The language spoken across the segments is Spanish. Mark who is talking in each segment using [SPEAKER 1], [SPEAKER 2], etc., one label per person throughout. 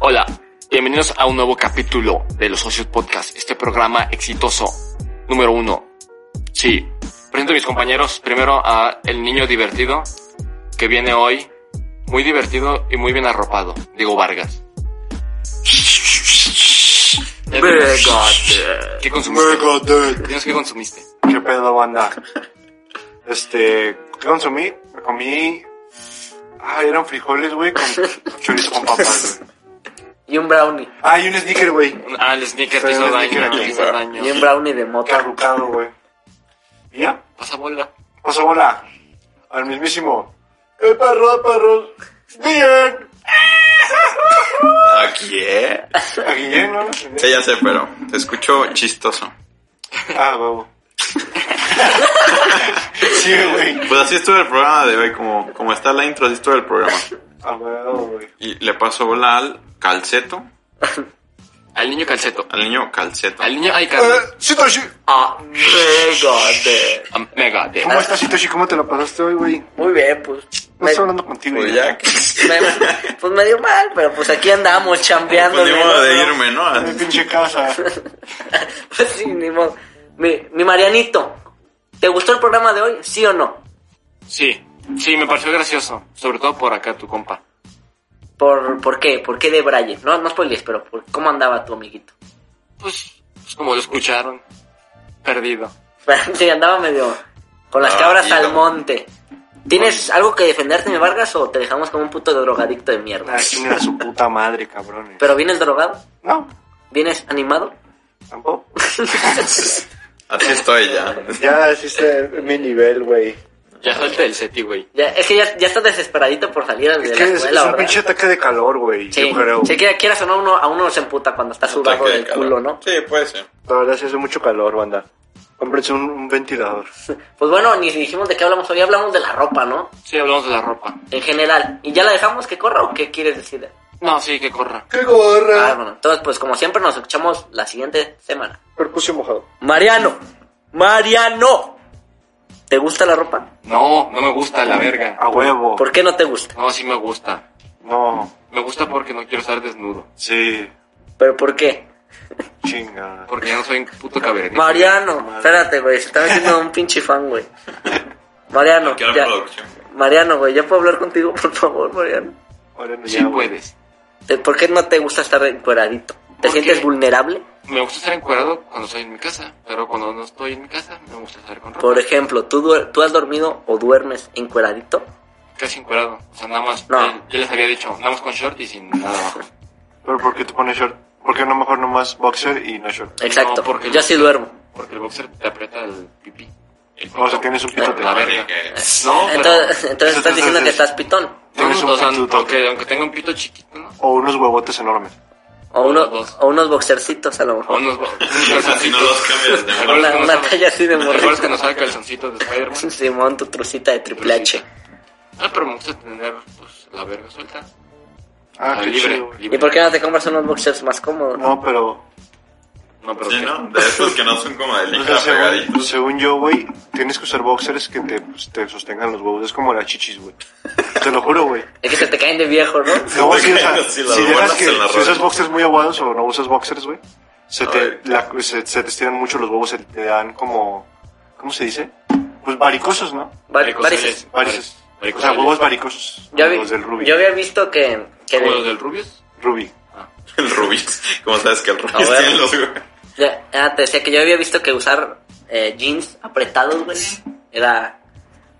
[SPEAKER 1] Hola, bienvenidos a un nuevo capítulo de Los Socios Podcast, este programa exitoso número uno. Sí, presento a mis compañeros, primero a el niño divertido que viene hoy, muy divertido y muy bien arropado, Diego Vargas. Ya tienes- ¿Qué consumiste? Dinos qué consumiste.
[SPEAKER 2] ¿Qué pedo, banda? Este, ¿qué consumí? Me comí. Ah, eran frijoles, güey, con chorizo con papas, güey.
[SPEAKER 3] Y un brownie.
[SPEAKER 2] Ah, y un sneaker, güey.
[SPEAKER 1] Ah, el sneaker te
[SPEAKER 2] Pero
[SPEAKER 1] hizo
[SPEAKER 2] el
[SPEAKER 1] daño,
[SPEAKER 2] sneaker
[SPEAKER 1] te
[SPEAKER 2] aquí,
[SPEAKER 1] hizo
[SPEAKER 2] güey.
[SPEAKER 1] daño.
[SPEAKER 3] Y un brownie de mota.
[SPEAKER 2] Carrucado, güey. Y ya,
[SPEAKER 1] Pasa bola.
[SPEAKER 2] pasó bola. Al mismísimo. ¡Eh, perro, perros! ¡Bien!
[SPEAKER 4] ¿A quién?
[SPEAKER 2] A Guillén, ¿no?
[SPEAKER 4] Sí, ¿eh? ya sé, pero te escucho chistoso.
[SPEAKER 2] Ah, huevo. Sí, güey.
[SPEAKER 4] Pues así estuvo el programa de hoy, como, como está la intro, así estuvo el programa.
[SPEAKER 2] A huevo, güey.
[SPEAKER 4] Y le pasó bola al calceto,
[SPEAKER 1] Al niño calceto.
[SPEAKER 4] al niño calceto.
[SPEAKER 1] Al niño, ay,
[SPEAKER 2] Eh,
[SPEAKER 1] Carlos.
[SPEAKER 2] Sitoshi.
[SPEAKER 1] Ah,
[SPEAKER 3] Regote.
[SPEAKER 1] ah, mega de.
[SPEAKER 2] ¿Cómo estás, Sitoshi? ¿Cómo te la pasaste hoy, güey?
[SPEAKER 3] Muy bien, pues.
[SPEAKER 2] No
[SPEAKER 3] Me-
[SPEAKER 2] estoy hablando contigo,
[SPEAKER 4] Pues
[SPEAKER 2] güey.
[SPEAKER 4] ya que
[SPEAKER 3] me- pues me dio mal, pero pues aquí andamos chambeando.
[SPEAKER 4] pues ni modo de irme, ¿no?
[SPEAKER 2] En mi pinche casa.
[SPEAKER 3] Pues sí, ni modo. Mi, mi Marianito, ¿te gustó el programa de hoy? ¿Sí o no?
[SPEAKER 1] Sí, sí, me pareció gracioso. Sobre todo por acá, tu compa.
[SPEAKER 3] ¿Por, por qué? ¿Por qué de Braille? No, no spoilees, pero por, ¿cómo andaba tu amiguito?
[SPEAKER 1] Pues, pues como lo escucharon. Perdido.
[SPEAKER 3] sí, andaba medio con las
[SPEAKER 4] Ah,
[SPEAKER 3] cabras
[SPEAKER 4] y
[SPEAKER 3] al
[SPEAKER 4] no.
[SPEAKER 3] monte. ¿Tienes algo que defenderte, mi Vargas, o te dejamos como un puto drogadicto de mierda?
[SPEAKER 2] Ah, ¿Quién era su puta madre, cabrones?
[SPEAKER 3] ¿Pero vienes drogado?
[SPEAKER 2] No,
[SPEAKER 3] ¿Vienes animado?
[SPEAKER 2] tampoco.
[SPEAKER 4] Así estoy ya.
[SPEAKER 2] Ya hiciste mi nivel, güey.
[SPEAKER 1] Ya salte del SETI, güey.
[SPEAKER 3] Ya, es que ya, ya estás desesperadito por salir de
[SPEAKER 2] Es
[SPEAKER 3] la
[SPEAKER 2] que es,
[SPEAKER 3] escuela,
[SPEAKER 2] es un
[SPEAKER 3] ¿verdad?
[SPEAKER 2] pinche ataque de calor, güey.
[SPEAKER 3] Sí,
[SPEAKER 2] Yo creo.
[SPEAKER 3] sí, que quieras o no, uno, a uno se emputa cuando está sudado
[SPEAKER 4] Ataque de
[SPEAKER 3] del culo,
[SPEAKER 4] calor.
[SPEAKER 3] ¿no?
[SPEAKER 4] Sí, pues. puede ser.
[SPEAKER 2] La verdad sí hace mucho calor, banda. Cómprense un, un ventilador.
[SPEAKER 3] Pues bueno, ni dijimos de qué hablamos hoy, hablamos de la ropa, ¿no?
[SPEAKER 1] Sí, hablamos de la ropa.
[SPEAKER 3] En general. ¿Y ya la dejamos que corra o qué quieres decir?
[SPEAKER 1] No, sí, que corra.
[SPEAKER 2] ¡Qué
[SPEAKER 3] Ah,
[SPEAKER 2] gorra!
[SPEAKER 3] bueno, entonces pues como siempre nos escuchamos la siguiente semana.
[SPEAKER 2] Percusión mojado.
[SPEAKER 3] Mariano, Mariano, ¿te gusta la ropa?
[SPEAKER 1] No, no me gusta la verga.
[SPEAKER 2] A huevo.
[SPEAKER 3] ¿Por qué no te gusta?
[SPEAKER 1] No, sí me gusta.
[SPEAKER 2] No,
[SPEAKER 1] Me gusta porque no quiero estar desnudo.
[SPEAKER 2] sí.
[SPEAKER 3] ¿Pero por qué?
[SPEAKER 2] Chinga.
[SPEAKER 1] Porque ya no soy un puto cabernet.
[SPEAKER 3] Mariano, espérate, güey, se está metiendo un pinche fan, güey. Mariano,
[SPEAKER 4] Quiero
[SPEAKER 3] ya-
[SPEAKER 4] producción.
[SPEAKER 3] Mariano, güey, ¿ya puedo hablar contigo, por favor, Mariano?
[SPEAKER 2] Órale,
[SPEAKER 1] Sí
[SPEAKER 2] ya, güey.
[SPEAKER 1] puedes.
[SPEAKER 3] ¿Te- ¿Por qué no te gusta estar encueradito? ¿Te
[SPEAKER 1] ¿Por qué?
[SPEAKER 3] sientes vulnerable?
[SPEAKER 1] Me gusta estar encuadrado cuando estoy en mi casa. Pero cuando no estoy en mi casa, me gusta estar con ropa.
[SPEAKER 3] Por ejemplo, ¿tú, duer- ¿tú has dormido o duermes encueradito?
[SPEAKER 1] Casi encuadrado. O sea, nada más.
[SPEAKER 3] No.
[SPEAKER 1] Yo, yo les había dicho, nada más con short y sin nada abajo.
[SPEAKER 2] Pero ¿por qué te pones short? ¿Por qué no mejor nomás boxer y no short?
[SPEAKER 3] Exacto,
[SPEAKER 1] No, porque
[SPEAKER 3] yo
[SPEAKER 1] no
[SPEAKER 3] sí
[SPEAKER 1] sé.
[SPEAKER 3] duermo.
[SPEAKER 1] Porque el boxer te aprieta el pipí. El
[SPEAKER 2] O sea, tienes un
[SPEAKER 3] Eh,
[SPEAKER 2] pitote.
[SPEAKER 1] La verga.
[SPEAKER 4] Que-
[SPEAKER 1] No, pero...
[SPEAKER 3] Entonces, entonces
[SPEAKER 2] Eso te
[SPEAKER 3] estás diciendo
[SPEAKER 2] hace-
[SPEAKER 3] que estás pitón.
[SPEAKER 1] No,
[SPEAKER 2] Tienes
[SPEAKER 1] no,
[SPEAKER 2] un
[SPEAKER 1] o sea,
[SPEAKER 2] pitote.
[SPEAKER 1] aunque, aunque tenga un pito chiquito, ¿no?
[SPEAKER 2] O unos huevotes enormes.
[SPEAKER 3] O, uno-
[SPEAKER 1] los dos.
[SPEAKER 3] o unos boxercitos a lo
[SPEAKER 1] O
[SPEAKER 3] mejor.
[SPEAKER 1] unos...
[SPEAKER 4] O sea, si no los cambias de
[SPEAKER 1] Pero es
[SPEAKER 3] Una,
[SPEAKER 1] que no
[SPEAKER 3] una
[SPEAKER 1] sabe.
[SPEAKER 3] talla así de
[SPEAKER 1] ¿Te acuerdas que
[SPEAKER 3] morrito.
[SPEAKER 1] nos sale calzoncito de Spider-Man?
[SPEAKER 3] Simón, tu trucita de triple H.
[SPEAKER 1] Ah, pero me gusta tener pues, la verga suelta.
[SPEAKER 2] Ah,
[SPEAKER 1] Ah,
[SPEAKER 2] qué
[SPEAKER 1] libre,
[SPEAKER 2] chido, güey.
[SPEAKER 3] ¿Y
[SPEAKER 1] libre.
[SPEAKER 3] por qué no te compras unos boxers más cómodos?
[SPEAKER 2] No, pero...
[SPEAKER 1] No, pero
[SPEAKER 4] Sí,
[SPEAKER 1] ¿qué?
[SPEAKER 4] ¿no? De esos que no son como de
[SPEAKER 2] o sea,
[SPEAKER 4] licra
[SPEAKER 2] según,
[SPEAKER 4] pegaditos.
[SPEAKER 2] según yo, güey, tienes que usar boxers que te, pues, te sostengan los huevos. Es como las chichis, güey. Te lo juro, güey.
[SPEAKER 3] Es que se te caen de viejo, ¿no?
[SPEAKER 2] No,
[SPEAKER 4] Te
[SPEAKER 2] sí, o sea,
[SPEAKER 4] caen así
[SPEAKER 2] si
[SPEAKER 4] las
[SPEAKER 2] dejas
[SPEAKER 4] bolas
[SPEAKER 2] que,
[SPEAKER 4] en la
[SPEAKER 2] si
[SPEAKER 4] rodilla.
[SPEAKER 2] usas boxers muy aguados o no usas boxers, güey, se
[SPEAKER 4] A
[SPEAKER 2] te,
[SPEAKER 4] ver.
[SPEAKER 2] la- se, se te estiran mucho los huevos, se te dan como, ¿cómo se dice? Pues varicosos, ¿no?
[SPEAKER 3] Va-
[SPEAKER 1] Varicocele.
[SPEAKER 3] varices.
[SPEAKER 2] Varices. O
[SPEAKER 1] Varicocele.
[SPEAKER 2] sea, huevos varicosos.
[SPEAKER 3] Yo, había-
[SPEAKER 2] los del Ruby.
[SPEAKER 3] yo había visto que... que
[SPEAKER 1] ¿Como los del Rubius?
[SPEAKER 2] Ruby.
[SPEAKER 4] El Rubius. ¿Cómo sabes que el
[SPEAKER 3] A
[SPEAKER 4] Rubius
[SPEAKER 3] ver.
[SPEAKER 4] tiene los...
[SPEAKER 3] Ya, ah, te decía que yo había visto que usar eh, jeans apretados, güey, era,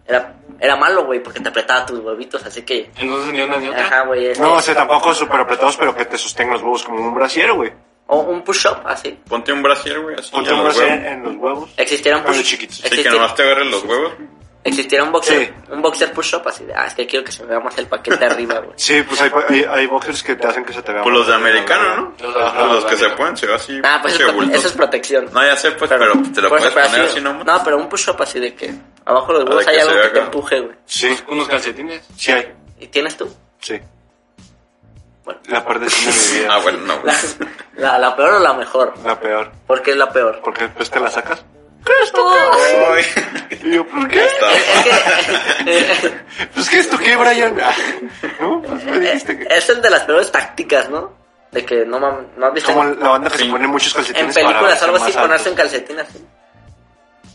[SPEAKER 3] era, era malo, güey, porque te apretaba tus huevitos, así que...
[SPEAKER 5] Entonces ni una ni otra.
[SPEAKER 3] Ajá, güey. es-
[SPEAKER 2] No, o sea, tampoco súper apretados, pero que te sostengan los huevos como un brasier, güey.
[SPEAKER 3] O un push-up, así.
[SPEAKER 4] Ponte un brasier, güey, así.
[SPEAKER 2] Ponte
[SPEAKER 4] a
[SPEAKER 2] un
[SPEAKER 4] los
[SPEAKER 2] brasier
[SPEAKER 4] huevos.
[SPEAKER 2] en los huevos.
[SPEAKER 3] Existiera un
[SPEAKER 2] Pero
[SPEAKER 3] push-up.
[SPEAKER 2] chiquitos, sí,
[SPEAKER 4] Sí, que nomás te agarren los huevos.
[SPEAKER 3] Existiera un boxer,
[SPEAKER 2] Sí.
[SPEAKER 3] un boxer push-up así de, ah, es que quiero que se me vea más el paquete arriba, güey.
[SPEAKER 2] Sí, pues hay, hay, hay boxers que te hacen que se te vea.
[SPEAKER 4] Pues los de americano, ¿no?
[SPEAKER 5] Los
[SPEAKER 4] Los,
[SPEAKER 5] de- los de
[SPEAKER 4] que se
[SPEAKER 5] americano.
[SPEAKER 4] pueden, se ve así.
[SPEAKER 3] Ah, pues
[SPEAKER 4] pinche
[SPEAKER 3] eso,
[SPEAKER 4] bultoso.
[SPEAKER 3] eso es protección.
[SPEAKER 4] No, ya sé, pues, pero, te lo
[SPEAKER 3] Por eso,
[SPEAKER 4] puedes
[SPEAKER 3] pero
[SPEAKER 4] poner
[SPEAKER 3] así-
[SPEAKER 4] así nomás.
[SPEAKER 3] No, pero un push-up así de que abajo de los
[SPEAKER 4] Ah, de
[SPEAKER 3] huevos
[SPEAKER 4] que
[SPEAKER 3] hay
[SPEAKER 4] se
[SPEAKER 3] algo
[SPEAKER 4] vea
[SPEAKER 3] que te
[SPEAKER 4] acá.
[SPEAKER 3] empuje, güey.
[SPEAKER 2] Sí,
[SPEAKER 5] Unos calcetines.
[SPEAKER 2] sí hay.
[SPEAKER 3] ¿Y tienes tú?
[SPEAKER 2] Sí.
[SPEAKER 3] Bueno.
[SPEAKER 2] La peor decisión de mi vida.
[SPEAKER 4] Ah, bueno, no,
[SPEAKER 3] La,
[SPEAKER 4] güey.
[SPEAKER 3] la, la peor o la mejor?
[SPEAKER 2] La peor.
[SPEAKER 3] Porque es la peor.
[SPEAKER 2] Porque después te la sacas.
[SPEAKER 3] Pues
[SPEAKER 4] Ay,
[SPEAKER 2] Y yo, ¿por qué?
[SPEAKER 4] está.
[SPEAKER 2] Pues que esto qué, Brian. Ah, ¿No? Pues me dijiste que.
[SPEAKER 3] es el de las peores tácticas, ¿no? De que no mames, no has visto
[SPEAKER 2] Como
[SPEAKER 3] en,
[SPEAKER 2] la banda que se
[SPEAKER 4] Sí.
[SPEAKER 2] pone muchos
[SPEAKER 3] en
[SPEAKER 2] calcetines para
[SPEAKER 3] películas
[SPEAKER 2] verse
[SPEAKER 3] algo
[SPEAKER 2] más
[SPEAKER 3] así, ponerse
[SPEAKER 2] altos.
[SPEAKER 3] en calcetín así.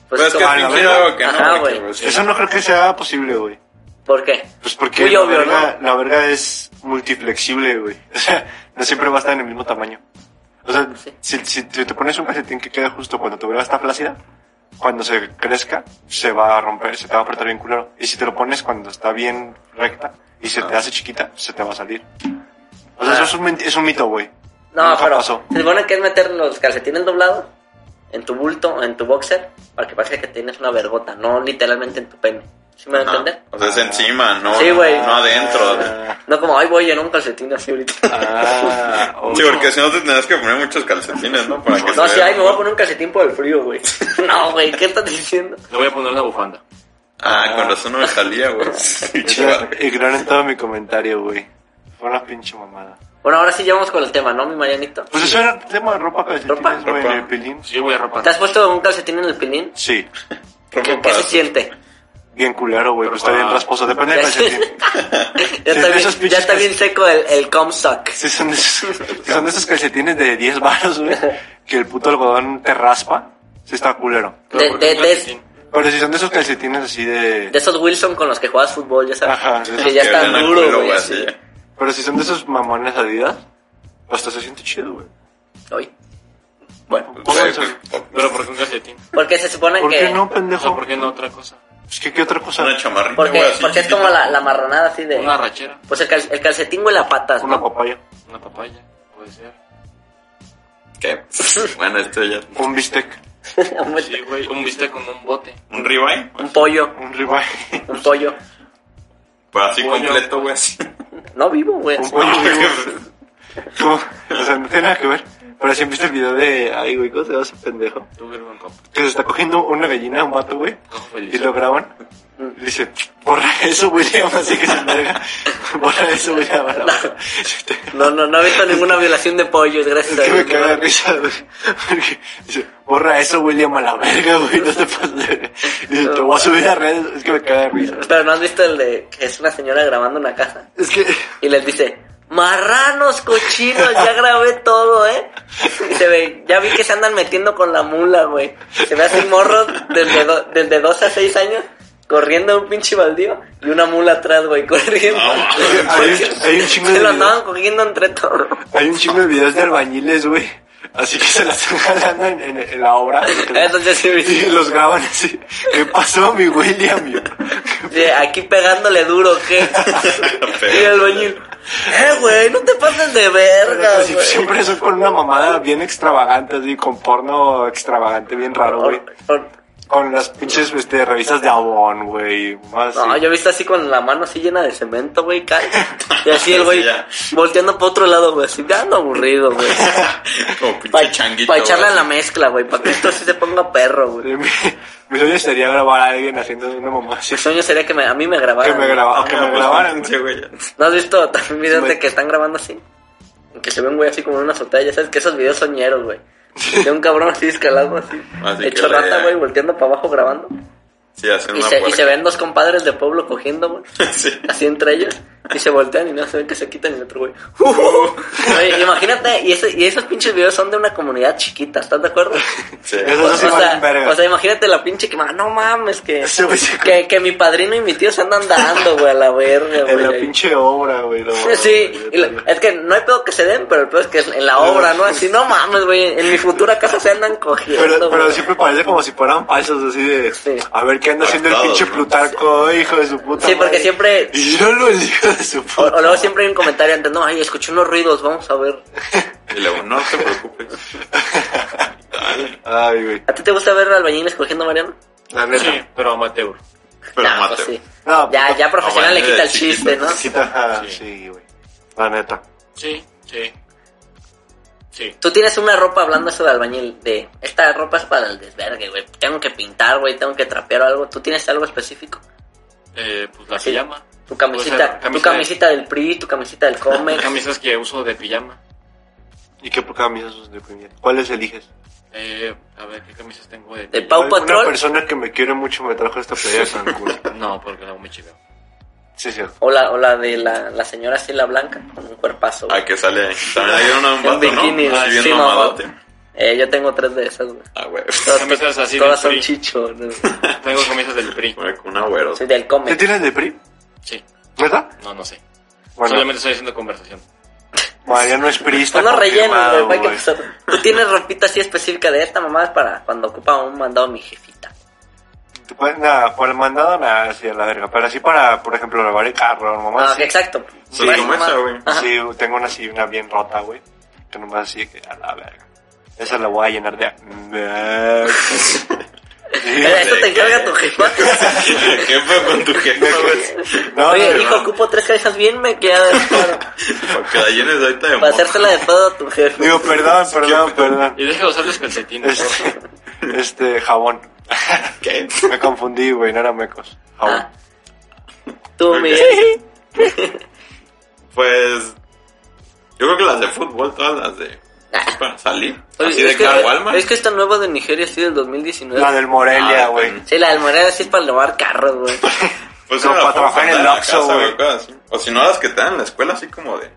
[SPEAKER 4] Pues es que
[SPEAKER 3] como-
[SPEAKER 4] es
[SPEAKER 2] la
[SPEAKER 4] mentira,
[SPEAKER 2] verga.
[SPEAKER 4] güey, que pues, no,
[SPEAKER 3] Ajá,
[SPEAKER 4] güey, que
[SPEAKER 3] güey.
[SPEAKER 4] sí.
[SPEAKER 2] Eso no creo que sea posible, güey.
[SPEAKER 3] ¿Por qué?
[SPEAKER 2] Pues porque
[SPEAKER 3] Muy
[SPEAKER 2] la,
[SPEAKER 3] obvio,
[SPEAKER 2] verga, la verga es multiflexible, güey. O sea, no siempre va a estar en el mismo tamaño. O sea,
[SPEAKER 3] Sí.
[SPEAKER 2] si, si- si te pones un calcetín que queda justo cuando tu verga está flácida, cuando se crezca, se va a romper, se te va a apretar bien culero. Y si te lo pones cuando está bien recta y se te hace chiquita, se te va a salir. O sea,
[SPEAKER 3] Ah.
[SPEAKER 2] eso es un, menti- es un mito, güey.
[SPEAKER 3] No,
[SPEAKER 2] Nunca
[SPEAKER 3] pero
[SPEAKER 2] pasó.
[SPEAKER 3] se supone que es meter los calcetines doblados en tu bulto, en tu boxer, para que parezca que tienes una vergota, no literalmente en tu pene. ¿Sí me va a
[SPEAKER 4] No,
[SPEAKER 3] entender?
[SPEAKER 4] O sea, es encima, no,
[SPEAKER 3] Sí, güey.
[SPEAKER 4] no adentro.
[SPEAKER 2] Ah.
[SPEAKER 3] No como, ay, voy en un calcetín así ahorita.
[SPEAKER 2] Ah,
[SPEAKER 4] Sí, porque si no te tendrás que poner muchos calcetines, ¿no? Para que
[SPEAKER 3] No,
[SPEAKER 4] se
[SPEAKER 3] sí,
[SPEAKER 4] vea.
[SPEAKER 3] ay, me voy a poner un calcetín por el frío, güey. No, güey, ¿qué estás diciendo?
[SPEAKER 5] Le voy a poner una bufanda.
[SPEAKER 4] Ah, con razón no me salía, güey.
[SPEAKER 2] Ignora- Ignoren todo mi comentario, güey. Fue una pinche mamada.
[SPEAKER 3] Bueno, ahora sí llevamos con el tema, ¿no, mi Marianito?
[SPEAKER 2] Pues eso era tema de ropa,
[SPEAKER 3] Ropa.
[SPEAKER 2] calcetines, güey, en
[SPEAKER 4] Ropa.
[SPEAKER 2] el pilín.
[SPEAKER 5] Sí, voy a ropa.
[SPEAKER 3] ¿Te has puesto un calcetín en el pilín?
[SPEAKER 2] Sí.
[SPEAKER 4] Ropa
[SPEAKER 3] ¿Qué, qué
[SPEAKER 4] para-
[SPEAKER 3] se siente?
[SPEAKER 2] Bien culero, güey, pues está bien rasposo, depende del calcetín.
[SPEAKER 3] ya,
[SPEAKER 2] Sí, de
[SPEAKER 3] está bien,
[SPEAKER 2] esos pinches
[SPEAKER 3] ya está bien seco el, el comstock.
[SPEAKER 2] Sí, son de esos, sí, son de esos calcetines de 10 baros, güey, que el puto algodón te raspa, sí está culero.
[SPEAKER 3] De,
[SPEAKER 5] Pero,
[SPEAKER 3] de,
[SPEAKER 5] ¿por qué un
[SPEAKER 3] de,
[SPEAKER 5] calcetín?
[SPEAKER 2] Pero si son de esos calcetines así
[SPEAKER 3] de
[SPEAKER 2] de...
[SPEAKER 3] esos Wilson con los que juegas fútbol, ya sabes.
[SPEAKER 2] Ajá, de esos
[SPEAKER 3] que ya
[SPEAKER 4] que
[SPEAKER 3] están
[SPEAKER 4] vean el
[SPEAKER 3] duros,
[SPEAKER 4] culo,
[SPEAKER 3] güey.
[SPEAKER 4] güey,
[SPEAKER 3] así.
[SPEAKER 4] así.
[SPEAKER 2] Pero si son de esos mamones adidas, hasta se siente chido, güey.
[SPEAKER 3] Ay. Bueno,
[SPEAKER 2] Pónganse.
[SPEAKER 4] Güey, pues,
[SPEAKER 5] Pero ¿por qué un calcetín?
[SPEAKER 3] porque se supone
[SPEAKER 2] ¿Por
[SPEAKER 3] que...
[SPEAKER 2] qué no,
[SPEAKER 5] O sea,
[SPEAKER 2] pendejo?
[SPEAKER 5] ¿por qué no otra cosa?
[SPEAKER 2] Es que qué otra cosa.
[SPEAKER 4] Una chamarrita,
[SPEAKER 3] Porque,
[SPEAKER 4] güey, así
[SPEAKER 3] porque es como
[SPEAKER 4] chiquita.
[SPEAKER 3] la, la marronada así de...
[SPEAKER 5] Una rachera,
[SPEAKER 3] Pues el, cal- el calcetín huele a patas,
[SPEAKER 2] Una
[SPEAKER 3] ¿no?
[SPEAKER 2] papaya.
[SPEAKER 5] una papaya, puede ser.
[SPEAKER 4] ¿Qué? Bueno, esto ya...
[SPEAKER 2] Un bistec.
[SPEAKER 5] Sí, güey, un bistec con un bote.
[SPEAKER 4] ¿Un ribeye?
[SPEAKER 3] un pollo,
[SPEAKER 2] Un ribeye.
[SPEAKER 3] un pollo.
[SPEAKER 4] Pues así
[SPEAKER 5] Pollo.
[SPEAKER 4] completo, güey, así.
[SPEAKER 3] No vivo, güey.
[SPEAKER 2] Un pollo. Como- O sea, no tiene nada que ver. Pero si han visto el video de... Ay, güey, ¿cómo se llama ese pendejo?
[SPEAKER 5] Tuve un copo.
[SPEAKER 2] Que se está cogiendo una gallina, un vato, güey.
[SPEAKER 5] Cojo feliz.
[SPEAKER 2] Y lo graban. Le dice, borra eso, William, así que se enverga. Borra eso, William. a la verga".
[SPEAKER 3] No, no, no he visto ninguna violación de pollos, gracias
[SPEAKER 2] Es
[SPEAKER 3] a
[SPEAKER 2] que me
[SPEAKER 3] Dios.
[SPEAKER 2] caga de risa, güey. Porque dice, borra eso, William, a la verga, güey. No te pases de verga". Dice, te voy a subir a redes. Es que me caga de risa.
[SPEAKER 3] Pero no has visto el de que es una señora grabando una casa.
[SPEAKER 2] Es que,
[SPEAKER 3] Y les dice, marranos, cochinos, ya grabé todo, ¿eh? Y se ve, ya vi que se andan metiendo con la mula, güey. Se ve así morros desde, do- desde 2 a 6 años corriendo un pinche baldío y una mula atrás, güey, corriendo.
[SPEAKER 2] Ah, hay un, hay un chingo de
[SPEAKER 3] se lo
[SPEAKER 2] videos,
[SPEAKER 3] andaban cogiendo entre todos.
[SPEAKER 2] hay un chingo de videos de albañiles, güey. Así que se las están jalando en, en- en la obra.
[SPEAKER 3] Entonces sí, vi-
[SPEAKER 2] Y los graban así. ¿Qué pasó, mi William? Yo,
[SPEAKER 3] sí, aquí pegándole duro, ¿qué? y el bañil, eh, güey, no te pases de verga,
[SPEAKER 2] Sí,
[SPEAKER 3] güey.
[SPEAKER 2] siempre son con una mamada bien extravagante, así, con porno extravagante, bien raro, güey.
[SPEAKER 3] Or- or-
[SPEAKER 2] Con las pinches este, revistas de Avon, güey. más
[SPEAKER 3] No,
[SPEAKER 2] así.
[SPEAKER 3] yo he visto así con la mano así llena de cemento, güey, cae. Y así el güey
[SPEAKER 4] Sí, ya.
[SPEAKER 3] volteando para otro lado, güey, así, ya ando aburrido, güey.
[SPEAKER 4] Como pinche
[SPEAKER 3] Para
[SPEAKER 4] changuito.
[SPEAKER 3] echarla
[SPEAKER 4] güey,
[SPEAKER 3] en la
[SPEAKER 4] así.
[SPEAKER 3] mezcla, güey, para que esto sí se ponga perro, güey.
[SPEAKER 2] Mi, mi sueño sería grabar a alguien haciendo una mamá así.
[SPEAKER 3] Mi sueño sería que me- a mí me grabaran.
[SPEAKER 2] Que me,
[SPEAKER 3] güey.
[SPEAKER 2] graba, que
[SPEAKER 4] Ah,
[SPEAKER 2] me
[SPEAKER 4] pues,
[SPEAKER 2] grabaran,
[SPEAKER 4] pónganse,
[SPEAKER 2] güey.
[SPEAKER 4] güey.
[SPEAKER 3] ¿No has visto también videos
[SPEAKER 2] Sí,
[SPEAKER 3] de
[SPEAKER 2] me-
[SPEAKER 3] que están grabando así? Que se ve un güey así como en una azotea, ya sabes que esos videos soñeros, güey. De un cabrón así escalando así,
[SPEAKER 4] Así que
[SPEAKER 3] hecho
[SPEAKER 4] la-
[SPEAKER 3] rata, güey, volteando para abajo grabando.
[SPEAKER 4] Sí, hacen
[SPEAKER 3] Y
[SPEAKER 4] una
[SPEAKER 3] se, y se
[SPEAKER 4] puerca.
[SPEAKER 3] ven dos compadres de pueblo cogiendo, güey.
[SPEAKER 4] Sí.
[SPEAKER 3] Así entre ellos. Y se voltean y no se ven que se quitan y el otro güey. Oye, imagínate, y, ese- y esos pinches videos son de una comunidad chiquita, ¿estás de acuerdo?
[SPEAKER 4] Sí.
[SPEAKER 2] Eso sí
[SPEAKER 3] o,
[SPEAKER 2] valen
[SPEAKER 3] sea,
[SPEAKER 2] verga.
[SPEAKER 3] o sea, imagínate la pinche que, "Ah, no mames, que,
[SPEAKER 2] Ese güey se-
[SPEAKER 3] que, que mi padrino y mi tío se andan dando, güey, a la verga,
[SPEAKER 2] En la
[SPEAKER 3] güey.
[SPEAKER 2] pinche obra, güey. no mames,
[SPEAKER 3] Sí,
[SPEAKER 2] güey,
[SPEAKER 3] y la- es que no hay pedo que se den, pero el pedo es que en la obra, ¿no? Así, no mames, güey, en mi futura casa se andan cogiendo.
[SPEAKER 2] Pero, pero
[SPEAKER 3] güey.
[SPEAKER 2] siempre parece como si fueran falsos, así de.
[SPEAKER 3] Sí.
[SPEAKER 2] A ver qué anda haciendo el
[SPEAKER 4] Bastardos,
[SPEAKER 2] pinche
[SPEAKER 4] ¿no?
[SPEAKER 2] Plutarco, hijo de su puta.
[SPEAKER 3] Sí, porque
[SPEAKER 2] madre.
[SPEAKER 3] siempre-
[SPEAKER 2] Y míralo, el hijo de su
[SPEAKER 3] O,
[SPEAKER 2] puta.
[SPEAKER 3] o luego siempre hay un comentario antes, no, ay, escuché unos ruidos, vamos a ver.
[SPEAKER 4] Y luego, no te preocupes.
[SPEAKER 2] Ay, güey.
[SPEAKER 3] ¿A ti te gusta ver albañiles cogiendo, Mariano?
[SPEAKER 2] La neta.
[SPEAKER 1] Sí, pero amateur.
[SPEAKER 4] Pero
[SPEAKER 3] Nah,
[SPEAKER 4] mate.
[SPEAKER 3] pues sí.
[SPEAKER 2] No,
[SPEAKER 3] ya, ya profesional le
[SPEAKER 4] albañil
[SPEAKER 3] quita el
[SPEAKER 4] de chiquito.
[SPEAKER 3] chiste, ¿no?
[SPEAKER 2] Sí, ajá,
[SPEAKER 1] Sí.
[SPEAKER 2] sí, güey. La neta.
[SPEAKER 1] Sí, sí. Sí.
[SPEAKER 3] Tú tienes una ropa hablando eso de albañil, de esta ropa es para el desvergue, güey. Tengo que pintar, güey, tengo que trapear o algo. ¿Tú tienes algo específico?
[SPEAKER 1] Eh, pues la
[SPEAKER 3] Sí.
[SPEAKER 1] pijama.
[SPEAKER 3] Tu camisita,
[SPEAKER 1] O sea,
[SPEAKER 3] tu
[SPEAKER 1] camisa de-
[SPEAKER 3] camisita del PRI, tu camisita del Come.
[SPEAKER 1] Camisas que uso de pijama.
[SPEAKER 2] ¿Y qué camisas de primera? ¿Cuáles eliges?
[SPEAKER 1] Eh, a ver, ¿qué camisas tengo de
[SPEAKER 3] De
[SPEAKER 1] pijama?
[SPEAKER 3] Pau
[SPEAKER 2] Una
[SPEAKER 3] Patrol.
[SPEAKER 2] persona que me quiere mucho me trajo esta playera de Cancún.
[SPEAKER 1] No, porque luego me chiveo.
[SPEAKER 2] Sí, cierto.
[SPEAKER 3] O la, o la de la, la señora así, la blanca, con un cuerpazo. güey.
[SPEAKER 4] Ah, que sale ahí. También hay uno en
[SPEAKER 3] En
[SPEAKER 4] vato,
[SPEAKER 3] bikini,
[SPEAKER 4] ¿no? Ah, bien
[SPEAKER 3] sí,
[SPEAKER 4] mamadote.
[SPEAKER 3] mamá. Eh, yo tengo tres de esas, güey.
[SPEAKER 4] Ah, güey.
[SPEAKER 3] Todas-
[SPEAKER 1] Camisas así del
[SPEAKER 3] Todas son
[SPEAKER 1] PRI.
[SPEAKER 3] chichos. ¿no?
[SPEAKER 1] Tengo camisas del PRI.
[SPEAKER 4] Güey, con un agüero.
[SPEAKER 3] Soy del
[SPEAKER 2] ¿Qué
[SPEAKER 3] Come.
[SPEAKER 2] tienes de PRI?
[SPEAKER 1] Sí.
[SPEAKER 2] ¿Verdad?
[SPEAKER 1] No, no sé.
[SPEAKER 2] Bueno,
[SPEAKER 1] Solamente estoy haciendo conversación.
[SPEAKER 2] Mariano es priista.
[SPEAKER 3] Son los rellenos,
[SPEAKER 2] confirmado,
[SPEAKER 3] güey. hay que
[SPEAKER 2] güey.
[SPEAKER 3] empezar. Tú tienes ropita así específica de esta mamá es para cuando ocupa un mandado mi jefita.
[SPEAKER 2] Tú puedes- Nada, por el mandado, nada, así a la verga. Pero así para, por ejemplo, lavar el carro, mamá.
[SPEAKER 3] Ah,
[SPEAKER 2] así.
[SPEAKER 3] exacto.
[SPEAKER 4] Sí,
[SPEAKER 3] Más
[SPEAKER 4] como
[SPEAKER 3] mamá.
[SPEAKER 4] esa, güey.
[SPEAKER 3] Ajá.
[SPEAKER 2] Sí, tengo una así, una bien rota, güey. Que nomás así, que a la verga. Esa la voy a llenar de...
[SPEAKER 3] Eh,
[SPEAKER 2] Sí,
[SPEAKER 3] Eso te encarga tu jefa.
[SPEAKER 4] ¿Qué fue con tu jefe, güey?
[SPEAKER 2] no,
[SPEAKER 3] Oye,
[SPEAKER 2] no,
[SPEAKER 3] hijo, ocupo tres cabezas bien me quedas para,
[SPEAKER 4] Para que la llenes ahorita de
[SPEAKER 3] para
[SPEAKER 4] moco.
[SPEAKER 3] hacérsela de todo a tu jefe.
[SPEAKER 2] Digo, perdón, perdón, perdón.
[SPEAKER 1] Y deja de usar los calcetines.
[SPEAKER 2] Este, este, jabón.
[SPEAKER 4] ¿Qué?
[SPEAKER 2] Me confundí, güey, no era mecos. Jabón.
[SPEAKER 3] Ah. Tú,
[SPEAKER 4] Ok.
[SPEAKER 3] Miguel.
[SPEAKER 4] Pues. Yo creo que las de fútbol, todas las de. pues, para salir.
[SPEAKER 3] Ah. Oye,
[SPEAKER 4] Así de
[SPEAKER 3] es, que,
[SPEAKER 4] cara a Walmart.
[SPEAKER 3] es que esta nueva de Nigeria sí del 2019.
[SPEAKER 2] La del Morelia,
[SPEAKER 4] Ah,
[SPEAKER 2] güey.
[SPEAKER 4] bueno.
[SPEAKER 3] Sí, la del Moreno sí es para lavar carros, güey.
[SPEAKER 4] Pues
[SPEAKER 2] No,
[SPEAKER 4] era
[SPEAKER 2] para
[SPEAKER 4] la
[SPEAKER 2] trabajar en
[SPEAKER 4] forma
[SPEAKER 2] el
[SPEAKER 4] de la
[SPEAKER 2] Oxxo,
[SPEAKER 4] casa,
[SPEAKER 2] güey.
[SPEAKER 4] cosas así. O si no, las que te dan en la escuela, así como de,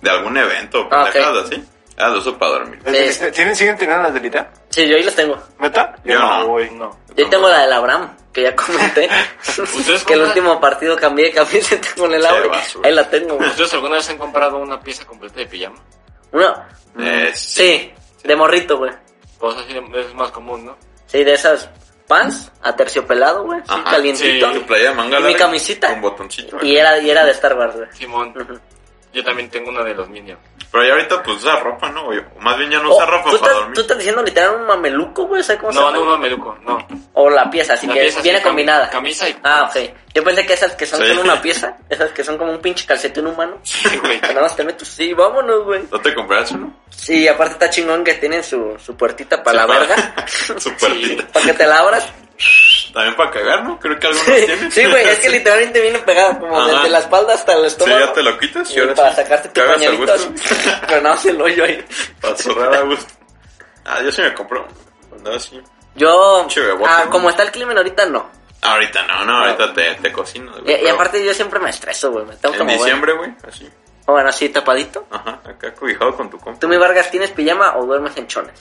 [SPEAKER 4] de algún evento,
[SPEAKER 3] Ah, ok.
[SPEAKER 4] pendejadas así. Ah, lo uso para dormir.
[SPEAKER 3] Sí.
[SPEAKER 2] Este, ¿Tienen, ¿Siguen teniendo las delita?
[SPEAKER 3] Sí, yo ahí las tengo.
[SPEAKER 2] ¿Meta?
[SPEAKER 4] Yo no.
[SPEAKER 2] güey.
[SPEAKER 1] No.
[SPEAKER 3] Yo tengo la del Abraham, que ya comenté.
[SPEAKER 1] ¿Ustedes
[SPEAKER 3] que el
[SPEAKER 1] compran?
[SPEAKER 3] último partido cambié de camiseta con el
[SPEAKER 4] Che,
[SPEAKER 3] Abraham.
[SPEAKER 4] basura.
[SPEAKER 3] Ahí la tengo, güey.
[SPEAKER 1] ¿Ustedes alguna vez han comprado una pieza completa de pijama?
[SPEAKER 3] Una-
[SPEAKER 4] Eh,
[SPEAKER 3] Mm. Sí, de morrito, güey.
[SPEAKER 1] Pues así es más común, ¿no?
[SPEAKER 3] Sí, de esas pants a terciopelado, güey. Sí,
[SPEAKER 4] Ajá,
[SPEAKER 3] calientito.
[SPEAKER 1] sí.
[SPEAKER 4] Tu playa de manga
[SPEAKER 3] ¿Y mi
[SPEAKER 4] larga
[SPEAKER 3] camisita?
[SPEAKER 4] Con botoncito.
[SPEAKER 3] Y
[SPEAKER 4] güey.
[SPEAKER 3] era, y era de Star Wars, güey.
[SPEAKER 1] Simón.
[SPEAKER 3] Ujú.
[SPEAKER 1] Yo también tengo una de los Minions.
[SPEAKER 4] Pero ya ahorita pues usa ropa, ¿no? güey? O más bien ya no usa
[SPEAKER 3] Oh,
[SPEAKER 4] ropa para
[SPEAKER 3] ¿tú, estás, tú
[SPEAKER 4] dormir.
[SPEAKER 3] estás diciendo literal un mameluco, güey? ¿Sabes cómo se
[SPEAKER 1] No,
[SPEAKER 3] llama?
[SPEAKER 1] no, no, Meluco, no.
[SPEAKER 3] O la pieza, así
[SPEAKER 1] La
[SPEAKER 3] que
[SPEAKER 1] pieza,
[SPEAKER 3] viene
[SPEAKER 1] sí, cam-
[SPEAKER 3] combinada.
[SPEAKER 1] camisa y-
[SPEAKER 3] Ah, ok. Yo pensé que esas que son
[SPEAKER 4] Sí.
[SPEAKER 3] solo una pieza, esas que son como un pinche calcetín humano.
[SPEAKER 1] Sí, güey.
[SPEAKER 3] que Nada más te metes, sí, vámonos, güey.
[SPEAKER 4] ¿No te compras uno?
[SPEAKER 3] Sí, aparte está chingón que tienen su, su puertita para la
[SPEAKER 4] Sí, para-
[SPEAKER 3] verga.
[SPEAKER 4] Su puertita.
[SPEAKER 3] Para que te la abras.
[SPEAKER 4] También para cagar, ¿no? Creo que algunos tienen.
[SPEAKER 3] Sí, güey, es que literalmente viene pegada como
[SPEAKER 4] Ajá.
[SPEAKER 3] desde la espalda hasta el
[SPEAKER 4] Sí,
[SPEAKER 3] estómago.
[SPEAKER 4] ya te lo quitas y
[SPEAKER 3] Y
[SPEAKER 4] ahora
[SPEAKER 3] para
[SPEAKER 4] sí,
[SPEAKER 3] sacarte tu
[SPEAKER 4] cagas a
[SPEAKER 3] pañalito
[SPEAKER 4] gusto.
[SPEAKER 3] así. Pero nada más el hoyo ahí.
[SPEAKER 4] Para zurrar a gusto. Ah, yo sí me compro. No, sí.
[SPEAKER 3] Yo,
[SPEAKER 4] Che, bebote,
[SPEAKER 3] ah,
[SPEAKER 4] ¿no?
[SPEAKER 3] como está el clima ahorita, no.
[SPEAKER 4] Ahorita no, no, ahorita te, te cocino.
[SPEAKER 3] Y,
[SPEAKER 4] güey,
[SPEAKER 3] y
[SPEAKER 4] pero
[SPEAKER 3] aparte yo siempre me estreso, güey. Me tengo que
[SPEAKER 4] En
[SPEAKER 3] mover.
[SPEAKER 4] diciembre, güey, así.
[SPEAKER 3] Bueno, así tapadito.
[SPEAKER 4] Ajá, acá cobijado con tu compa.
[SPEAKER 3] ¿Tú, mi Vargas, tienes pijama o duermes en chones?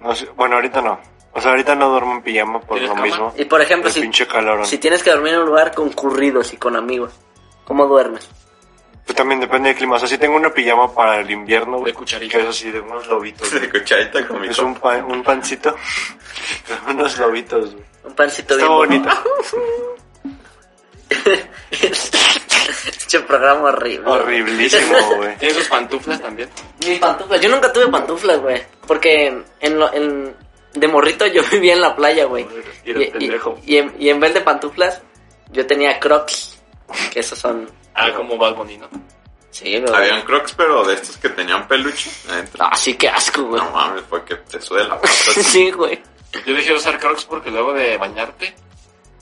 [SPEAKER 2] No sé, bueno, ahorita no. O sea, ahorita no duermo en pijama por
[SPEAKER 1] ¿Tienes
[SPEAKER 2] lo
[SPEAKER 1] cama?
[SPEAKER 2] mismo.
[SPEAKER 3] Y por ejemplo,
[SPEAKER 2] El
[SPEAKER 3] si,
[SPEAKER 2] pinche calorón.
[SPEAKER 3] si tienes que dormir en un lugar concurrido, y con amigos, ¿cómo duermes?
[SPEAKER 2] Pues también depende del clima. O sea, sí tengo una pijama para el invierno, güey.
[SPEAKER 1] De cucharita.
[SPEAKER 2] Que es así, de unos lobitos. güey.
[SPEAKER 4] De cucharita con mi
[SPEAKER 2] es
[SPEAKER 4] compa.
[SPEAKER 2] un, pan- un pancito. con unos lobitos, güey.
[SPEAKER 3] Un pancito
[SPEAKER 2] Está
[SPEAKER 3] bien
[SPEAKER 2] bonito.
[SPEAKER 3] Este programa horrible.
[SPEAKER 2] Horriblísimo, güey.
[SPEAKER 1] ¿Tienen sus pantuflas también?
[SPEAKER 3] Mis pantuflas. Yo nunca tuve pantuflas, güey. Porque en lo- en- de morrito yo vivía en la playa, güey. Y,
[SPEAKER 1] Era
[SPEAKER 3] y-
[SPEAKER 1] pendejo.
[SPEAKER 3] y en, y en vez de pantuflas, yo tenía crocs. Que esos son...
[SPEAKER 1] Ah, como Bad Bunny, ¿no?
[SPEAKER 3] Sí, güey.
[SPEAKER 4] Habían crocs, pero de estos que tenían peluche adentro.
[SPEAKER 3] Así que asco, güey.
[SPEAKER 4] No mames, porque te sude la pata.
[SPEAKER 3] sí, güey.
[SPEAKER 1] Yo dejé de usar crocs porque luego de bañarte,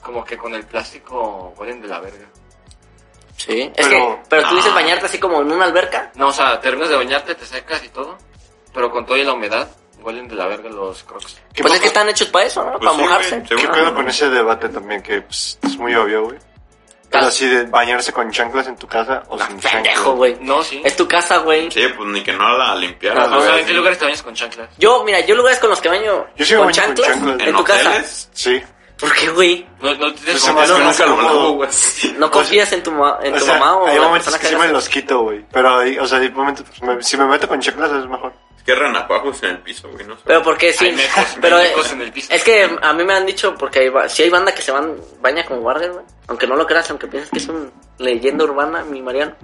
[SPEAKER 1] como que con el plástico huelen de la verga.
[SPEAKER 3] Sí. Es
[SPEAKER 2] Pero-
[SPEAKER 3] que, pero tú dices
[SPEAKER 4] Ah.
[SPEAKER 3] bañarte así como en una alberca.
[SPEAKER 1] No, o sea, terminas de bañarte, te secas y todo, pero con toda y la humedad, huelen de la verga los crocs.
[SPEAKER 2] ¿Qué
[SPEAKER 3] Pues es
[SPEAKER 2] poco-
[SPEAKER 3] que están hechos para eso, ¿no?
[SPEAKER 4] Pues
[SPEAKER 3] para
[SPEAKER 4] sí,
[SPEAKER 3] mojarse.
[SPEAKER 4] güey, sí,
[SPEAKER 2] ¿Qué
[SPEAKER 4] Ah.
[SPEAKER 2] pedo con ese debate también? Que pues, es muy obvio, güey. Pero así de bañarse con chanclas en tu casa o sin
[SPEAKER 3] Ah, Pendejo,
[SPEAKER 2] chanclas.
[SPEAKER 3] güey.
[SPEAKER 1] No, sí.
[SPEAKER 3] Es ¿eh? tu casa, güey.
[SPEAKER 4] Sí, pues ni que no la limpiara.
[SPEAKER 3] Ajá.
[SPEAKER 4] o
[SPEAKER 1] O
[SPEAKER 4] sea,
[SPEAKER 1] sea, ¿en qué
[SPEAKER 4] sí.
[SPEAKER 1] lugares te bañas con chanclas?
[SPEAKER 3] Yo, mira, yo lugares con los que baño
[SPEAKER 2] Yo sí me baño
[SPEAKER 3] con
[SPEAKER 2] con
[SPEAKER 3] chanclas
[SPEAKER 2] chanclas.
[SPEAKER 3] en
[SPEAKER 4] ¿En
[SPEAKER 3] tu casa.
[SPEAKER 4] hoteles?
[SPEAKER 2] Sí.
[SPEAKER 3] ¿Por qué, güey?
[SPEAKER 1] No, no te
[SPEAKER 2] Pues
[SPEAKER 1] tienes
[SPEAKER 2] se
[SPEAKER 1] como...
[SPEAKER 2] me hace
[SPEAKER 4] Yo
[SPEAKER 2] que no
[SPEAKER 4] nunca
[SPEAKER 2] es
[SPEAKER 4] lo
[SPEAKER 2] como-
[SPEAKER 4] hago, güey.
[SPEAKER 3] ¿No confías en tu, ma- en tu mamá o
[SPEAKER 2] hay
[SPEAKER 3] en la
[SPEAKER 2] momentos
[SPEAKER 3] persona
[SPEAKER 2] que sí me
[SPEAKER 3] hagas?
[SPEAKER 2] los quito, güey. Pero hay, o sea, hay momentos, pues, me- si me meto con chanclas es mejor.
[SPEAKER 4] Es que renacuajos en el piso, güey, no sé.
[SPEAKER 3] Pero porque sí.
[SPEAKER 1] Hay mecos,
[SPEAKER 3] pero
[SPEAKER 1] hay
[SPEAKER 3] eh,
[SPEAKER 1] mecos en el piso.
[SPEAKER 3] es que a mí me han dicho, porque hay, ba- si hay banda que se van, baña como guardias, güey. Aunque no lo creas, aunque pienses que es una leyenda urbana, mi Mariano.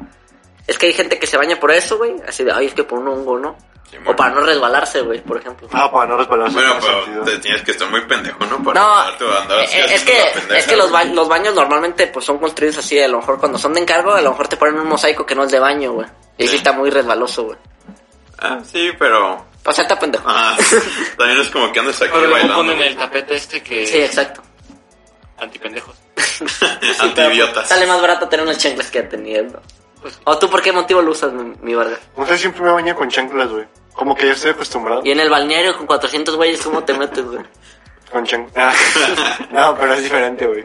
[SPEAKER 3] Es que hay gente que se baña por eso, güey. Así de, ay, es que por un hongo, ¿no?
[SPEAKER 4] Sí,
[SPEAKER 3] o
[SPEAKER 4] bueno.
[SPEAKER 3] para no resbalarse, güey, por ejemplo.
[SPEAKER 2] Ah, para no resbalarse.
[SPEAKER 4] Bueno,
[SPEAKER 2] tiene
[SPEAKER 4] pero
[SPEAKER 2] sentido.
[SPEAKER 4] te tienes que estar muy pendejo, ¿no? Para
[SPEAKER 3] No,
[SPEAKER 4] andarte- andar así
[SPEAKER 3] eh, es,
[SPEAKER 4] haciendo la
[SPEAKER 3] que,
[SPEAKER 4] pendeja,
[SPEAKER 3] es que los, ba-
[SPEAKER 4] güey.
[SPEAKER 3] los baños normalmente pues son construidos así, a lo mejor cuando son de encargo, a lo mejor te ponen un mosaico que no es de baño, güey. Y ahí sí
[SPEAKER 4] Sí.
[SPEAKER 3] está muy resbaloso, güey.
[SPEAKER 4] Ah, sí, pero...
[SPEAKER 3] O sea, está pendejo.
[SPEAKER 4] Ah, también es como que andas aquí
[SPEAKER 1] Pero luego
[SPEAKER 4] bailando.
[SPEAKER 1] ponen el tapete este que...
[SPEAKER 3] Sí, exacto.
[SPEAKER 1] Antipendejos.
[SPEAKER 4] Antibiotas.
[SPEAKER 3] Sale más barato tener unas chanclas que teniendo. ¿O tú por qué motivo lo usas, mi, mi Vargas?
[SPEAKER 2] No sé, siempre me baño con chanclas, güey. Como que ya estoy acostumbrado
[SPEAKER 3] Y en el balneario con 400 güeyes, ¿cómo te metes, güey?
[SPEAKER 2] con chanclas. Ah, no, pero es diferente, güey.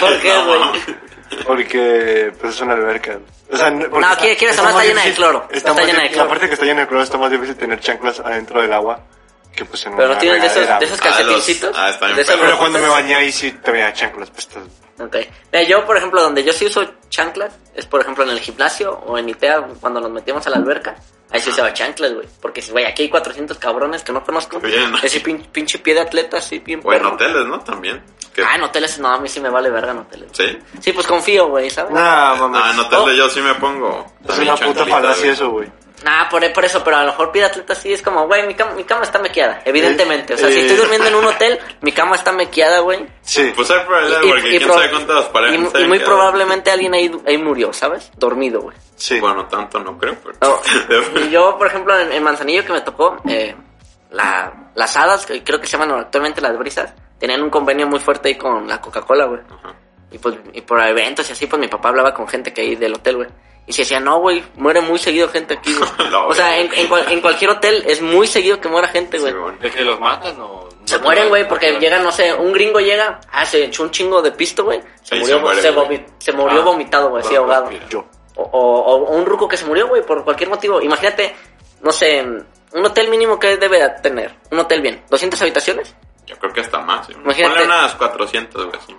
[SPEAKER 3] ¿Por qué,
[SPEAKER 4] No,
[SPEAKER 3] güey?
[SPEAKER 4] mames.
[SPEAKER 2] Porque pues es una alberca. O sea, no, porque
[SPEAKER 3] No, ¿qué quieres?
[SPEAKER 2] está
[SPEAKER 3] Además,
[SPEAKER 2] más
[SPEAKER 3] está llena de
[SPEAKER 2] difícil-
[SPEAKER 3] cloro. Está
[SPEAKER 2] más
[SPEAKER 3] llena de
[SPEAKER 2] difícil-
[SPEAKER 3] cloro.
[SPEAKER 2] Aparte que está llena de cloro, está más difícil tener chanclas adentro del agua que pues en
[SPEAKER 3] Pero
[SPEAKER 2] una
[SPEAKER 3] no tienes de esos,
[SPEAKER 2] regadera,
[SPEAKER 3] de esos
[SPEAKER 4] Ah, los-
[SPEAKER 3] calcetincitos.
[SPEAKER 4] ah, está bien
[SPEAKER 3] de esos
[SPEAKER 4] perro.
[SPEAKER 2] Pero cuando me
[SPEAKER 3] rojitos.
[SPEAKER 2] bañé ahí sí te veía chanclas, pues estás-
[SPEAKER 3] Ok. Mira, yo, por ejemplo, donde yo sí uso chanclas es, por ejemplo, en el gimnasio o en ITEA, cuando nos metíamos a la alberca. Ahí sí usaba chanclas, güey. Porque, güey, aquí hay 400 cabrones que no conozco.
[SPEAKER 4] Bien.
[SPEAKER 3] Ese pin- pinche pie de atleta, así bien
[SPEAKER 4] O en
[SPEAKER 3] perro.
[SPEAKER 4] hoteles, ¿no? También. Que-
[SPEAKER 3] Ah, en hoteles, no, a mí sí me vale verga en hoteles.
[SPEAKER 4] Sí.
[SPEAKER 3] Sí, pues confío, güey, ¿sabes?
[SPEAKER 2] Nah, mames.
[SPEAKER 4] Ah, en
[SPEAKER 3] Oh.
[SPEAKER 4] hoteles yo sí me pongo.
[SPEAKER 2] es
[SPEAKER 4] también
[SPEAKER 2] una puta
[SPEAKER 4] chanclita,
[SPEAKER 2] falacia
[SPEAKER 4] güey.
[SPEAKER 2] eso, güey.
[SPEAKER 3] Nah, por, por eso, pero a lo mejor pide atleta sí es como, güey, mi, cama- mi cama está mequeada, evidentemente. O sea, si
[SPEAKER 2] eh.
[SPEAKER 3] estoy durmiendo en un hotel, mi cama está mequeada, güey.
[SPEAKER 2] Sí.
[SPEAKER 4] Pues hay probabilidad,
[SPEAKER 3] Y- y-
[SPEAKER 4] porque
[SPEAKER 3] y
[SPEAKER 4] quién
[SPEAKER 3] prob-
[SPEAKER 4] sabe cuántas parejas
[SPEAKER 3] y-
[SPEAKER 4] se
[SPEAKER 3] y
[SPEAKER 4] han
[SPEAKER 3] muy
[SPEAKER 4] quedado.
[SPEAKER 3] probablemente alguien ahí, ahí murió, ¿sabes? Dormido, güey.
[SPEAKER 2] sí.
[SPEAKER 4] Bueno, tanto no creo, pero...
[SPEAKER 3] No, y yo, por ejemplo, en, en Manzanillo que me tocó, eh, la- las hadas, que creo que se llaman actualmente las brisas, tenían un convenio muy fuerte ahí con la Coca-Cola, güey.
[SPEAKER 4] Ajá.
[SPEAKER 3] Y pues, y por eventos y así, pues mi papá hablaba con gente que ahí del hotel, güey. Y se decía, no, güey, muere muy seguido gente aquí, güey.
[SPEAKER 4] No,
[SPEAKER 3] o sea, en, en cual- en cualquier hotel es muy seguido que muera gente,
[SPEAKER 4] Sí,
[SPEAKER 3] güey.
[SPEAKER 4] bueno.
[SPEAKER 1] ¿De que los matan o...?
[SPEAKER 3] Se
[SPEAKER 1] no te
[SPEAKER 3] mueren,
[SPEAKER 1] matan?
[SPEAKER 3] güey, porque
[SPEAKER 1] No.
[SPEAKER 3] llegan, no sé, un gringo llega, ah, se echó un chingo de pisto, güey. Se
[SPEAKER 4] Sí,
[SPEAKER 3] murió,
[SPEAKER 4] se muere,
[SPEAKER 3] se
[SPEAKER 4] güey.
[SPEAKER 3] vomi- se murió
[SPEAKER 1] Ah,
[SPEAKER 3] vomitado, güey, así
[SPEAKER 1] por-
[SPEAKER 3] ahogado.
[SPEAKER 1] por-
[SPEAKER 2] Yo.
[SPEAKER 3] O, o- o un ruco que se murió, güey, por cualquier motivo. Imagínate, no sé, un hotel mínimo que debe tener. Un hotel bien. 200 habitaciones.
[SPEAKER 4] Yo creo que hasta más. ¿sí?
[SPEAKER 3] Imagínate.
[SPEAKER 4] Ponle unas 400, güey, sí.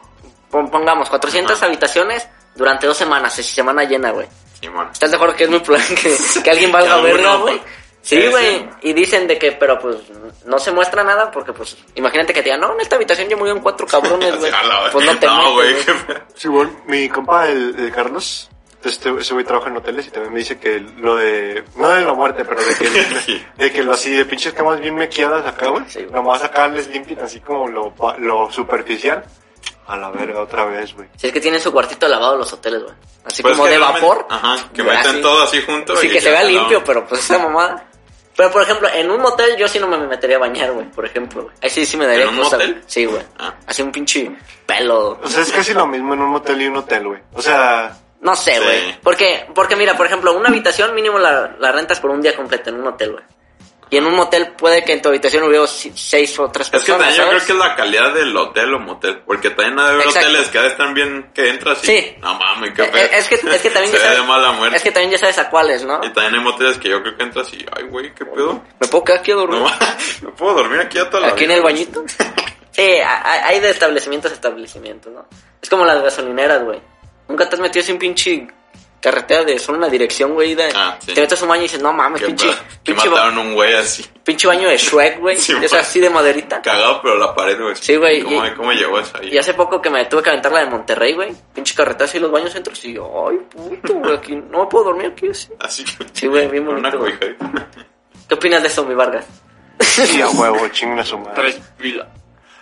[SPEAKER 3] Pon- Pongamos, 400
[SPEAKER 4] Ajá.
[SPEAKER 3] habitaciones durante dos semanas, es semana llena, güey.
[SPEAKER 4] Simón.
[SPEAKER 3] ¿Estás de acuerdo que es muy probable que, que alguien valga
[SPEAKER 4] Que alguno,
[SPEAKER 3] verla, güey? Sí,
[SPEAKER 4] Sí,
[SPEAKER 3] güey.
[SPEAKER 4] sí.
[SPEAKER 3] Y dicen de que, pero pues no se muestra nada porque, pues, imagínate que te digan, no, en esta habitación yo murieron cuatro cabrones, güey.
[SPEAKER 4] A la-
[SPEAKER 3] Pues no te metes,
[SPEAKER 4] güey.
[SPEAKER 3] güey.
[SPEAKER 4] qué-
[SPEAKER 2] Sí, bueno, mi compa, el, el Carlos, este, ese güey trabaja en hoteles y también me dice que lo de, no de la muerte, pero de que, de que lo así de pinches camas bien mequeadas acá, güey,
[SPEAKER 3] Sí, güey.
[SPEAKER 2] nomás acá les limpian así como lo, pa- lo superficial. A la verga, otra vez, güey.
[SPEAKER 3] Si es que tienen su cuartito lavado los hoteles, güey. Así
[SPEAKER 4] Pues
[SPEAKER 3] Este, como
[SPEAKER 4] que
[SPEAKER 3] de
[SPEAKER 4] realmente-
[SPEAKER 3] vapor.
[SPEAKER 4] Ajá, que
[SPEAKER 3] güey,
[SPEAKER 4] meten
[SPEAKER 3] así.
[SPEAKER 4] todo así junto.
[SPEAKER 3] Sí,
[SPEAKER 4] y
[SPEAKER 3] que se
[SPEAKER 4] ya,
[SPEAKER 3] vea
[SPEAKER 4] no.
[SPEAKER 3] limpio, pero pues esa mamada. Pero por ejemplo, en un hotel yo sí no me metería a bañar, güey, por ejemplo. güey. Ahí sí, sí me daría
[SPEAKER 4] ¿En un
[SPEAKER 3] cosa,
[SPEAKER 4] hotel?
[SPEAKER 3] güey. Sí, güey.
[SPEAKER 4] Ah.
[SPEAKER 3] Así un pinche pelo.
[SPEAKER 2] O sea, es casi lo mismo en un motel y un hotel, güey. O sea,
[SPEAKER 3] No sé,
[SPEAKER 4] Sí.
[SPEAKER 3] güey. Porque, porque mira, por ejemplo, una habitación mínimo la, la rentas por un día completo en un hotel, güey. Y en un motel puede que en tu habitación hubiera si- seis o tres
[SPEAKER 4] Es que
[SPEAKER 3] personas,
[SPEAKER 4] también yo
[SPEAKER 3] ¿sabes?
[SPEAKER 4] creo que es la calidad del hotel o motel. Porque también hay
[SPEAKER 3] Exacto.
[SPEAKER 4] hoteles que están bien que entras y.
[SPEAKER 3] Sí.
[SPEAKER 4] No mames, qué
[SPEAKER 3] Eh, eh, es que, es que también
[SPEAKER 4] se ve
[SPEAKER 3] ya sabes,
[SPEAKER 4] de mala muerte.
[SPEAKER 3] Es que también ya sabes a cuáles, ¿no?
[SPEAKER 4] Y también hay moteles que yo creo que entras y. Ay, güey, qué pedo.
[SPEAKER 3] Me puedo quedar aquí a dormir.
[SPEAKER 4] No mames, no puedo dormir aquí a toda la
[SPEAKER 3] Aquí en
[SPEAKER 4] vida.
[SPEAKER 3] el bañito. Sí, a- a- hay de establecimientos a establecimientos, ¿no? Es como las gasolineras, güey. Nunca te has metido sin pinche carretera de solo una dirección, güey. de-
[SPEAKER 4] Ah, sí.
[SPEAKER 3] Te metes a un baño y dices, no mames,
[SPEAKER 4] Que,
[SPEAKER 3] pinche,
[SPEAKER 4] pa- que
[SPEAKER 3] pinche, ba-
[SPEAKER 4] mataron a un güey así.
[SPEAKER 3] pinche baño de Shrek, güey.
[SPEAKER 4] Sí,
[SPEAKER 3] es
[SPEAKER 4] ma.
[SPEAKER 3] así de maderita.
[SPEAKER 4] Cagado, pero la pared, güey.
[SPEAKER 3] Sí, güey,
[SPEAKER 4] ¿Cómo,
[SPEAKER 3] y-
[SPEAKER 4] ¿Cómo llegó eso ahí?
[SPEAKER 3] Y hace poco que me tuve que aventar la de Monterrey, güey. Pinche carretera así los baños centros. Y yo, ay, puto, güey, aquí no me puedo dormir aquí, sí.
[SPEAKER 4] Así que.
[SPEAKER 3] Sí, güey, bien
[SPEAKER 4] con Una
[SPEAKER 3] bonito, güey.
[SPEAKER 4] cobija.
[SPEAKER 3] ¿Qué opinas de eso, mi Vargas?
[SPEAKER 2] sí, a huevo, chinga su madre.
[SPEAKER 1] Tres pila.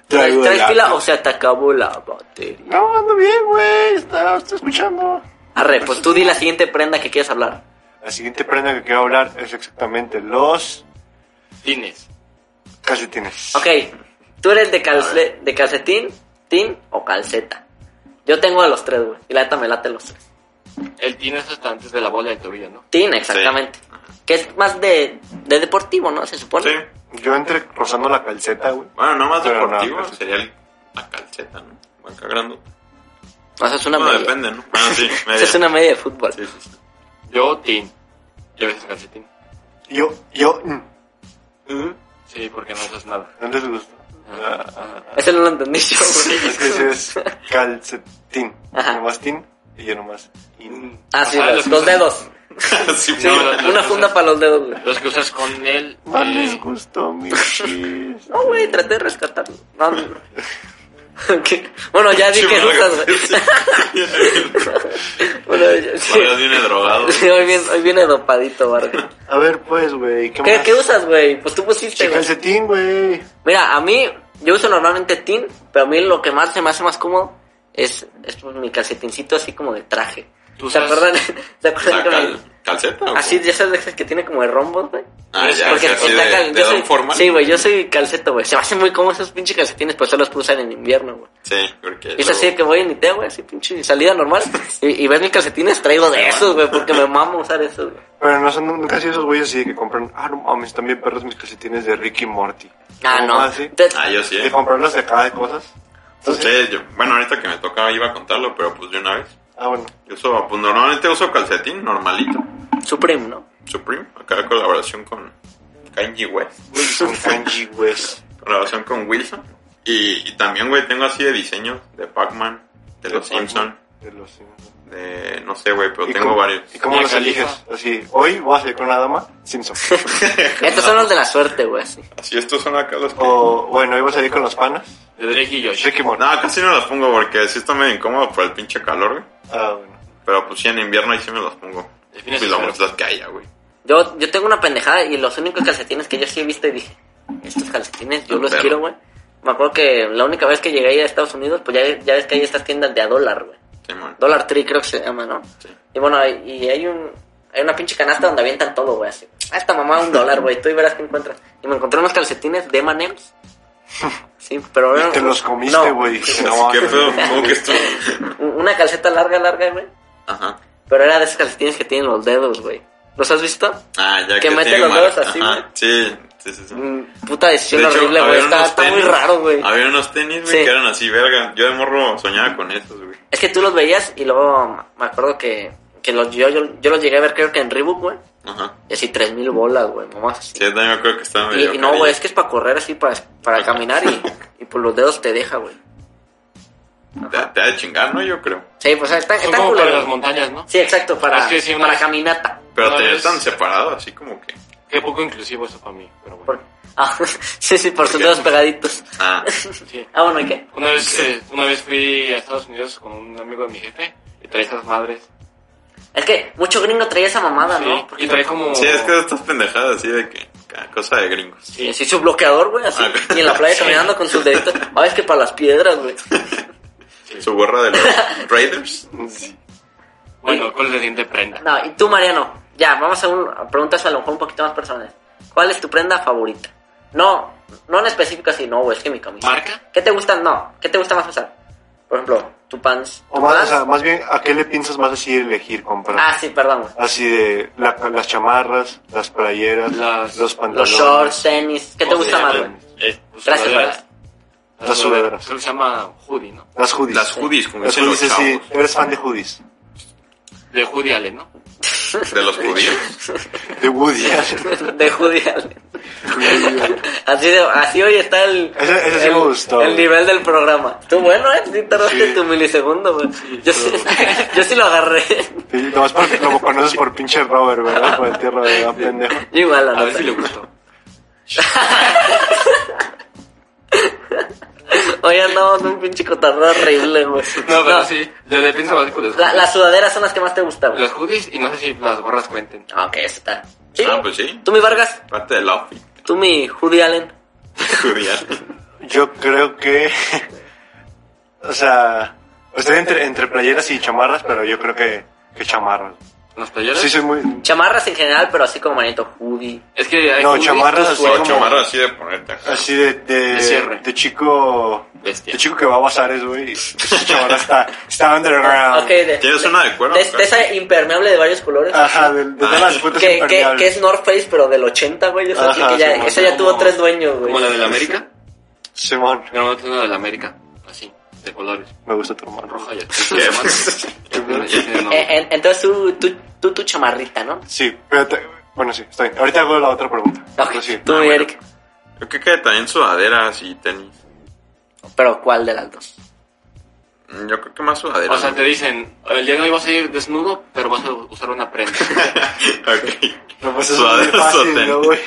[SPEAKER 2] Traigo
[SPEAKER 3] ¿Traes
[SPEAKER 2] el
[SPEAKER 3] pila
[SPEAKER 2] lápiz.
[SPEAKER 3] o sea, te acabó la batería?
[SPEAKER 2] No, ando bien, güey, está, está escuchando.
[SPEAKER 3] Arre, pues tú di la siguiente prenda que quieres hablar.
[SPEAKER 2] La siguiente prenda que quiero hablar es exactamente los
[SPEAKER 1] Tines.
[SPEAKER 2] calcetines.
[SPEAKER 3] Ok, tú eres de, calce- de calcetín, tin o calceta. Yo tengo de los tres, güey. Y la neta me late los tres.
[SPEAKER 1] El tin es hasta antes de la bola del tobillo, ¿no?
[SPEAKER 3] Tin, exactamente. Que es más de, de deportivo, ¿no? Se supone.
[SPEAKER 4] Sí.
[SPEAKER 2] Yo entre rozando la calceta, güey.
[SPEAKER 4] Bueno, no más
[SPEAKER 2] Pero no,
[SPEAKER 4] deportivo.
[SPEAKER 2] calceta.
[SPEAKER 4] sería el- la calceta, ¿no? Acá grande.
[SPEAKER 3] O sea, es una
[SPEAKER 4] Bueno,
[SPEAKER 3] media.
[SPEAKER 4] depende, ¿no? Bueno, sí,
[SPEAKER 3] O
[SPEAKER 4] media.
[SPEAKER 3] sea, es una media de fútbol.
[SPEAKER 4] Sí, sí, sí.
[SPEAKER 1] Yo, Tin. Yo veces calcetín.
[SPEAKER 2] Yo, yo, mm,
[SPEAKER 3] Mm.
[SPEAKER 1] Sí, porque no haces nada.
[SPEAKER 2] no les gusta. Ah,
[SPEAKER 3] Eso no lo entendí yo, güey.
[SPEAKER 2] es que ese es calcetín.
[SPEAKER 3] Ajá.
[SPEAKER 2] Nomás tin y yo nomás in.
[SPEAKER 3] Ah, sí,
[SPEAKER 1] Ajá,
[SPEAKER 3] los,
[SPEAKER 1] los que
[SPEAKER 3] los
[SPEAKER 1] usan-
[SPEAKER 3] dedos.
[SPEAKER 4] Sí,
[SPEAKER 1] Sí,
[SPEAKER 4] no,
[SPEAKER 1] no, no.
[SPEAKER 4] no.
[SPEAKER 3] Una funda para los dedos, güey.
[SPEAKER 1] Los que usas con él.
[SPEAKER 2] No
[SPEAKER 1] eh,
[SPEAKER 2] les gustó mi chis.
[SPEAKER 3] No, güey, traté de rescatarlo. No, no, no. Ok. Bueno, ya
[SPEAKER 4] Sí,
[SPEAKER 3] dije que
[SPEAKER 4] bueno,
[SPEAKER 3] usas, güey. Bueno, ya- sí.
[SPEAKER 4] Mario viene drogado.
[SPEAKER 3] Sí, hoy, viene, hoy viene dopadito, Barrio.
[SPEAKER 2] A ver, pues, güey, ¿qué,
[SPEAKER 3] ¿Qué,
[SPEAKER 2] más?
[SPEAKER 3] qué usas, güey? Pues tú pusiste,
[SPEAKER 2] Che,
[SPEAKER 3] güey.
[SPEAKER 2] calcetín, güey.
[SPEAKER 3] Mira, a mí, yo uso normalmente tin, pero a mí lo que más se me hace más cómodo es, es pues, mi calcetincito así como de traje.
[SPEAKER 1] ¿Tú
[SPEAKER 3] ¿Se
[SPEAKER 1] usas-
[SPEAKER 3] acuerdan? ¿Se
[SPEAKER 4] O
[SPEAKER 3] acuerdan
[SPEAKER 4] sea,
[SPEAKER 3] que me-
[SPEAKER 4] cal- ¿Calceta? o
[SPEAKER 3] Así,
[SPEAKER 4] cómo?
[SPEAKER 3] ya sabes de esas que tiene como de rombos, güey.
[SPEAKER 4] Ah, ya,
[SPEAKER 3] Porque
[SPEAKER 4] que así
[SPEAKER 3] está
[SPEAKER 4] de-
[SPEAKER 3] cal-
[SPEAKER 4] de
[SPEAKER 3] yo soy-
[SPEAKER 4] don formal.
[SPEAKER 3] Sí, güey, yo soy calceto, güey. Se me hacen muy cómodos esos pinches calcetines, pero solo los puedo usar en invierno, güey.
[SPEAKER 4] Sí, porque.
[SPEAKER 3] Es así de
[SPEAKER 4] luego-
[SPEAKER 3] que voy en idea, güey, así pinche salida normal. Y, y ves mis calcetines, traigo de esos, güey, porque me mamo usar esos, güey.
[SPEAKER 2] Pero no son nunca así esos güeyes así que compran. Ah, no mames, también perros mis calcetines de Ricky Morty.
[SPEAKER 3] Ah, no.
[SPEAKER 2] Así,
[SPEAKER 3] Te-
[SPEAKER 4] Ah, yo sí.
[SPEAKER 2] de
[SPEAKER 4] eh.
[SPEAKER 2] comprarlos de cada cosas. Entonces,
[SPEAKER 4] Sí, yo- bueno, ahorita que me tocaba iba a contarlo, pero pues de una vez.
[SPEAKER 2] ah, bueno.
[SPEAKER 4] Yo uso, pues normalmente uso calcetín normalito.
[SPEAKER 3] Supreme, ¿no?
[SPEAKER 4] Supreme, acá de colaboración con Kanye West.
[SPEAKER 2] Wilson Kanji, güey.
[SPEAKER 4] colaboración con Wilson. Y, y también, güey, tengo así de diseños de Pac-Man, de los Simpsons,
[SPEAKER 2] De los Simpson.
[SPEAKER 4] de no sé, güey, pero
[SPEAKER 2] ¿Y
[SPEAKER 4] tengo
[SPEAKER 2] cómo-
[SPEAKER 4] varios.
[SPEAKER 2] ¿Y cómo los
[SPEAKER 1] Califa.
[SPEAKER 2] eliges? Así, hoy voy a salir con una dama, Simpson.
[SPEAKER 3] Estos son los de la suerte, güey, así.
[SPEAKER 4] Así estos son acá los que...
[SPEAKER 2] o, bueno, hoy voy a salir con los panas,
[SPEAKER 1] De Drake y Josh.
[SPEAKER 2] Ricky Morty.
[SPEAKER 4] Oh, No, casi no los pongo porque sí está medio incómodo por el pinche calor, güey.
[SPEAKER 2] Ah, bueno.
[SPEAKER 4] Pero pues sí, en invierno ahí sí me los pongo.
[SPEAKER 1] De fines
[SPEAKER 4] Y
[SPEAKER 1] de
[SPEAKER 4] lo
[SPEAKER 1] semana.
[SPEAKER 4] más las que haya, güey.
[SPEAKER 3] Yo, yo tengo una pendejada y los únicos calcetines que yo sí he visto y dije, estos calcetines yo
[SPEAKER 4] Ah,
[SPEAKER 3] los
[SPEAKER 4] perro.
[SPEAKER 3] quiero, güey. Me acuerdo que la única vez que llegué ahí a Estados Unidos, pues ya, ya ves que hay estas tiendas de a dólar, güey.
[SPEAKER 4] Sí, man.
[SPEAKER 3] Dollar Tree creo que se llama, ¿no?
[SPEAKER 4] Sí.
[SPEAKER 3] Y bueno, hay- y hay un hay una pinche canasta donde avientan todo, güey, así. Ah, esta mamá un dólar, güey, tú y verás qué encuentras. Y me encontré unos calcetines de Manems. Sí, pero...
[SPEAKER 2] Y te los comiste,
[SPEAKER 3] no,
[SPEAKER 2] güey.
[SPEAKER 3] sí,
[SPEAKER 2] No,
[SPEAKER 4] ¿Qué
[SPEAKER 2] mames.
[SPEAKER 4] pedo? ¿Cómo que esto?
[SPEAKER 3] un- Una calceta larga, larga, güey.
[SPEAKER 4] Ajá.
[SPEAKER 3] Pero era de esos calcetines que tienen los dedos, güey. ¿Los has visto?
[SPEAKER 4] Ah, ya
[SPEAKER 3] Que
[SPEAKER 4] que,
[SPEAKER 3] mete
[SPEAKER 4] tiene
[SPEAKER 3] los
[SPEAKER 4] mar-
[SPEAKER 3] dedos así,
[SPEAKER 4] Ajá,
[SPEAKER 3] güey.
[SPEAKER 4] Sí, sí, sí. sí.
[SPEAKER 3] Mm, Puta decisión
[SPEAKER 4] De hecho,
[SPEAKER 3] horrible,
[SPEAKER 4] había
[SPEAKER 3] güey. Está,
[SPEAKER 4] unos
[SPEAKER 3] está muy
[SPEAKER 4] tenis-
[SPEAKER 3] raro, güey.
[SPEAKER 4] Había unos tenis, güey,
[SPEAKER 3] Sí.
[SPEAKER 4] que eran así, verga. Yo de morro soñaba con esos, güey.
[SPEAKER 3] Es que tú los veías y luego m- me acuerdo que, que los, yo, yo, yo los llegué a ver creo que en Reebok, güey.
[SPEAKER 4] Ajá.
[SPEAKER 3] Y así 3000 bolas, güey, nomás así.
[SPEAKER 4] Sí, yo también me acuerdo que estaba
[SPEAKER 3] y,
[SPEAKER 4] medio.
[SPEAKER 3] y no, güey,
[SPEAKER 4] carilla.
[SPEAKER 3] es que es para correr así, para, para caminar y, y por los dedos te deja, güey.
[SPEAKER 4] Te, te ha de chingar, ¿no? Yo creo.
[SPEAKER 3] Sí, pues está,
[SPEAKER 1] Son
[SPEAKER 3] está
[SPEAKER 1] como para
[SPEAKER 3] culero.
[SPEAKER 1] las montañas, ¿no? Ah,
[SPEAKER 3] Sí, exacto, para,
[SPEAKER 1] Es que sí, una-
[SPEAKER 3] para caminata.
[SPEAKER 4] Pero
[SPEAKER 1] No,
[SPEAKER 4] te
[SPEAKER 1] es-
[SPEAKER 4] tan separado, así como que.
[SPEAKER 1] Qué poco inclusivo eso para mí, pero bueno.
[SPEAKER 3] Por- ah, sí, sí, por sus dedos pegaditos.
[SPEAKER 4] Ah,
[SPEAKER 1] Sí.
[SPEAKER 3] Ah, bueno, ¿y qué?
[SPEAKER 1] Una vez, eh, una vez fui a Estados Unidos con un amigo de mi jefe y traía esas madres.
[SPEAKER 3] Es que mucho gringo traía esa mamada,
[SPEAKER 1] Sí,
[SPEAKER 3] ¿no?
[SPEAKER 1] y traía como...
[SPEAKER 4] sí, es que estas pendejadas así de que. cada Cosa de gringos.
[SPEAKER 3] Y así su bloqueador, güey, así.
[SPEAKER 4] Ah,
[SPEAKER 3] Y en la playa
[SPEAKER 4] sí.
[SPEAKER 3] caminando con sus deditos. Ah, es que para las piedras, güey.
[SPEAKER 4] Su gorra de los Raiders.
[SPEAKER 1] Bueno, con el siguiente prenda.
[SPEAKER 3] No, y tú, Mariano, ya, vamos a, un, a preguntas a lo mejor un poquito más personales. ¿Cuál es tu prenda favorita? No, no en específico así, no, güey, es que mi camisa.
[SPEAKER 1] ¿Marca?
[SPEAKER 3] ¿Qué te gusta? No, ¿qué te gusta más usar? Por ejemplo, tu pants.
[SPEAKER 2] O
[SPEAKER 3] ¿Tu
[SPEAKER 2] más, o
[SPEAKER 3] pants?
[SPEAKER 2] sea, más bien, ¿a qué le piensas más así elegir comprar?
[SPEAKER 3] Ah, sí, perdón, güey.
[SPEAKER 2] Así de la- las chamarras, las playeras,
[SPEAKER 1] Las-
[SPEAKER 2] los
[SPEAKER 3] Los
[SPEAKER 2] pantalones,
[SPEAKER 3] shorts, tenis, ¿qué te gusta más, güey?
[SPEAKER 1] Eh, pues,
[SPEAKER 3] Gracias,
[SPEAKER 1] sudaderas.
[SPEAKER 3] gracias.
[SPEAKER 2] Las sudaderas.
[SPEAKER 1] Creo que se llama hoodie, ¿no?
[SPEAKER 2] las hoodies.
[SPEAKER 4] Las hoodies, como
[SPEAKER 2] Las
[SPEAKER 4] dicen los
[SPEAKER 2] hoodies, sí.
[SPEAKER 4] chavos.
[SPEAKER 2] Eres fan de hoodies.
[SPEAKER 1] De hoodie Allen, ¿no?
[SPEAKER 4] De los judíos.
[SPEAKER 2] De Woody.
[SPEAKER 3] De Woody Allen. así, de- así hoy está el,
[SPEAKER 2] Ese- ese sí
[SPEAKER 3] el,
[SPEAKER 2] me gustó,
[SPEAKER 3] el
[SPEAKER 2] güey.
[SPEAKER 3] nivel del programa. Tú, bueno, eh, sí tardaste
[SPEAKER 2] Sí.
[SPEAKER 3] tu milisegundo, güey. yo, sí, yo sí lo agarré.
[SPEAKER 2] Sí, Nomás porque lo conoces por pinche Robert, ¿verdad? Por el tío Robert, ¿verdad, pendejo.
[SPEAKER 3] Yo igual, la
[SPEAKER 1] A ver
[SPEAKER 3] neta.
[SPEAKER 1] si le gustó.
[SPEAKER 3] Hoy andamos en un pinche cotarro horrible, güey.
[SPEAKER 1] No, pero
[SPEAKER 3] No,
[SPEAKER 1] sí. Desde pienso más con las
[SPEAKER 3] la- las sudaderas son las que más te gustan, güey.
[SPEAKER 1] Los hoodies y no sé si las gorras cuenten.
[SPEAKER 3] Ah, Ok, eso está. ¿Sí?
[SPEAKER 4] Ah, pues sí.
[SPEAKER 3] Tú, mi Vargas.
[SPEAKER 4] Parte del outfit.
[SPEAKER 3] Tú, mi Woody Allen.
[SPEAKER 4] Judía.
[SPEAKER 2] Yo creo que. o sea. Estoy entre, entre playeras y chamarras, pero yo creo que, que chamarras.
[SPEAKER 1] ¿Las playeras?
[SPEAKER 2] Sí, soy muy.
[SPEAKER 3] Chamarras en general, pero así como manito Woody.
[SPEAKER 1] Es que hay
[SPEAKER 2] No,
[SPEAKER 1] hoodies,
[SPEAKER 2] chamarras
[SPEAKER 1] tú
[SPEAKER 2] así
[SPEAKER 1] sueltas
[SPEAKER 4] O
[SPEAKER 2] como-
[SPEAKER 4] chamarra así de ponerte acá.
[SPEAKER 2] Así de. De,
[SPEAKER 1] De cierre.
[SPEAKER 2] de chico.
[SPEAKER 1] bestia.
[SPEAKER 2] De chico que va a bazares, güey. Esa chamarra está, está underground.
[SPEAKER 3] Ok, de,
[SPEAKER 4] Ah, ¿Tienes una de cuero? Ah,
[SPEAKER 3] de- de esa impermeable de varios colores.
[SPEAKER 2] Ajá, de,
[SPEAKER 3] Ah,
[SPEAKER 2] de todas las putas
[SPEAKER 3] Que, que,
[SPEAKER 2] impermeables.
[SPEAKER 3] que es North Face, pero del 80, güey. Esa,
[SPEAKER 2] Ajá,
[SPEAKER 3] que ya,
[SPEAKER 2] sí,
[SPEAKER 3] esa ya
[SPEAKER 1] como-
[SPEAKER 3] tuvo tres dueños, güey.
[SPEAKER 1] Como la de la América.
[SPEAKER 2] Simón.
[SPEAKER 1] Mi hermano tiene una de la América. Así. de colores.
[SPEAKER 2] Me gusta tu hermano.
[SPEAKER 1] Roja y
[SPEAKER 4] ¿Qué?
[SPEAKER 3] Eh,
[SPEAKER 1] azul.
[SPEAKER 3] en- entonces tú, tú, tú, tu chamarrita, ¿no?
[SPEAKER 2] Sí, pero te- bueno, sí, está bien. Ahorita hago la otra pregunta.
[SPEAKER 4] Ah,
[SPEAKER 3] Ok,
[SPEAKER 2] Pero sí.
[SPEAKER 3] tú, Eric.
[SPEAKER 4] Yo creo que también sudaderas y tenis.
[SPEAKER 3] Pero ¿cuál de las dos?
[SPEAKER 4] Mm, Yo creo que más
[SPEAKER 1] O
[SPEAKER 4] sudaderas.
[SPEAKER 1] sea,
[SPEAKER 4] ¿no?
[SPEAKER 1] te dicen, el día de hoy vas a ir desnudo, pero vas a usar una prenda.
[SPEAKER 4] Ok.
[SPEAKER 2] No, pues eso es
[SPEAKER 4] Sudaderas
[SPEAKER 2] muy
[SPEAKER 4] o
[SPEAKER 2] fácil,
[SPEAKER 4] tenis.
[SPEAKER 2] ¿no, güey?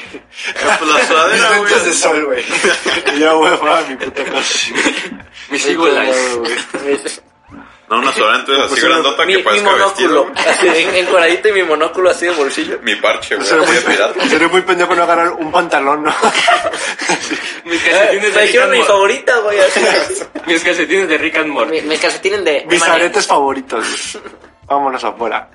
[SPEAKER 4] Ah, Pues la sudadera, güey.
[SPEAKER 2] Lentes de sol, güey. Y Yo, güey, fuera mi puta casa.
[SPEAKER 1] Mis iguales.
[SPEAKER 4] No, una sudadera entonces así
[SPEAKER 2] Pues una-
[SPEAKER 4] grandota
[SPEAKER 3] mi,
[SPEAKER 4] que
[SPEAKER 3] mi
[SPEAKER 4] parezca vestido.
[SPEAKER 3] monóculo.
[SPEAKER 4] güey.
[SPEAKER 3] Así, en- encuadradito y mi monóculo así de bolsillo.
[SPEAKER 4] Mi parche, güey.
[SPEAKER 2] Sería
[SPEAKER 4] así
[SPEAKER 2] muy,
[SPEAKER 4] de pirata.
[SPEAKER 2] sería muy pendejo no agarrar un pantalón, ¿no?
[SPEAKER 1] Mis
[SPEAKER 3] Eh,
[SPEAKER 1] calcetines de
[SPEAKER 3] Me
[SPEAKER 1] Rick
[SPEAKER 3] dijeron
[SPEAKER 1] and
[SPEAKER 3] mi
[SPEAKER 1] Morty.
[SPEAKER 3] favorita, güey. así.
[SPEAKER 1] Mis calcetines de Rick and Morty.
[SPEAKER 3] Mi- Mis calcetines de.
[SPEAKER 2] Mis
[SPEAKER 3] Mané.
[SPEAKER 2] aretes favoritos. güey. Vámonos afuera.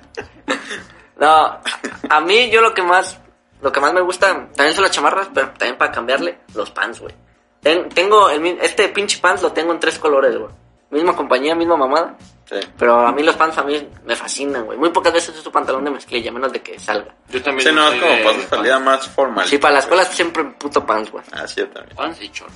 [SPEAKER 3] No, a mí yo lo que más, lo que más me gusta, también son las chamarras, pero también para cambiarle, los pants, güey. Ten- tengo, el, mi- este pinche pants lo tengo en tres colores, güey. Misma compañía, misma mamada,
[SPEAKER 4] Sí.
[SPEAKER 3] pero a mí los pants a mí me fascinan, güey. Muy pocas veces uso pantalón de mezclilla, a menos de que salga.
[SPEAKER 1] Yo también.
[SPEAKER 4] Sí, no,
[SPEAKER 1] soy
[SPEAKER 4] es como
[SPEAKER 1] de-
[SPEAKER 4] para su salida más formal.
[SPEAKER 3] Sí, para las escuelas siempre puto pants, güey.
[SPEAKER 4] Así es también.
[SPEAKER 1] Pants y short.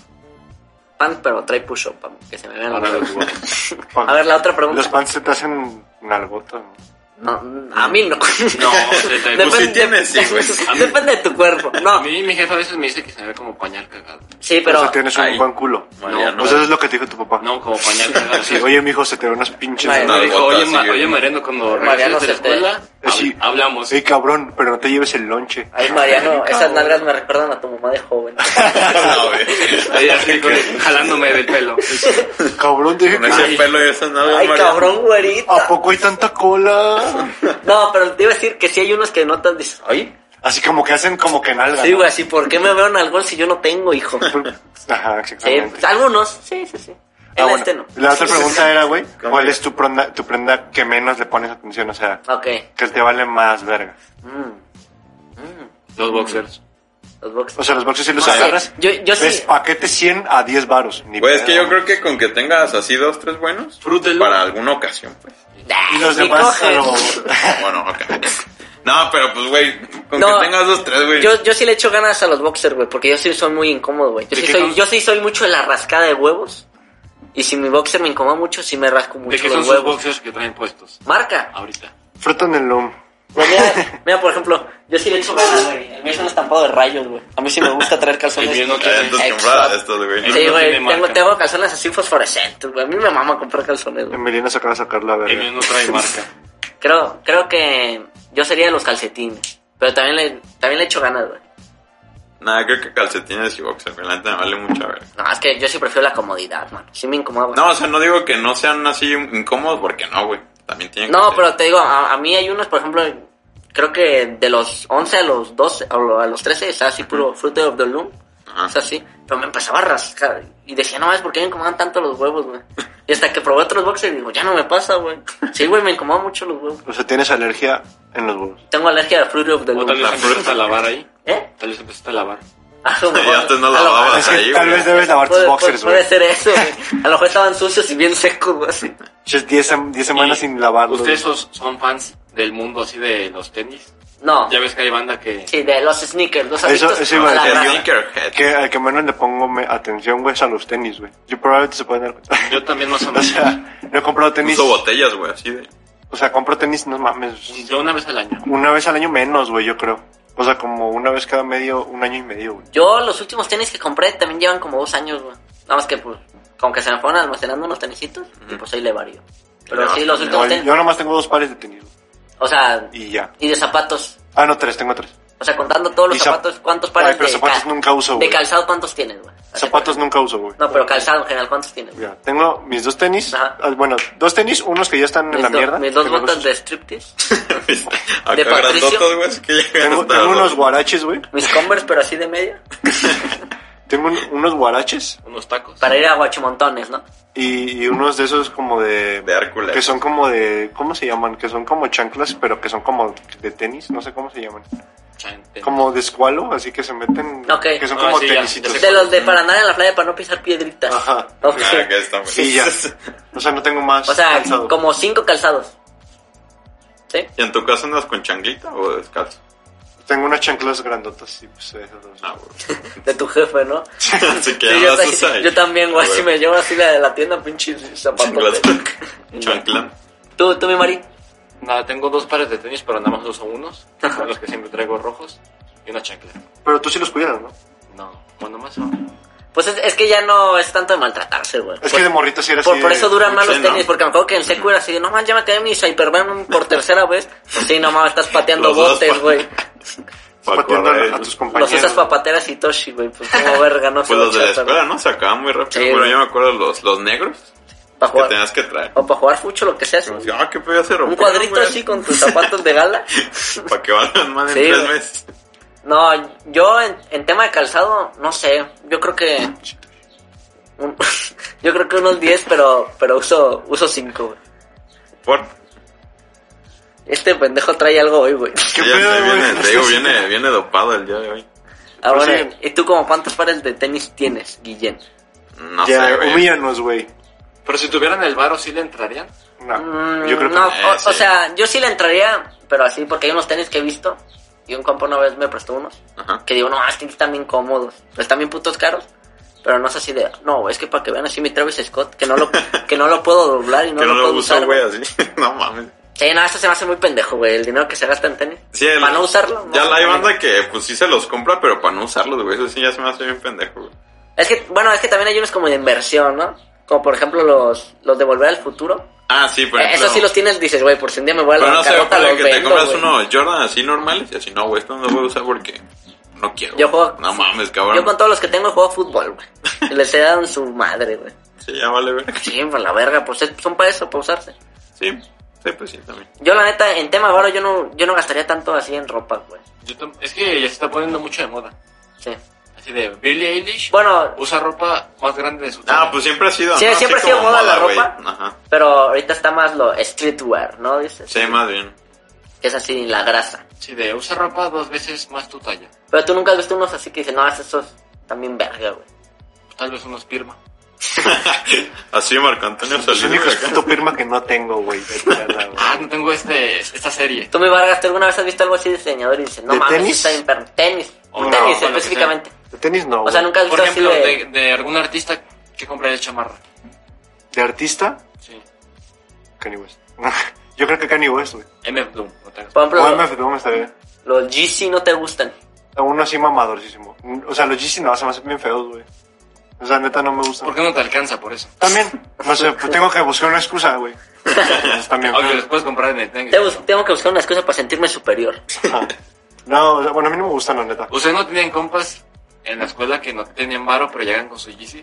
[SPEAKER 3] Pants, pero trae push-up, pa' que se me vean los
[SPEAKER 1] Ahora
[SPEAKER 3] huevos.
[SPEAKER 1] los huevos.
[SPEAKER 3] A ver, la otra pregunta.
[SPEAKER 2] Los pants se te hacen nalgotas, ¿no?
[SPEAKER 3] No, a mí no.
[SPEAKER 1] No, se te-
[SPEAKER 4] Pues sí tienes, sí, güey.
[SPEAKER 1] A mí-
[SPEAKER 3] Depende de tu cuerpo.
[SPEAKER 1] A
[SPEAKER 3] No,
[SPEAKER 1] mí mi jefa a veces me dice que se me ve como pañal cagado.
[SPEAKER 3] Pues sí,
[SPEAKER 2] Pero
[SPEAKER 3] pero...
[SPEAKER 2] si tienes un
[SPEAKER 4] ahí.
[SPEAKER 2] buen culo.
[SPEAKER 4] Mariano.
[SPEAKER 2] Pues eso es lo que te dijo tu papá.
[SPEAKER 1] No, como pañal cagado.
[SPEAKER 2] Sí, oye, mijo, se te ven unas pinches
[SPEAKER 3] Vale.
[SPEAKER 1] Me
[SPEAKER 2] nalgas.
[SPEAKER 1] dijo,
[SPEAKER 4] Nalgota,
[SPEAKER 1] oye,
[SPEAKER 4] sí,
[SPEAKER 1] Ma-
[SPEAKER 4] yo-
[SPEAKER 1] oye, Mariano, cuando
[SPEAKER 3] Mariano
[SPEAKER 1] regreses de la
[SPEAKER 3] se te-
[SPEAKER 1] escuela, hab-
[SPEAKER 2] Pues Sí.
[SPEAKER 1] hablamos.
[SPEAKER 2] Ey, cabrón, pero no te lleves el lonche.
[SPEAKER 3] Ay, Mariano, esas nalgas me recuerdan a tu mamá de joven.
[SPEAKER 4] No, güey.
[SPEAKER 1] Ahí así, con- jalándome del pelo.
[SPEAKER 2] Cabrón, dije
[SPEAKER 4] Con
[SPEAKER 2] que...
[SPEAKER 4] ese pelo y esas nalgas,
[SPEAKER 3] Ay,
[SPEAKER 4] María.
[SPEAKER 3] cabrón,
[SPEAKER 2] ¿A
[SPEAKER 3] güerita.
[SPEAKER 2] poco hay tanta cola?
[SPEAKER 3] No, pero te iba a decir que sí hay unos que notas, dices, oye,
[SPEAKER 2] Así como que hacen como que nalga.
[SPEAKER 3] sí,
[SPEAKER 2] ¿no?
[SPEAKER 3] güey, así, ¿por qué me veo en algún si yo no tengo, hijo?
[SPEAKER 2] Ajá,
[SPEAKER 3] Sí,
[SPEAKER 2] exactamente.
[SPEAKER 3] pues, algunos, sí, sí, sí.
[SPEAKER 2] Ah,
[SPEAKER 3] En
[SPEAKER 2] bueno,
[SPEAKER 3] este no.
[SPEAKER 2] La otra pregunta era, güey,
[SPEAKER 4] ¿Cómo?
[SPEAKER 2] ¿cuál es tu prenda, tu prenda que menos le pones atención? O sea,
[SPEAKER 3] Ok.
[SPEAKER 2] que te vale más verga.
[SPEAKER 3] Mm, mm,
[SPEAKER 1] Los boxers.
[SPEAKER 3] los boxes.
[SPEAKER 2] O sea, los boxes si los
[SPEAKER 3] No sé,
[SPEAKER 2] agarras,
[SPEAKER 3] yo- yo sí.
[SPEAKER 2] ves paquete 100 a 10 varos. Ni
[SPEAKER 4] Güey, pues es
[SPEAKER 2] pedo.
[SPEAKER 4] que yo creo que con que tengas así dos, tres buenos.
[SPEAKER 1] Frútelo.
[SPEAKER 4] Para alguna ocasión, pues.
[SPEAKER 3] Ay,
[SPEAKER 2] Y los
[SPEAKER 3] ni
[SPEAKER 2] demás a
[SPEAKER 3] cogen.
[SPEAKER 2] lo-
[SPEAKER 4] Bueno, ok. No, pero pues, güey, con
[SPEAKER 3] No.
[SPEAKER 4] que tengas dos, tres, güey.
[SPEAKER 3] Yo, yo sí le echo ganas a los boxers, güey, porque yo sí soy muy incómodo, güey. Yo,
[SPEAKER 1] ¿De
[SPEAKER 3] sí
[SPEAKER 1] qué
[SPEAKER 3] soy-
[SPEAKER 1] son?
[SPEAKER 3] yo sí soy mucho de la rascada de huevos. Y si mi boxer me incomoda mucho, sí me rasco
[SPEAKER 1] ¿De
[SPEAKER 3] mucho
[SPEAKER 1] qué son
[SPEAKER 3] los
[SPEAKER 1] sus
[SPEAKER 3] huevos.
[SPEAKER 1] boxers que traen puestos?
[SPEAKER 3] Marca.
[SPEAKER 1] Ahorita.
[SPEAKER 2] Frotan el lomo.
[SPEAKER 3] Pues mira, mira, por ejemplo, yo sí le echo ganas, güey. El mío es un estampado de rayos, güey. A mí sí me gusta traer calzones.
[SPEAKER 1] El mío no
[SPEAKER 4] Eh, Entonces,
[SPEAKER 3] Extra.
[SPEAKER 4] comprada estos, güey.
[SPEAKER 3] Sí,
[SPEAKER 1] no
[SPEAKER 3] güey,
[SPEAKER 1] tiene
[SPEAKER 3] tengo,
[SPEAKER 1] marca.
[SPEAKER 3] tengo calzones así fosforescentes, güey. A mí me mama comprar calzones, güey.
[SPEAKER 2] Emiliano se acaba de sacar la
[SPEAKER 1] El mío
[SPEAKER 2] verga.
[SPEAKER 1] no trae marca.
[SPEAKER 3] Creo, creo que yo sería de los calcetines. Pero también le, también le echo ganas, güey.
[SPEAKER 4] Nada, creo que calcetines y boxer, güey. La neta me vale mucho, a ver.
[SPEAKER 3] No, es que yo sí prefiero la comodidad, man. Sí me incomoda. güey.
[SPEAKER 4] No, o sea, no digo que no sean así incómodos, porque no, güey. También tienen que
[SPEAKER 3] No,
[SPEAKER 4] ser.
[SPEAKER 3] pero te digo, a, a mí hay unos, por ejemplo, creo que de los 11 a los 12, o lo- a los 13, está así puro Fruit of the Loom.
[SPEAKER 4] Ajá.
[SPEAKER 3] Es así. Pero me empezaba a rascar. Y decía, no, es porque me incomodan tanto los huevos, güey. Y hasta que probé otros boxers, digo, ya no me pasa, güey. Sí, güey, me incomodan mucho los huevos.
[SPEAKER 2] O sea, tienes alergia en los huevos.
[SPEAKER 3] Tengo alergia a Fruit of the
[SPEAKER 1] O
[SPEAKER 3] Loom.
[SPEAKER 1] tal vez empezaste a lavar ahí.
[SPEAKER 3] ¿Eh?
[SPEAKER 1] Tal vez empezaste a lavar.
[SPEAKER 3] A lo
[SPEAKER 4] Y
[SPEAKER 3] mejor-
[SPEAKER 4] antes no
[SPEAKER 3] a lo-
[SPEAKER 4] lavabas.
[SPEAKER 2] Es que
[SPEAKER 4] ahí,
[SPEAKER 2] tal
[SPEAKER 4] güey.
[SPEAKER 2] vez debes lavar tus
[SPEAKER 3] Puede,
[SPEAKER 2] boxers,
[SPEAKER 3] puede-
[SPEAKER 2] güey.
[SPEAKER 3] puede ser eso, güey. A lo mejor estaban sucios y bien secos, güey. así.
[SPEAKER 2] 10 sem- 10 semanas
[SPEAKER 1] Y
[SPEAKER 2] sin lavarlos.
[SPEAKER 1] ¿Ustedes sos- son fans del mundo así de los tenis?
[SPEAKER 3] No.
[SPEAKER 1] Ya ves que hay banda que...
[SPEAKER 3] Sí, de los sneakers, los
[SPEAKER 2] Eso-
[SPEAKER 3] adictos
[SPEAKER 2] eso iba a
[SPEAKER 3] a la
[SPEAKER 2] decir
[SPEAKER 3] raza.
[SPEAKER 2] yo.
[SPEAKER 4] Sneakerhead.
[SPEAKER 2] Que al que menos le pongo me- atención, güey, es a los tenis, güey. Yo probablemente se pueden dar cuenta.
[SPEAKER 1] Yo también más o
[SPEAKER 2] O
[SPEAKER 1] menos.
[SPEAKER 2] sea, no he comprado tenis.
[SPEAKER 4] Uso botellas, güey, así de.
[SPEAKER 2] O sea, compro tenis, no mames.
[SPEAKER 1] Yo una vez al año.
[SPEAKER 2] Una vez al año menos, güey, yo creo. O sea, como una vez cada medio, un año y medio, güey.
[SPEAKER 3] Yo los últimos tenis que compré también llevan como dos años, güey. Nada más que pues, como que se me fueron almacenando unos tenisitos y pues ahí le varío. Pero
[SPEAKER 4] Le
[SPEAKER 3] sí,
[SPEAKER 4] vas
[SPEAKER 3] los
[SPEAKER 4] cambiando.
[SPEAKER 3] últimos
[SPEAKER 2] Yo
[SPEAKER 3] tenis.
[SPEAKER 2] nada más tengo dos pares de tenis güey,
[SPEAKER 3] O sea,
[SPEAKER 2] y ya.
[SPEAKER 3] y de zapatos.
[SPEAKER 2] Ah, no, tres, tengo tres.
[SPEAKER 3] O sea, contando todos los
[SPEAKER 2] Y zap-
[SPEAKER 3] zapatos, ¿cuántos
[SPEAKER 2] Ay,
[SPEAKER 3] pares
[SPEAKER 2] pero
[SPEAKER 3] de
[SPEAKER 2] zapatos
[SPEAKER 3] ca-
[SPEAKER 2] nunca uso,
[SPEAKER 3] De
[SPEAKER 2] güey.
[SPEAKER 3] calzado, ¿cuántos tienes, güey? Así,
[SPEAKER 2] Zapatos nunca uso, güey.
[SPEAKER 3] por- Ah, No, pero calzado en general, ¿cuántos tienes?
[SPEAKER 2] Ya, tengo mis dos tenis.
[SPEAKER 3] Ajá.
[SPEAKER 2] ah, Bueno, dos tenis, unos que ya están en
[SPEAKER 3] Mis
[SPEAKER 2] la
[SPEAKER 3] do-
[SPEAKER 2] mierda.
[SPEAKER 3] Mis dos
[SPEAKER 2] que no los
[SPEAKER 3] botas
[SPEAKER 2] uso.
[SPEAKER 3] de striptease.
[SPEAKER 4] Acá
[SPEAKER 3] De Patricio.
[SPEAKER 4] grandotas, güey, así que llegan
[SPEAKER 2] Tengo,
[SPEAKER 4] hasta
[SPEAKER 2] tengo
[SPEAKER 4] los-
[SPEAKER 2] unos guaraches, güey.
[SPEAKER 3] Mis Converse, pero así de media.
[SPEAKER 2] Tengo un- unos guaraches
[SPEAKER 1] Unos tacos.
[SPEAKER 3] Para ir a Guachimontones, ¿no?
[SPEAKER 2] y, y unos de esos como de...
[SPEAKER 4] De Hércules.
[SPEAKER 2] Que son como de... ¿Cómo se llaman? Que son como chanclas, pero que son como de tenis. No sé cómo se llaman.
[SPEAKER 1] Chante.
[SPEAKER 2] Como de escualo, así que se meten...
[SPEAKER 3] Ok.
[SPEAKER 2] Que son
[SPEAKER 1] Ah,
[SPEAKER 2] como
[SPEAKER 1] sí, ya,
[SPEAKER 2] tenisitos.
[SPEAKER 1] ya
[SPEAKER 3] De los de para andar en la playa para no pisar piedritas.
[SPEAKER 2] Ajá.
[SPEAKER 3] Ok.
[SPEAKER 4] Ah, acá está, güey.
[SPEAKER 2] Sí, ya. O sea, no tengo más
[SPEAKER 3] O sea,
[SPEAKER 2] calzado.
[SPEAKER 3] como cinco calzados. ¿Sí?
[SPEAKER 4] ¿Y en tu caso andas con changlita o descalzo?
[SPEAKER 2] Tengo unos chanclas grandotas y pues esas dos.
[SPEAKER 4] Ah, güey.
[SPEAKER 3] De tu jefe, ¿no?
[SPEAKER 4] Se
[SPEAKER 3] Sí,
[SPEAKER 4] quedan
[SPEAKER 3] yo,
[SPEAKER 4] las
[SPEAKER 3] ta-
[SPEAKER 4] usas ahí.
[SPEAKER 3] yo también, güey.
[SPEAKER 4] A
[SPEAKER 3] Si
[SPEAKER 4] ver,
[SPEAKER 3] me llevo así la de la tienda, pinche zapatos.
[SPEAKER 4] chanclas. Chancla.
[SPEAKER 3] Tú, tú, mi Mari.
[SPEAKER 1] Nada, tengo dos pares de tenis, pero nada más uso unos. Son los que siempre traigo rojos. Y una chancla.
[SPEAKER 2] Pero tú sí los cuidas, ¿no?
[SPEAKER 1] No, bueno, más o menos.
[SPEAKER 3] Pues es, es que ya no es tanto de maltratarse, güey.
[SPEAKER 2] Es
[SPEAKER 3] Por-
[SPEAKER 2] que de morrito sí era así.
[SPEAKER 3] por, por
[SPEAKER 2] de-
[SPEAKER 3] eso duran más los
[SPEAKER 4] Sí, ¿no?
[SPEAKER 3] tenis, porque me acuerdo que en secu era así, de, no mames, ya me quedé en mi Cyberman por tercera vez. Pues sí, no mames, estás pateando
[SPEAKER 4] Los dos
[SPEAKER 3] botes,
[SPEAKER 4] pa-
[SPEAKER 3] güey.
[SPEAKER 2] pateando
[SPEAKER 4] correr.
[SPEAKER 2] a, a tus
[SPEAKER 3] Los
[SPEAKER 2] compañeros.
[SPEAKER 3] usas papateras y Toshi, güey. Pues como verga, no se
[SPEAKER 4] Pues los de la
[SPEAKER 3] chata,
[SPEAKER 4] escuela,
[SPEAKER 3] güey.
[SPEAKER 4] ¿no? Se acaban muy rápido.
[SPEAKER 3] Sí,
[SPEAKER 4] Bueno,
[SPEAKER 3] güey.
[SPEAKER 4] yo me acuerdo los, los negros
[SPEAKER 3] Pa'
[SPEAKER 4] que
[SPEAKER 3] jugar.
[SPEAKER 4] tenías que traer.
[SPEAKER 3] O para jugar fucho, lo que sea. sí.
[SPEAKER 4] Como si, ah, qué pedo hacer
[SPEAKER 3] Un cuadrito así con tus zapatos de gala.
[SPEAKER 4] Para que valgan más
[SPEAKER 3] Sí,
[SPEAKER 4] en tres
[SPEAKER 3] güey.
[SPEAKER 4] meses.
[SPEAKER 3] No, yo en, en tema de calzado, no sé. Yo creo que. un- yo creo que unos 10, pero, pero uso, uso 5, güey.
[SPEAKER 4] Por.
[SPEAKER 3] Este pendejo trae algo hoy, güey.
[SPEAKER 2] ¿Qué
[SPEAKER 4] Ya
[SPEAKER 2] pedo,
[SPEAKER 4] sé,
[SPEAKER 2] güey?
[SPEAKER 4] viene, te digo, viene, viene dopado el día de hoy.
[SPEAKER 3] Ah,
[SPEAKER 2] Pero
[SPEAKER 3] bueno,
[SPEAKER 2] sí.
[SPEAKER 3] ¿y tú como cuántos pares de tenis tienes, Guillén?
[SPEAKER 4] No sé,
[SPEAKER 2] Ya,
[SPEAKER 4] güey.
[SPEAKER 2] humíllanos, güey.
[SPEAKER 1] Pero si tuvieran el varo, ¿sí le entrarían?
[SPEAKER 2] No,
[SPEAKER 3] Mm,
[SPEAKER 2] yo creo que
[SPEAKER 3] no,
[SPEAKER 2] no.
[SPEAKER 4] Eh,
[SPEAKER 3] o, o
[SPEAKER 4] sí.
[SPEAKER 3] sea, yo sí le entraría, pero así, porque hay unos tenis que he visto. Y un compa una vez me prestó unos.
[SPEAKER 4] Ajá.
[SPEAKER 3] Que digo, no, estos tenis están bien cómodos. pero Están bien putos caros. Pero no es así de, no, es que para que vean así mi Travis Scott, que no lo, que no lo puedo doblar y no
[SPEAKER 4] que
[SPEAKER 3] lo
[SPEAKER 4] no lo
[SPEAKER 3] puedo usar.
[SPEAKER 4] uso, güey, así. No mames.
[SPEAKER 3] Sí, no, esto se me hace muy pendejo, güey. El dinero que se gasta en tenis.
[SPEAKER 4] Sí, el-
[SPEAKER 3] para no usarlo.
[SPEAKER 4] Ya
[SPEAKER 3] no,
[SPEAKER 4] la hay
[SPEAKER 3] no,
[SPEAKER 4] banda
[SPEAKER 3] no.
[SPEAKER 4] que, pues sí se los compra, pero para no usarlos, güey. Eso sí ya se me hace bien pendejo, güey.
[SPEAKER 3] Es que, bueno, es que también hay unos como de inversión, ¿no? Como por ejemplo los, los de Volver al Futuro.
[SPEAKER 4] Ah, sí, por
[SPEAKER 3] Eh,
[SPEAKER 4] ejemplo.
[SPEAKER 3] eso sí los tienes, dices, güey, por si un día me voy a la
[SPEAKER 4] Pero no sé,
[SPEAKER 3] bancarrota,
[SPEAKER 4] para
[SPEAKER 3] los
[SPEAKER 4] que te
[SPEAKER 3] vendo,
[SPEAKER 4] compras
[SPEAKER 3] güey.
[SPEAKER 4] unos Jordan así normales y así, no, güey, esto no lo voy a usar porque no quiero.
[SPEAKER 3] Yo juego-
[SPEAKER 4] No mames, cabrón.
[SPEAKER 3] Yo con todos los que tengo juego fútbol, güey. Y Les he dado en su madre, güey.
[SPEAKER 4] Sí, ya vale, ver.
[SPEAKER 3] Sí, pues la verga, pues es- son para eso, para usarse.
[SPEAKER 4] Sí, sí, pues sí, también.
[SPEAKER 3] Yo la neta, en tema ahora yo no, yo no gastaría tanto así en ropa, güey.
[SPEAKER 1] Yo tam- es que ya se está poniendo mucho de moda.
[SPEAKER 3] Sí.
[SPEAKER 1] Así de Billie Eilish
[SPEAKER 3] Bueno,
[SPEAKER 1] usa ropa más grande de su
[SPEAKER 4] Ah,
[SPEAKER 1] talla.
[SPEAKER 4] pues siempre ha sido.
[SPEAKER 3] Sí,
[SPEAKER 4] ¿no?
[SPEAKER 3] siempre
[SPEAKER 4] Así
[SPEAKER 3] ha sido
[SPEAKER 4] como
[SPEAKER 3] moda la
[SPEAKER 4] güey.
[SPEAKER 3] ropa.
[SPEAKER 4] Ajá.
[SPEAKER 3] pero ahorita está más lo streetwear, ¿no? Dices.
[SPEAKER 4] Sí, más bien.
[SPEAKER 3] Que es así la grasa.
[SPEAKER 1] Sí, de usa ropa dos veces más tu talla.
[SPEAKER 3] Pero tú nunca has visto unos así que dicen, no, esos también verga, güey.
[SPEAKER 1] Tal vez unos Pirma.
[SPEAKER 4] Así Marco Antonio
[SPEAKER 2] Los
[SPEAKER 4] Solís.
[SPEAKER 2] únicos
[SPEAKER 4] güey.
[SPEAKER 2] puto firma que no tengo, güey. Vete a la verga.
[SPEAKER 1] Ah, no tengo este, esta serie.
[SPEAKER 3] Tú, mi Vargas, ¿tú alguna vez has visto algo así de diseñador y dices, no
[SPEAKER 2] ¿De
[SPEAKER 3] mames,
[SPEAKER 2] tenis?
[SPEAKER 3] está bien perro"? Tenis.
[SPEAKER 1] Oh,
[SPEAKER 3] Un
[SPEAKER 1] No,
[SPEAKER 3] tenis
[SPEAKER 1] con lo que
[SPEAKER 3] específicamente.
[SPEAKER 2] De tenis no.
[SPEAKER 3] O sea,
[SPEAKER 2] güey.
[SPEAKER 3] nunca has
[SPEAKER 1] Por
[SPEAKER 3] visto así
[SPEAKER 1] ejemplo, de,
[SPEAKER 3] de...
[SPEAKER 1] de algún artista que compraría chamarra.
[SPEAKER 2] De artista,
[SPEAKER 1] Sí.
[SPEAKER 2] Kanye West. yo creo que Kanye West, güey.
[SPEAKER 1] MF Doom. No tengo.
[SPEAKER 3] Por
[SPEAKER 2] O
[SPEAKER 3] ejemplo,
[SPEAKER 2] MF, ¿cómo estaría?
[SPEAKER 3] los GC no te gustan.
[SPEAKER 2] Uno así mamadorcísimo. O sea, los Yeezy no, se me hacen bien feos, güey. O sea, neta, no me gustan.
[SPEAKER 1] ¿Por qué no te alcanza por eso?
[SPEAKER 2] También, no sé, pues tengo que buscar una excusa, güey. Entonces, También. pues,
[SPEAKER 1] Aunque los puedes comprar en el tianguis,
[SPEAKER 3] Tengo,
[SPEAKER 1] pero-
[SPEAKER 3] tengo que buscar una excusa para sentirme superior.
[SPEAKER 2] Ajá. No, o sea, bueno, a mí no me gustan, la neta.
[SPEAKER 1] ¿Ustedes no tenían compas en la escuela que no tenían varo pero llegan con su Yeezy?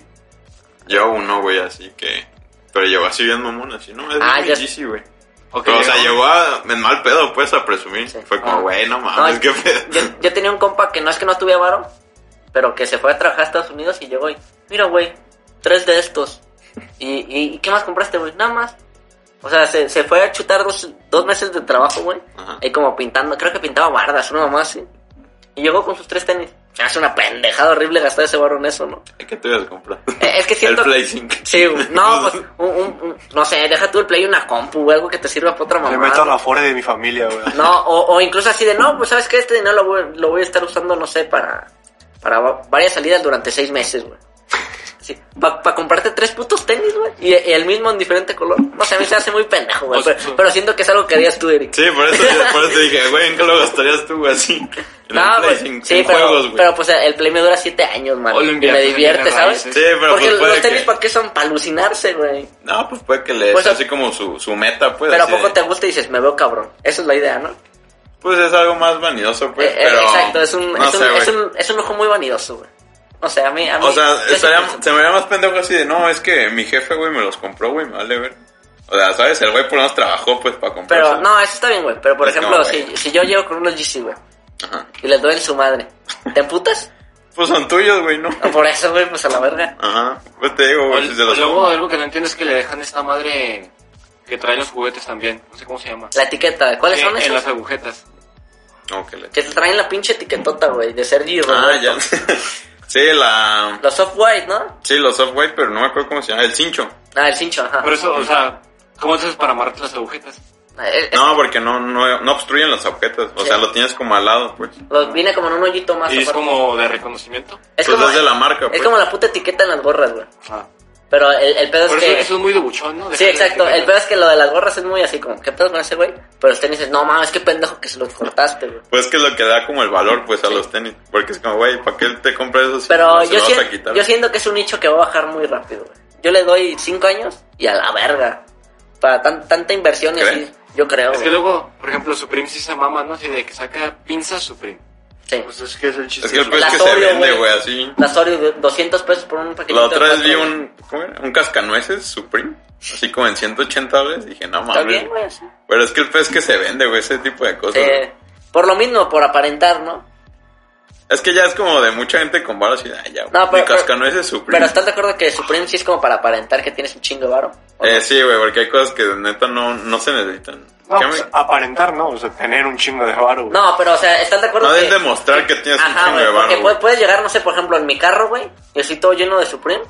[SPEAKER 4] Yo uno, güey, así que. Pero llegó así bien mamón, así, ¿no? Es
[SPEAKER 3] Ah,
[SPEAKER 4] ah,
[SPEAKER 3] ya-
[SPEAKER 4] Yeezy, güey.
[SPEAKER 1] Ok,
[SPEAKER 4] Pero, o sea,
[SPEAKER 1] llegaban-
[SPEAKER 4] llegó a, en mal pedo, pues, a presumir.
[SPEAKER 3] Sí.
[SPEAKER 4] Fue
[SPEAKER 1] Ah.
[SPEAKER 4] como, güey, no
[SPEAKER 3] No,
[SPEAKER 4] mames, qué pedo.
[SPEAKER 3] yo, yo tenía un compa que no es que no tuviera varo, pero que se fue a trabajar a Estados Unidos y llegó y, mira, güey, tres de estos. ¿Y, y, y qué más compraste, güey? Nada más. O sea, se, se fue a chutar dos, dos meses de trabajo, güey.
[SPEAKER 4] Ajá.
[SPEAKER 3] Y como pintando, creo que pintaba bardas, una mamá así. Y llegó con sus tres tenis. Se hace una pendejada horrible gastar ese varo en eso, ¿no?
[SPEAKER 4] ¿Qué te ibas a comprar?
[SPEAKER 3] Eh, es que siento-
[SPEAKER 4] El Playzinc.
[SPEAKER 3] Sí, güey. no, pues, un, un- un- no sé, deja tú el play una compu, güey, algo que te sirva para otra mamá.
[SPEAKER 2] Le meto a la fore de mi familia, güey.
[SPEAKER 3] No, o, o incluso así de, no, pues sabes que este dinero lo voy, lo voy a estar usando, no sé, para, para va- varias salidas durante seis meses, güey. Sí, para comprarte tres putos tenis, güey. Y, y el mismo en diferente color. No sé, a mí se hace muy pendejo, güey.
[SPEAKER 1] O sea,
[SPEAKER 3] Pero, pero siento que es algo que harías tú, Eric.
[SPEAKER 4] Sí, por eso, por eso te dije, güey, ¿en qué lo gastarías tú, güey? Así. En
[SPEAKER 3] No,
[SPEAKER 4] el
[SPEAKER 3] pues,
[SPEAKER 4] Playzinc,
[SPEAKER 3] sí,
[SPEAKER 4] en
[SPEAKER 3] pero,
[SPEAKER 4] juegos, güey.
[SPEAKER 3] pero pues el play me dura siete años, man.
[SPEAKER 1] O lo
[SPEAKER 3] Y me
[SPEAKER 1] inviertes en
[SPEAKER 3] divierte,
[SPEAKER 1] bienes
[SPEAKER 3] ¿sabes?
[SPEAKER 1] raíces.
[SPEAKER 4] Sí, pero
[SPEAKER 3] Porque
[SPEAKER 4] pues
[SPEAKER 3] los
[SPEAKER 4] puede
[SPEAKER 3] tenis,
[SPEAKER 4] que-
[SPEAKER 3] ¿para qué son? Para alucinarse, güey.
[SPEAKER 4] No, pues puede que le des
[SPEAKER 3] Pues,
[SPEAKER 4] así como su, su meta, pues.
[SPEAKER 3] Pero a
[SPEAKER 4] así de-
[SPEAKER 3] poco te gusta y dices, me veo cabrón. Esa es la idea, ¿no?
[SPEAKER 4] Pues es algo más vanidoso, pues.
[SPEAKER 3] Eh, eh,
[SPEAKER 4] pero,
[SPEAKER 3] exacto, es un,
[SPEAKER 4] no
[SPEAKER 3] es, un,
[SPEAKER 4] sé,
[SPEAKER 3] es,
[SPEAKER 4] güey.
[SPEAKER 3] un, es un ojo muy vanidoso, güey. O sea, a mí. A mí
[SPEAKER 4] O sea,
[SPEAKER 3] yo
[SPEAKER 4] estaría-
[SPEAKER 3] sí pienso-
[SPEAKER 4] se me vería más pendejo así de, no, es que mi jefe, güey, me los compró, güey, me vale ver. O sea, ¿sabes? El güey por lo menos trabajó, pues, para comprar.
[SPEAKER 3] Pero no, eso está bien, güey. Pero por
[SPEAKER 4] Es
[SPEAKER 3] ejemplo,
[SPEAKER 4] como,
[SPEAKER 3] si,
[SPEAKER 4] güey.
[SPEAKER 3] si yo llego con unos GC, güey,
[SPEAKER 4] Ajá.
[SPEAKER 3] y les doy en su madre, ¿te emputas?
[SPEAKER 4] Pues son tuyos, güey, ¿no?
[SPEAKER 3] No, por eso, güey, pues a la verga.
[SPEAKER 4] Ajá. Pues te digo,
[SPEAKER 1] O
[SPEAKER 4] güey, si se los
[SPEAKER 1] luego algo que no entiendo es que le dejan esta madre que trae los juguetes también. No sé cómo se llama.
[SPEAKER 3] La etiqueta, ¿cuáles
[SPEAKER 1] Eh,
[SPEAKER 3] son
[SPEAKER 1] en las
[SPEAKER 3] esas?
[SPEAKER 1] agujetas.
[SPEAKER 4] No, que le...
[SPEAKER 3] Que te traen la pinche etiquetota, güey, de Sergi
[SPEAKER 4] Ah,
[SPEAKER 3] Roberto.
[SPEAKER 4] ya. sí, la...
[SPEAKER 3] Los soft white, ¿no?
[SPEAKER 4] Sí, los soft white, pero no me acuerdo cómo se llama. El cincho.
[SPEAKER 3] Ah, el cincho, ajá.
[SPEAKER 1] Por eso, o sea, ¿cómo haces para amarrarte las agujetas?
[SPEAKER 3] Eh, eh,
[SPEAKER 4] No, porque no, no, no obstruyen las objetos. O sea, lo tienes como al lado, pues.
[SPEAKER 3] Los viene como en un hoyito más.
[SPEAKER 1] Y es
[SPEAKER 3] aparte.
[SPEAKER 1] como de reconocimiento.
[SPEAKER 3] Es
[SPEAKER 4] Pues
[SPEAKER 3] como-
[SPEAKER 4] es de la marca,
[SPEAKER 3] es
[SPEAKER 4] pues.
[SPEAKER 3] como la puta etiqueta en las gorras, güey.
[SPEAKER 1] Ah.
[SPEAKER 3] Pero el, el pedo
[SPEAKER 1] Pero
[SPEAKER 3] es que...
[SPEAKER 1] eso, eso es muy de buchón, ¿no?
[SPEAKER 3] Sí,
[SPEAKER 1] Dejarle
[SPEAKER 3] exacto.
[SPEAKER 1] etiqueta.
[SPEAKER 3] El pedo es que lo de las gorras es muy así como, ¿qué pedo con ese güey? Pero los tenis dices, no mames, qué pendejo que se los cortaste, güey.
[SPEAKER 4] Pues que es lo que da como el valor, pues, a los tenis. Porque es como, güey, ¿para qué te compras eso si
[SPEAKER 3] Pero
[SPEAKER 4] no se
[SPEAKER 3] yo,
[SPEAKER 4] lo vas a
[SPEAKER 3] siento,
[SPEAKER 4] quitar?
[SPEAKER 3] yo siento que es un nicho que va a bajar muy rápido, güey. Yo le doy 5 años y a la verga. Para tan- tanta inversión y
[SPEAKER 4] ¿Crees?
[SPEAKER 3] así, yo creo.
[SPEAKER 1] Es que
[SPEAKER 3] güey.
[SPEAKER 1] luego, por ejemplo, Supreme sí se mama, ¿no? Así de que saca pinzas Supreme.
[SPEAKER 3] Sí.
[SPEAKER 2] Pues es que es el chiste.
[SPEAKER 4] Es que el
[SPEAKER 3] La
[SPEAKER 4] pues que se
[SPEAKER 3] Oreo,
[SPEAKER 4] vende,
[SPEAKER 3] güey.
[SPEAKER 4] güey, así.
[SPEAKER 3] Las Oreo, de 200 pesos por un paquetito.
[SPEAKER 4] La otra
[SPEAKER 3] de
[SPEAKER 4] vez vi
[SPEAKER 3] cuatro,
[SPEAKER 4] un, ¿cómo era? un cascanueces Supreme, así como en 180 dólares. Dije, no
[SPEAKER 3] Está
[SPEAKER 4] mames.
[SPEAKER 3] bien, güey, sí.
[SPEAKER 4] Pero es que el pez que se vende, güey, ese tipo de cosas.
[SPEAKER 3] Sí. Por lo mismo, por aparentar, ¿no?
[SPEAKER 4] Es que ya es como de mucha gente con varos y ay, ya, güey.
[SPEAKER 3] No, pero-
[SPEAKER 4] Mi cascanueces Supreme.
[SPEAKER 3] Pero ¿estás de acuerdo que Supreme sí es como para aparentar que tienes un chingo de varo? ¿O no?
[SPEAKER 4] Eh, sí, güey, porque hay cosas que neta no, no se necesitan.
[SPEAKER 2] No,
[SPEAKER 4] ¿Qué
[SPEAKER 2] pues,
[SPEAKER 4] me-
[SPEAKER 2] aparentar, ¿no? O sea, tener un chingo de varo. güey.
[SPEAKER 3] No, pero, o sea, ¿estás de acuerdo
[SPEAKER 4] No
[SPEAKER 3] que...?
[SPEAKER 4] debes demostrar que tienes un
[SPEAKER 3] Ajá,
[SPEAKER 4] chingo
[SPEAKER 3] güey,
[SPEAKER 4] de
[SPEAKER 3] porque
[SPEAKER 4] barro.
[SPEAKER 3] puede- puedes llegar, no sé, por ejemplo, en mi carro, güey, yo estoy todo lleno de Supreme.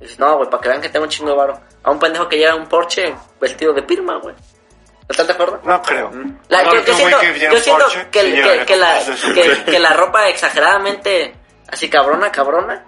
[SPEAKER 3] Y dices, no, güey, para que vean que tengo un chingo de varo. A un pendejo que lleva un Porsche vestido de Pirma, güey. ¿No estás de acuerdo?
[SPEAKER 2] No creo.
[SPEAKER 3] La-
[SPEAKER 2] No,
[SPEAKER 3] yo,
[SPEAKER 2] que
[SPEAKER 3] yo
[SPEAKER 2] un güey
[SPEAKER 3] siento,
[SPEAKER 2] que lleva
[SPEAKER 3] yo
[SPEAKER 2] un
[SPEAKER 3] siento
[SPEAKER 2] Porsche
[SPEAKER 3] que,
[SPEAKER 2] y
[SPEAKER 3] el-
[SPEAKER 2] lleva
[SPEAKER 3] que- que la,
[SPEAKER 2] ropas de
[SPEAKER 3] que,
[SPEAKER 2] Supreme.
[SPEAKER 3] que la ropa exageradamente así cabrona, cabrona,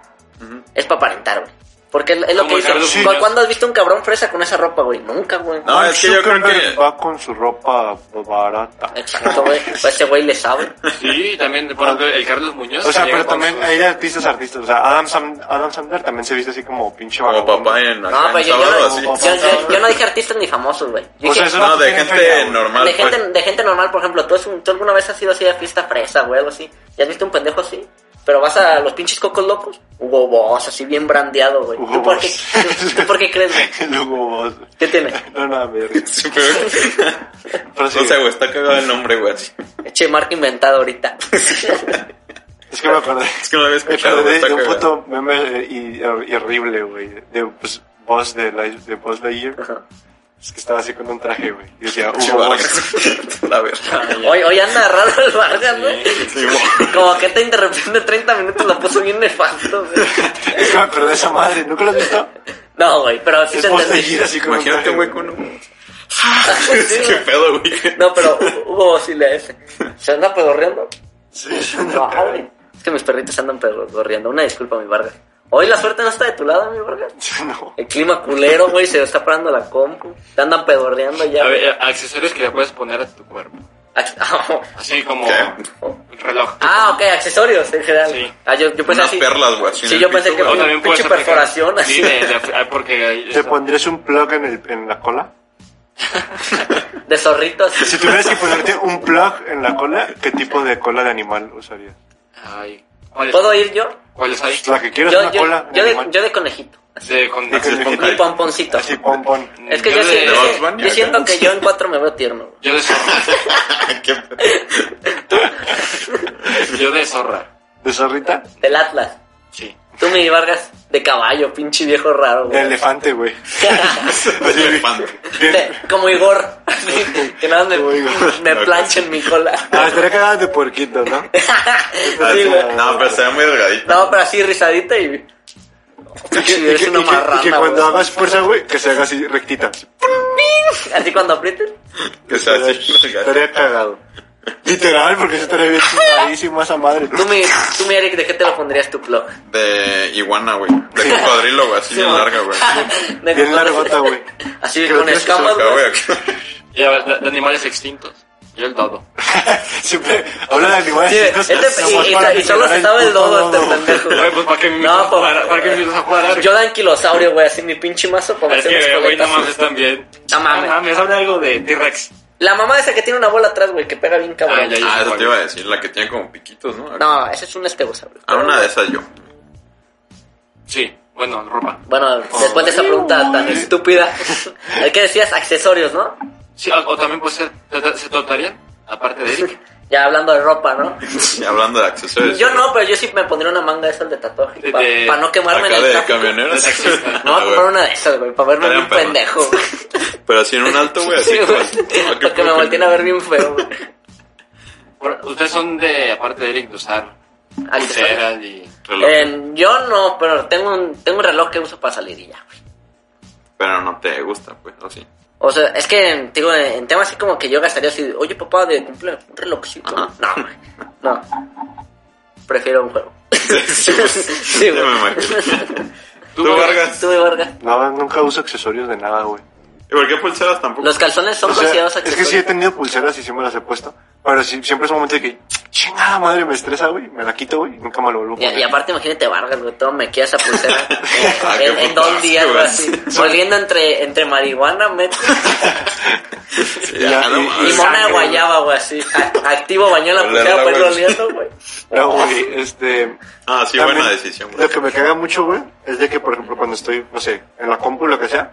[SPEAKER 3] es para aparentar, güey. Porque es, es lo
[SPEAKER 1] Como
[SPEAKER 3] que
[SPEAKER 1] el Carlos
[SPEAKER 3] dicen.
[SPEAKER 1] Muñoz.
[SPEAKER 3] ¿Cuándo has visto un cabrón fresa con esa ropa, güey? Nunca, güey.
[SPEAKER 4] No, es que yo creo que-
[SPEAKER 2] Zuckerberg Va con su ropa barata.
[SPEAKER 3] Exacto, güey. Pues ese güey le sabe.
[SPEAKER 1] Sí, también, por ejemplo, el Carlos Muñoz.
[SPEAKER 2] O sea,
[SPEAKER 1] llega
[SPEAKER 2] pero
[SPEAKER 1] con
[SPEAKER 2] también
[SPEAKER 1] sus-
[SPEAKER 2] hay artistas, artistas. O sea, Adam, Sam- Adam Sandler también se viste así como pinche
[SPEAKER 4] Como
[SPEAKER 2] vagabundo.
[SPEAKER 4] papá en
[SPEAKER 3] No, pero yo, yo
[SPEAKER 4] sábado,
[SPEAKER 3] no,
[SPEAKER 4] así.
[SPEAKER 3] yo- yo- yo no dije artistas ni famosos, güey. Yo
[SPEAKER 2] O sea,
[SPEAKER 3] dije-
[SPEAKER 2] eso
[SPEAKER 4] No, de
[SPEAKER 2] tiene
[SPEAKER 4] gente
[SPEAKER 2] feria, güey.
[SPEAKER 4] normal.
[SPEAKER 3] de, gente,
[SPEAKER 4] pues.
[SPEAKER 3] de gente normal, por ejemplo, ¿tú, es un- tú alguna vez has ido así a fiesta fresa, güey, algo así. ¿Ya has visto un pendejo así? Pero vas a los pinches cocos locos. Hugo Boss, así bien brandeado, güey.
[SPEAKER 2] Hugo
[SPEAKER 3] ¿Tú, por qué,
[SPEAKER 2] Boss.
[SPEAKER 3] tú- tú por qué crees, güey?
[SPEAKER 2] El Hugo Boss.
[SPEAKER 3] ¿Qué tiene?
[SPEAKER 2] No, nada, me río.
[SPEAKER 4] Sí, pero-
[SPEAKER 2] Pero sí,
[SPEAKER 4] O sea, güey, está cagado el nombre, güey, así.
[SPEAKER 3] Eche marca inventada ahorita.
[SPEAKER 2] es que me acordé.
[SPEAKER 4] Es que no lo había
[SPEAKER 2] Me
[SPEAKER 4] escuchado, güey,
[SPEAKER 2] acordé
[SPEAKER 4] está
[SPEAKER 2] de un
[SPEAKER 4] cagado.
[SPEAKER 2] puto meme eh, y, y horrible, güey. De pues, Boss de, la, de Boss Lightyear.
[SPEAKER 3] Ajá.
[SPEAKER 2] Es que estaba así con un traje, güey. Y decía, Hugo Boss.
[SPEAKER 4] Chivargas. La verdad.
[SPEAKER 3] hoy, hoy anda raro el Vargas, güey.
[SPEAKER 4] Sí, güey.
[SPEAKER 3] Como que esta interrupción de 30 minutos la puso bien nefasto, güey.
[SPEAKER 2] Es que me acordé de esa madre. ¿Nunca lo has visto?
[SPEAKER 3] No, güey, pero sí
[SPEAKER 2] Es
[SPEAKER 3] te
[SPEAKER 2] Boss
[SPEAKER 3] entendí.
[SPEAKER 2] Lightyear así con
[SPEAKER 4] Imagínate,
[SPEAKER 2] un
[SPEAKER 4] güey,
[SPEAKER 2] traje.
[SPEAKER 4] con un...
[SPEAKER 3] Sí,
[SPEAKER 4] Qué
[SPEAKER 3] güey.
[SPEAKER 4] pedo, güey.
[SPEAKER 3] No, pero Hugo Boss y la S. ¿Se anda pedorreando?
[SPEAKER 2] Sí,
[SPEAKER 3] No, güey. Es que mis perritos andan pedorreando. Una disculpa, mi Vargas. Hoy la suerte no está de tu lado, mi Vargas.
[SPEAKER 2] no.
[SPEAKER 3] El clima culero, güey, se está parando la compu. Te andan pedorreando ya.
[SPEAKER 1] A
[SPEAKER 3] güey.
[SPEAKER 1] ver, eh, accesorios que le puedes poner a tu cuerpo. Así como
[SPEAKER 4] ¿Qué?
[SPEAKER 1] un reloj.
[SPEAKER 3] Ah, ok, accesorios en general.
[SPEAKER 1] Sí.
[SPEAKER 3] Ah, yo, yo pensé
[SPEAKER 4] Unas
[SPEAKER 3] así.
[SPEAKER 4] perlas, güey, así
[SPEAKER 3] Sí,
[SPEAKER 4] en
[SPEAKER 3] yo
[SPEAKER 4] el
[SPEAKER 3] pensé
[SPEAKER 4] piso,
[SPEAKER 3] que
[SPEAKER 4] güey.
[SPEAKER 1] O
[SPEAKER 4] O
[SPEAKER 3] una
[SPEAKER 1] también puedes
[SPEAKER 3] pinche
[SPEAKER 1] aplicar-
[SPEAKER 3] perforación.
[SPEAKER 1] Sí,
[SPEAKER 3] así.
[SPEAKER 1] de- de- ah, porque... hay-
[SPEAKER 2] ¿Te pondrías un plug en, el, en la cola?
[SPEAKER 3] De zorritos.
[SPEAKER 2] Si tuvieras que ponerte un plug en la cola, ¿qué tipo de cola de animal usarías?
[SPEAKER 1] Ay, ¿cuáles-
[SPEAKER 3] ¿Puedo ir yo?
[SPEAKER 1] ¿Cuáles hay?
[SPEAKER 2] La que quieras,
[SPEAKER 3] Yo,
[SPEAKER 2] una
[SPEAKER 3] yo,
[SPEAKER 2] cola de
[SPEAKER 3] yo de,
[SPEAKER 2] animal.
[SPEAKER 3] yo de conejito.
[SPEAKER 1] De, con,
[SPEAKER 2] De conejito.
[SPEAKER 3] Mi pomponcito.
[SPEAKER 2] Así, pon, pon.
[SPEAKER 3] Es que
[SPEAKER 1] Yo
[SPEAKER 3] yo,
[SPEAKER 1] de-
[SPEAKER 3] sí-
[SPEAKER 1] de
[SPEAKER 3] yo
[SPEAKER 4] Bugs
[SPEAKER 3] sí-
[SPEAKER 4] Bunny,
[SPEAKER 3] yo
[SPEAKER 4] acá.
[SPEAKER 3] siento que yo en cuatro me veo tierno. güey.
[SPEAKER 1] Yo de zorra.
[SPEAKER 4] Qué pedo.
[SPEAKER 1] Yo de zorra.
[SPEAKER 2] ¿De zorrita?
[SPEAKER 3] Del Atlas.
[SPEAKER 1] Sí.
[SPEAKER 3] Tú, mi Vargas, de caballo, pinche viejo raro.
[SPEAKER 2] De
[SPEAKER 3] güey.
[SPEAKER 2] elefante, güey.
[SPEAKER 4] Un elefante.
[SPEAKER 3] Te- Este, como Igor. así, que nada más
[SPEAKER 2] Como
[SPEAKER 3] me,
[SPEAKER 2] Igor.
[SPEAKER 3] me planchen mi cola.
[SPEAKER 2] Ah, estaría cagada de puerquito, ¿no?
[SPEAKER 3] Sí, güey.
[SPEAKER 4] No, pero se ve muy delgadito.
[SPEAKER 3] No, pero así rizadita y.
[SPEAKER 2] Y que, y
[SPEAKER 3] eres
[SPEAKER 2] que-
[SPEAKER 3] una
[SPEAKER 2] y que- y
[SPEAKER 3] marrana,
[SPEAKER 2] que cuando
[SPEAKER 3] güey.
[SPEAKER 2] hagas fuerza, güey, que se haga así rectita.
[SPEAKER 3] Así cuando aprietes.
[SPEAKER 4] Que sea así.
[SPEAKER 2] Estaría, estaría cagado. Literal, porque se estaría bien chingadísimo esa madre.
[SPEAKER 3] Tú, mi, tú, mi Eric, ¿de qué te lo pondrías tu plug?
[SPEAKER 4] De iguana, güey. De cocodrilo, güey. Así bien larga, güey.
[SPEAKER 3] Ah, De-
[SPEAKER 2] Bien largota, güey.
[SPEAKER 3] Así
[SPEAKER 2] Que lo
[SPEAKER 3] con
[SPEAKER 2] tienes que
[SPEAKER 3] escamas,
[SPEAKER 4] Acá,
[SPEAKER 3] güey.
[SPEAKER 4] güey, acá.
[SPEAKER 1] Y a ver, de, de animales extintos. Yo el dodo.
[SPEAKER 2] Siempre habla de animales.
[SPEAKER 3] Sí,
[SPEAKER 2] chicos,
[SPEAKER 3] este- y-
[SPEAKER 2] nomás
[SPEAKER 3] y-
[SPEAKER 2] para
[SPEAKER 3] y solo se
[SPEAKER 2] generar
[SPEAKER 3] sabe el
[SPEAKER 2] puto
[SPEAKER 3] lodo este
[SPEAKER 2] lodo.
[SPEAKER 3] pendejo.
[SPEAKER 1] Güey, pues para que me
[SPEAKER 3] No, pues,
[SPEAKER 1] para, para que me empiezas a jugar.
[SPEAKER 3] Yo de anquilosaurio, güey, así mi pinche mazo para
[SPEAKER 1] es
[SPEAKER 3] hacer unas
[SPEAKER 1] que, güey, no
[SPEAKER 3] coletas.
[SPEAKER 1] mames también.
[SPEAKER 3] No mames.
[SPEAKER 1] habla algo de T-Rex.
[SPEAKER 3] La mamá esa que tiene una bola atrás, güey, que pega bien cabrón.
[SPEAKER 1] Ah, ya, ya.
[SPEAKER 4] Ah, eso te iba a decir. La que tiene como piquitos, ¿no? Acá.
[SPEAKER 3] No, ese es un estegosaurio.
[SPEAKER 4] Ah, una de esas yo.
[SPEAKER 1] Sí, bueno, ropa.
[SPEAKER 3] Bueno,
[SPEAKER 4] Oh,
[SPEAKER 3] después de esa pregunta tan estúpida, el que decías accesorios, ¿no?
[SPEAKER 1] Sí, o, o también pues se, se, se tatuarían, aparte de Eric.
[SPEAKER 3] Ya hablando de ropa, ¿no?
[SPEAKER 4] Y hablando de accesorios.
[SPEAKER 3] Yo no, pero yo sí me pondría una manga de esas de tatuaje.
[SPEAKER 1] De-
[SPEAKER 3] Para
[SPEAKER 1] de-
[SPEAKER 3] no
[SPEAKER 4] Acá
[SPEAKER 3] quemarme en el
[SPEAKER 4] de
[SPEAKER 3] tráfico.
[SPEAKER 4] camioneros.
[SPEAKER 1] De taxista.
[SPEAKER 3] Me voy a
[SPEAKER 4] Ah,
[SPEAKER 3] comprar
[SPEAKER 4] güey.
[SPEAKER 3] una de esas, güey, para verme
[SPEAKER 4] Estaría
[SPEAKER 3] bien
[SPEAKER 4] perro.
[SPEAKER 3] pendejo. güey.
[SPEAKER 4] Pero así en un alto, güey. Así
[SPEAKER 3] Sí,
[SPEAKER 4] como-
[SPEAKER 3] güey,
[SPEAKER 4] Ah, qué
[SPEAKER 3] Para que me
[SPEAKER 4] poco-
[SPEAKER 3] volteen a ver bien feo, güey.
[SPEAKER 1] Por- Ustedes son de, aparte de Eric, de usar
[SPEAKER 3] Accesorios.
[SPEAKER 1] pulseras y...
[SPEAKER 4] Reloj.
[SPEAKER 3] Eh, yo no, pero tengo un, tengo un reloj que uso para salir y ya, güey.
[SPEAKER 4] Pero no te gusta, pues, o sí.
[SPEAKER 3] O sea, es que, digo, en temas así como que yo gastaría así, oye papá, de cumple un relojcito.
[SPEAKER 4] Ajá.
[SPEAKER 3] No, güey, no. Prefiero un juego.
[SPEAKER 4] Sí, sí, pues,
[SPEAKER 3] Sí,
[SPEAKER 4] ya me
[SPEAKER 3] güey.
[SPEAKER 4] imagino. Tú, Vargas.
[SPEAKER 3] Tú, Vargas.
[SPEAKER 2] No, nunca uso accesorios de nada, güey.
[SPEAKER 4] ¿Y por qué pulseras tampoco?
[SPEAKER 3] Los calzones son
[SPEAKER 2] O sea,
[SPEAKER 3] considerados
[SPEAKER 2] es que sí he
[SPEAKER 3] accesorios.
[SPEAKER 2] tenido pulseras y sí me las he puesto. Pero sí- siempre es un momento de que, chingada madre, me estresa, güey. Me la quito, güey. Nunca me lo vuelvo a
[SPEAKER 3] Y,
[SPEAKER 2] poner.
[SPEAKER 3] y aparte, imagínate, Vargas, güey, todo me queda esa pulsera.
[SPEAKER 4] Ah,
[SPEAKER 3] en,
[SPEAKER 4] qué
[SPEAKER 3] en dos días,
[SPEAKER 4] putasco,
[SPEAKER 3] güey, así. Volviendo entre, entre marihuana, meta
[SPEAKER 4] Sí,
[SPEAKER 2] ya,
[SPEAKER 4] no
[SPEAKER 2] y-
[SPEAKER 4] mames.
[SPEAKER 3] y mona
[SPEAKER 2] Sangre,
[SPEAKER 3] de guayaba, güey, así. A- activo bañó en la
[SPEAKER 4] Olerla,
[SPEAKER 3] pulsera, pues
[SPEAKER 4] güey.
[SPEAKER 3] oliendo, güey.
[SPEAKER 2] No, güey, este...
[SPEAKER 4] Ah, sí,
[SPEAKER 2] también
[SPEAKER 4] buena decisión, güey.
[SPEAKER 2] Lo que me caga mucho, güey, es de que, por ejemplo, cuando estoy, no sé, en la compu, lo que sea,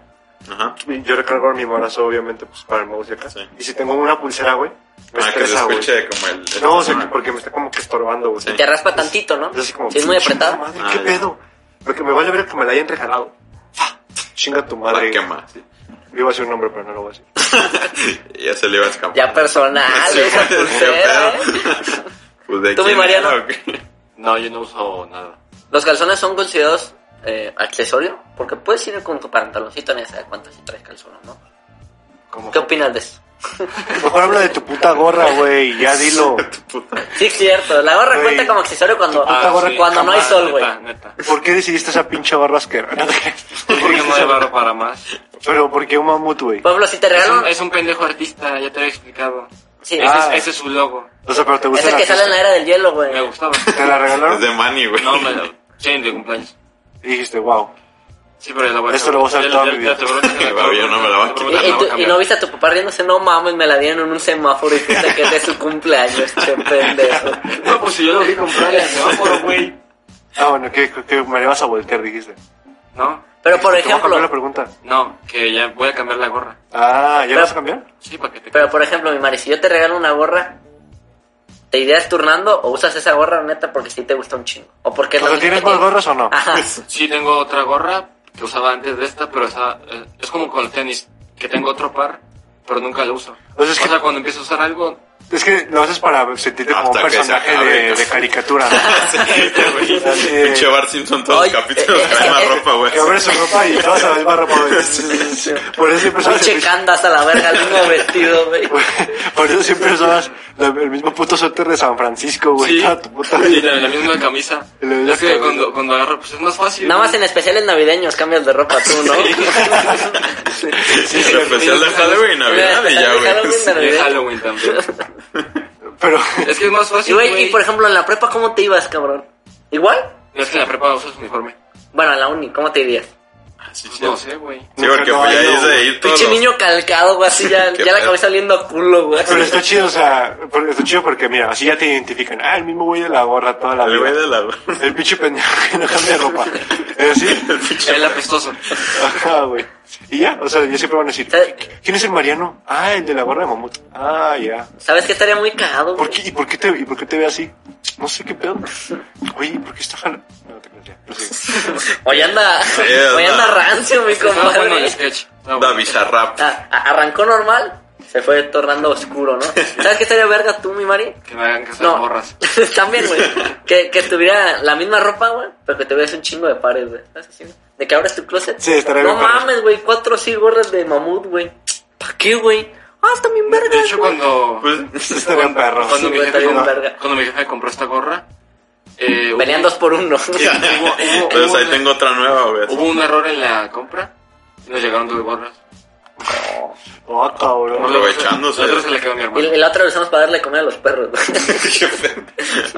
[SPEAKER 4] Ajá. Ah,
[SPEAKER 2] yo recargo mi brazo, obviamente, pues para el mouse y acá.
[SPEAKER 4] Sí.
[SPEAKER 2] Y si tengo una pulsera, güey, me
[SPEAKER 4] Ah, que se
[SPEAKER 2] estresa, güey.
[SPEAKER 4] escuche como el...
[SPEAKER 2] No, o sea, que porque me está como que estorbando, güey.
[SPEAKER 4] Sí.
[SPEAKER 3] Te raspa tantito, ¿no?
[SPEAKER 2] Es así como,
[SPEAKER 3] Sí, es muy
[SPEAKER 2] "Chingada
[SPEAKER 3] apretado.
[SPEAKER 2] Madre,
[SPEAKER 4] Ah,
[SPEAKER 2] ¿Qué
[SPEAKER 4] ya.
[SPEAKER 2] pedo? Porque me vale ver que me la hayan regalado. Fa, Chinga tu
[SPEAKER 4] La
[SPEAKER 2] madre.
[SPEAKER 4] quema, sí.
[SPEAKER 2] Iba a ser un nombre, pero no lo voy a decir.
[SPEAKER 4] ya se le iba a escapar.
[SPEAKER 3] Ya personal,
[SPEAKER 4] Sí,
[SPEAKER 3] esa
[SPEAKER 4] qué
[SPEAKER 3] pulsera,
[SPEAKER 4] pedo.
[SPEAKER 3] ¿eh?
[SPEAKER 4] Pues de
[SPEAKER 3] ¿Tú, mi
[SPEAKER 4] quién
[SPEAKER 3] Mariano?
[SPEAKER 4] era o qué?
[SPEAKER 1] No, yo no uso nada.
[SPEAKER 3] Los calzones son considerados eh, accesorio porque puedes ir con tu pantaloncito, ni saber cuántos si traes calzones, ¿no?
[SPEAKER 2] Como,
[SPEAKER 3] ¿Qué opinas de eso?
[SPEAKER 2] Mejor habla de tu puta gorra, güey. Ya dilo.
[SPEAKER 4] Tu puta.
[SPEAKER 3] Sí, es cierto. La gorra
[SPEAKER 2] Güey.
[SPEAKER 3] cuenta como accesorio cuando,
[SPEAKER 2] Ah,
[SPEAKER 3] cuando
[SPEAKER 2] sí,
[SPEAKER 3] cuando no hay
[SPEAKER 1] jamás,
[SPEAKER 3] sol, güey.
[SPEAKER 1] neta, neta.
[SPEAKER 2] ¿Por qué decidiste esa pinche barra asquerosa? No te creas. ¿Por qué
[SPEAKER 1] Porque no
[SPEAKER 2] esa-
[SPEAKER 1] hay barro para más.
[SPEAKER 2] Pero ¿por qué un mamut, güey?
[SPEAKER 3] Por ejemplo, si te
[SPEAKER 1] Es un,
[SPEAKER 3] regalan...
[SPEAKER 1] es un pendejo artista, ya te había explicado.
[SPEAKER 3] Sí,
[SPEAKER 1] Ese,
[SPEAKER 2] Ah.
[SPEAKER 1] es, ese es su logo.
[SPEAKER 2] O sea, pero te
[SPEAKER 3] es
[SPEAKER 2] gusta
[SPEAKER 3] el
[SPEAKER 2] la
[SPEAKER 3] que sale en la
[SPEAKER 2] fiesta.
[SPEAKER 3] era del hielo, güey.
[SPEAKER 1] Me gustaba.
[SPEAKER 2] ¿Te la
[SPEAKER 4] Es de
[SPEAKER 2] regalaron?
[SPEAKER 4] Manny, güey.
[SPEAKER 1] No, me lo... Sí, de cumpleaños.
[SPEAKER 2] Y dijiste, wow.
[SPEAKER 1] Sí, pero ya la voy a
[SPEAKER 2] Esto lo voy a usar
[SPEAKER 1] ya-
[SPEAKER 2] toda
[SPEAKER 1] ya-
[SPEAKER 2] mi
[SPEAKER 1] ya
[SPEAKER 2] vida.
[SPEAKER 1] te prometo que la-
[SPEAKER 4] Güey, yo no me la voy
[SPEAKER 1] te
[SPEAKER 4] a
[SPEAKER 3] Y,
[SPEAKER 1] prometo que
[SPEAKER 3] y
[SPEAKER 1] la voy
[SPEAKER 3] tú-
[SPEAKER 1] a
[SPEAKER 3] y
[SPEAKER 1] cambiar.
[SPEAKER 3] no viste a tu papá riéndose, no mames, me la dieron en un semáforo y piensa que es de su cumpleaños, qué pendejo.
[SPEAKER 1] No, pues si yo lo vi comprar en el semáforo, güey.
[SPEAKER 2] Ah, bueno, que, que me le vas a voltear, dijiste.
[SPEAKER 1] No,
[SPEAKER 3] Pero por
[SPEAKER 2] Te voy a cambiar la
[SPEAKER 3] ejemplo,
[SPEAKER 2] pregunta.
[SPEAKER 1] no, que ya voy a cambiar la gorra.
[SPEAKER 2] Ah, ¿ya la
[SPEAKER 3] Pero-
[SPEAKER 2] vas a cambiar?
[SPEAKER 1] Sí, para que te...
[SPEAKER 3] pero por ejemplo, mi Mari, si yo te regalo una gorra, ¿te irías turnando o usas esa gorra neta porque sí te gusta un chingo? O
[SPEAKER 2] O
[SPEAKER 3] porque es la
[SPEAKER 2] sea, ¿tienes
[SPEAKER 3] única que Ah.
[SPEAKER 2] más
[SPEAKER 3] tienes?
[SPEAKER 2] gorras o no?
[SPEAKER 3] Ajá.
[SPEAKER 1] Sí, tengo otra gorra que usaba antes de esta, pero esa, eh, es como con el tenis, que tengo otro par, pero nunca lo uso.
[SPEAKER 2] Pues es
[SPEAKER 1] o
[SPEAKER 2] que-
[SPEAKER 1] sea, cuando empiezo a usar algo,
[SPEAKER 2] Es que lo haces para sentirte como un
[SPEAKER 4] Hasta que se
[SPEAKER 2] personaje
[SPEAKER 4] acabe,
[SPEAKER 2] de,
[SPEAKER 4] casi.
[SPEAKER 2] de caricatura, ¿no?
[SPEAKER 4] Sí, güey.
[SPEAKER 2] Así de-
[SPEAKER 4] Pinche Bart Simpson todos
[SPEAKER 3] Oye,
[SPEAKER 4] los capítulos
[SPEAKER 3] eh,
[SPEAKER 4] con la misma
[SPEAKER 3] eh,
[SPEAKER 4] ropa, güey.
[SPEAKER 2] Que abre su ropa y todas a la misma ropa, güey. Por eso siempre son,
[SPEAKER 3] Pinche candas a la verga, el mismo vestido, güey.
[SPEAKER 2] por eso siempre son las- la- el mismo puto suéter de San Francisco, güey.
[SPEAKER 1] sí,
[SPEAKER 2] Toda tu puta
[SPEAKER 1] y
[SPEAKER 2] vida.
[SPEAKER 1] la, la misma camisa.
[SPEAKER 2] Y la misma
[SPEAKER 1] es que
[SPEAKER 2] camisa.
[SPEAKER 1] cuando, cuando agarro, pues es más fácil.
[SPEAKER 3] Nada
[SPEAKER 1] ¿no?
[SPEAKER 3] más en especiales navideños cambias de ropa tú, ¿no?
[SPEAKER 4] Sí, el especial de Halloween y Navidad y ya,
[SPEAKER 3] Halloween,
[SPEAKER 4] güey.
[SPEAKER 3] Navidad.
[SPEAKER 1] De Halloween también.
[SPEAKER 2] Pero,
[SPEAKER 1] es que es más
[SPEAKER 3] Y,
[SPEAKER 1] fácil,
[SPEAKER 3] güey,
[SPEAKER 1] güey.
[SPEAKER 3] y por ejemplo, en la prepa, ¿cómo te ibas, cabrón? ¿Igual?
[SPEAKER 1] Es que en la prepa usas uniforme.
[SPEAKER 3] Bueno, en la uni, ¿cómo te irías?
[SPEAKER 4] Ah, Sí,
[SPEAKER 1] Pues
[SPEAKER 4] sí.
[SPEAKER 1] no sé, güey.
[SPEAKER 4] Sí, porque pues, ya
[SPEAKER 2] No, no,
[SPEAKER 4] es de ir todos
[SPEAKER 3] Pinche
[SPEAKER 4] los-
[SPEAKER 3] niño calcado, güey, así ya,
[SPEAKER 4] Qué
[SPEAKER 3] ya la
[SPEAKER 4] pedo.
[SPEAKER 3] cabeza oliendo a culo, güey.
[SPEAKER 2] pero está chido, o sea, por- está chido porque, mira, así ya te identifican. Ah, el mismo güey de la gorra toda la
[SPEAKER 4] El güey
[SPEAKER 2] vida.
[SPEAKER 4] de la...
[SPEAKER 2] El pinche pendejo que no cambia ropa. Es así.
[SPEAKER 1] El apestoso.
[SPEAKER 2] Ajá, güey. Y ya, o sea, ya siempre van a decir,
[SPEAKER 3] ¿Sabes-
[SPEAKER 2] ¿quién es el Mariano? Ah, el de la gorra de mamut. Ah, ya.
[SPEAKER 3] ¿Sabes qué estaría muy cagado,
[SPEAKER 2] ¿Por
[SPEAKER 3] güey?
[SPEAKER 2] qué, ¿Y por qué te, y por qué te ve así? No sé qué pedo. Oye, ¿y ¿por qué está jalando? No te creas, ya. prosigue.
[SPEAKER 3] Hoy anda, hoy
[SPEAKER 4] anda.
[SPEAKER 3] anda rancio, mi
[SPEAKER 1] Estaba bueno
[SPEAKER 3] compadre.
[SPEAKER 1] el sketch. Estaba
[SPEAKER 4] Da
[SPEAKER 1] bueno.
[SPEAKER 4] bizarrap.
[SPEAKER 3] Ah, a- arrancó normal, se fue tornando oscuro, ¿no? ¿Sabes qué estaría verga tú, mi Mari?
[SPEAKER 1] Que me hagan casar
[SPEAKER 3] No,
[SPEAKER 1] borras.
[SPEAKER 3] también, güey. Que, que tuviera la misma ropa, güey, pero que te veas un chingo de pares, güey. ¿Sabes así, güey? De que abres tu closet.
[SPEAKER 2] Sí, estaría
[SPEAKER 3] No
[SPEAKER 2] bien padre.
[SPEAKER 3] mames, güey, cuatro sí gorras de mamut, güey. ¿Para qué, güey? Ah, está bien verga,
[SPEAKER 1] De hecho,
[SPEAKER 3] güey.
[SPEAKER 1] cuando...
[SPEAKER 4] Pues,
[SPEAKER 2] Estaría un perro.
[SPEAKER 1] Cuando,
[SPEAKER 3] Sí,
[SPEAKER 1] mi
[SPEAKER 3] güey,
[SPEAKER 1] jefe
[SPEAKER 3] está bien
[SPEAKER 1] compró,
[SPEAKER 3] verga.
[SPEAKER 1] cuando mi jefe compró esta gorra, eh,
[SPEAKER 3] Venían
[SPEAKER 1] hubo,
[SPEAKER 3] dos por uno.
[SPEAKER 1] hubo-
[SPEAKER 4] Entonces
[SPEAKER 1] hubo
[SPEAKER 4] ahí
[SPEAKER 1] una-
[SPEAKER 4] tengo otra nueva, güey.
[SPEAKER 1] hubo un error en la compra y nos llegaron dos gorras.
[SPEAKER 2] Oh, cabrón.
[SPEAKER 4] Aprovechándose.
[SPEAKER 1] La otra se la quedó a mi
[SPEAKER 3] Y,
[SPEAKER 1] hermano.
[SPEAKER 3] y la otra lo usamos para darle comida a los perros, güey.
[SPEAKER 4] Qué pena.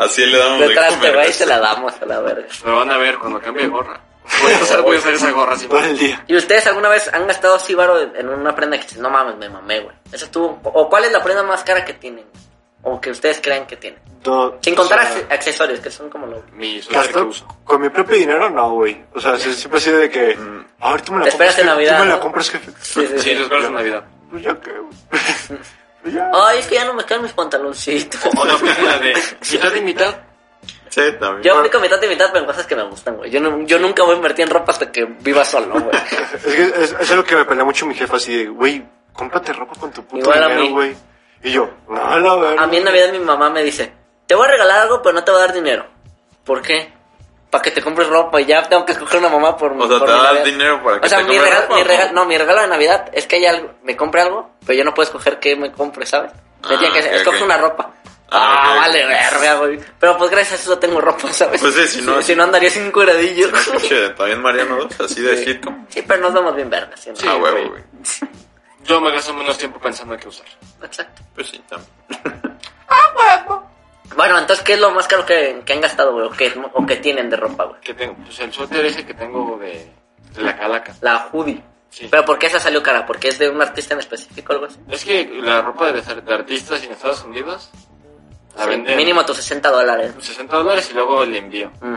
[SPEAKER 4] Así le damos de
[SPEAKER 3] Detrás te
[SPEAKER 4] comer.
[SPEAKER 3] va y se la damos a la verga.
[SPEAKER 1] Me van a ver cuando cambie de gorra. Voy a usar, voy a usar esa gorra así.
[SPEAKER 2] Todo el día.
[SPEAKER 3] ¿Y ustedes alguna vez han gastado así varo en una prenda que dicen, no mames, me mamé, güey? Eso estuvo... ¿O cuál es la prenda más cara que tienen? O que ustedes crean que tienen.
[SPEAKER 2] Do-
[SPEAKER 3] Sin contar
[SPEAKER 2] o sea,
[SPEAKER 3] acce- accesorios, que son como lo...
[SPEAKER 1] Mi suéter que
[SPEAKER 2] gasto
[SPEAKER 1] uso.
[SPEAKER 2] con mi propio dinero, no, güey. O sea, sí- siempre ha sido de que. Ahorita me la
[SPEAKER 3] Te
[SPEAKER 2] compras.
[SPEAKER 3] esperas en
[SPEAKER 2] jefe.
[SPEAKER 3] Mm. Navidad,
[SPEAKER 2] Tú me la
[SPEAKER 3] ¿no?
[SPEAKER 2] compras, jefe.
[SPEAKER 3] Sí, sí,
[SPEAKER 1] Sí,
[SPEAKER 3] sí.
[SPEAKER 1] los gorras de Navidad.
[SPEAKER 2] Pues ya qué, güey. Pues ya.
[SPEAKER 3] Ay, es que ya no me quedan mis pantaloncitos.
[SPEAKER 1] O la prenda de mitad y mitad.
[SPEAKER 4] Sí, también.
[SPEAKER 3] Yo aplico mitad y mitad, pero en cosas que me gustan, güey. Yo, no- yo nunca voy a invertir en ropa hasta que viva solo, güey.
[SPEAKER 2] Es que es, es algo que me pelea mucho mi jefa, así de, güey, cómprate ropa con tu puto
[SPEAKER 3] Igual a mí.
[SPEAKER 2] dinero, güey. Y yo, no, la verdad.
[SPEAKER 3] A mí en Navidad mi mamá me dice, te voy a regalar algo, pero no te voy a dar dinero. ¿Por qué? para que te compres ropa y ya tengo que escoger una mamá por
[SPEAKER 4] O sea,
[SPEAKER 3] por
[SPEAKER 4] te
[SPEAKER 3] mi
[SPEAKER 4] da
[SPEAKER 3] Navidad.
[SPEAKER 4] dinero para que
[SPEAKER 3] O sea,
[SPEAKER 4] te
[SPEAKER 3] mi
[SPEAKER 4] compres
[SPEAKER 3] regalo,
[SPEAKER 4] ropa,
[SPEAKER 3] mi
[SPEAKER 4] ¿o
[SPEAKER 3] regalo,
[SPEAKER 4] cómo?
[SPEAKER 3] no, mi regalo de Navidad es que ella algo- me compre algo, pero yo no puedo escoger qué me compre, ¿sabes? Yo
[SPEAKER 4] Ah,
[SPEAKER 3] tiene que
[SPEAKER 4] ok,
[SPEAKER 3] escoger
[SPEAKER 4] ok.
[SPEAKER 3] una ropa.
[SPEAKER 4] Ah,
[SPEAKER 3] Ah,
[SPEAKER 4] ok.
[SPEAKER 3] vale, verga, güey. Pero pues gracias a eso tengo ropa, ¿sabes?
[SPEAKER 4] Pues sí, si no- pues
[SPEAKER 3] Si, no andaría sin cueradillo.
[SPEAKER 4] Pinche, también Mariano 2, así de sitcom.
[SPEAKER 3] Sí, pero nos damos bien verga, ¿sí? o no?
[SPEAKER 4] ah,
[SPEAKER 1] güey.
[SPEAKER 4] huevo, güey.
[SPEAKER 1] Yo me gasto menos tiempo pensando en qué usar.
[SPEAKER 3] Exacto.
[SPEAKER 4] Pues sí, también.
[SPEAKER 3] Bueno, entonces, ¿qué es lo más caro que, que han gastado, güey? O que, o que tienen de ropa, güey.
[SPEAKER 1] Que tengo, pues el suéter ese que tengo de, de la calaca.
[SPEAKER 3] La hoodie.
[SPEAKER 1] Sí.
[SPEAKER 3] Pero ¿por qué esa salió cara? ¿Porque es de un artista en específico o algo así?
[SPEAKER 1] Es que la ropa de, de artistas en Estados Unidos la
[SPEAKER 3] Sí,
[SPEAKER 1] venden
[SPEAKER 3] Mínimo tus 60 dólares.
[SPEAKER 1] 60 dólares y luego el envío.
[SPEAKER 3] Mm.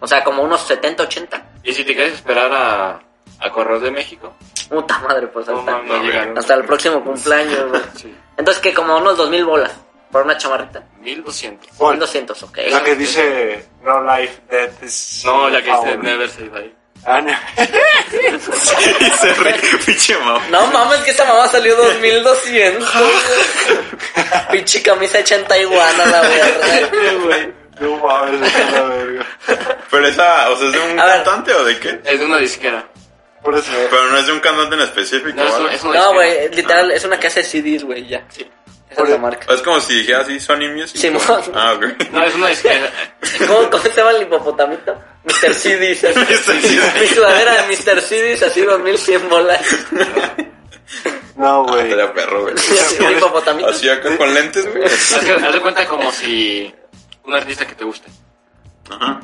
[SPEAKER 3] O sea, como unos 70, 80.
[SPEAKER 1] Y si te quieres esperar a, a Correos de México,
[SPEAKER 3] Puta madre, pues
[SPEAKER 1] no,
[SPEAKER 3] hasta,
[SPEAKER 1] no, no llegan.
[SPEAKER 3] hasta el próximo cumpleaños, güey.
[SPEAKER 1] Sí.
[SPEAKER 3] Entonces, que como unos 2000 bolas por una chamarrita.
[SPEAKER 1] 1200.
[SPEAKER 2] Paul,
[SPEAKER 3] 1200, ok.
[SPEAKER 2] la que dice No Life Death is.
[SPEAKER 1] No, la que este, dice
[SPEAKER 2] Found.
[SPEAKER 1] Never Say Die.
[SPEAKER 2] Ah, no.
[SPEAKER 4] Y se ríe, pinche mamá.
[SPEAKER 3] No mames, que esa mamá salió 2200. Pinche camisa hecha en Taiwán, a la verga.
[SPEAKER 2] No mames, es una verga.
[SPEAKER 4] Pero esa, o sea, ¿es de un
[SPEAKER 3] A ver.
[SPEAKER 4] cantante o de qué?
[SPEAKER 1] Es de una disquera.
[SPEAKER 2] Por eso.
[SPEAKER 4] Pero no es de un cantante en específico,
[SPEAKER 1] No, es, una-
[SPEAKER 4] ¿vale?
[SPEAKER 1] es una
[SPEAKER 3] No,
[SPEAKER 1] disquera.
[SPEAKER 3] güey, literal, es una casa de CDs, güey, ya.
[SPEAKER 1] Sí.
[SPEAKER 3] Esa es la marca.
[SPEAKER 4] Es como si dijera así Sony Music.
[SPEAKER 3] Sí,
[SPEAKER 4] o-
[SPEAKER 3] mo-
[SPEAKER 4] Ah, ok.
[SPEAKER 1] No, es una disquera.
[SPEAKER 3] ¿Cómo, cómo se llama el hipopotamito? Mr. CDs. así.
[SPEAKER 4] Mr. CDs.
[SPEAKER 3] Mi sudadera de Mr. CDs, así 2100 bolas.
[SPEAKER 2] No, güey.
[SPEAKER 4] Estaría perro, güey.
[SPEAKER 3] Un hipopotamito.
[SPEAKER 4] Así acá con lentes, güey.
[SPEAKER 1] Haz de- haz de cuenta como si un artista que te guste.
[SPEAKER 4] Ajá.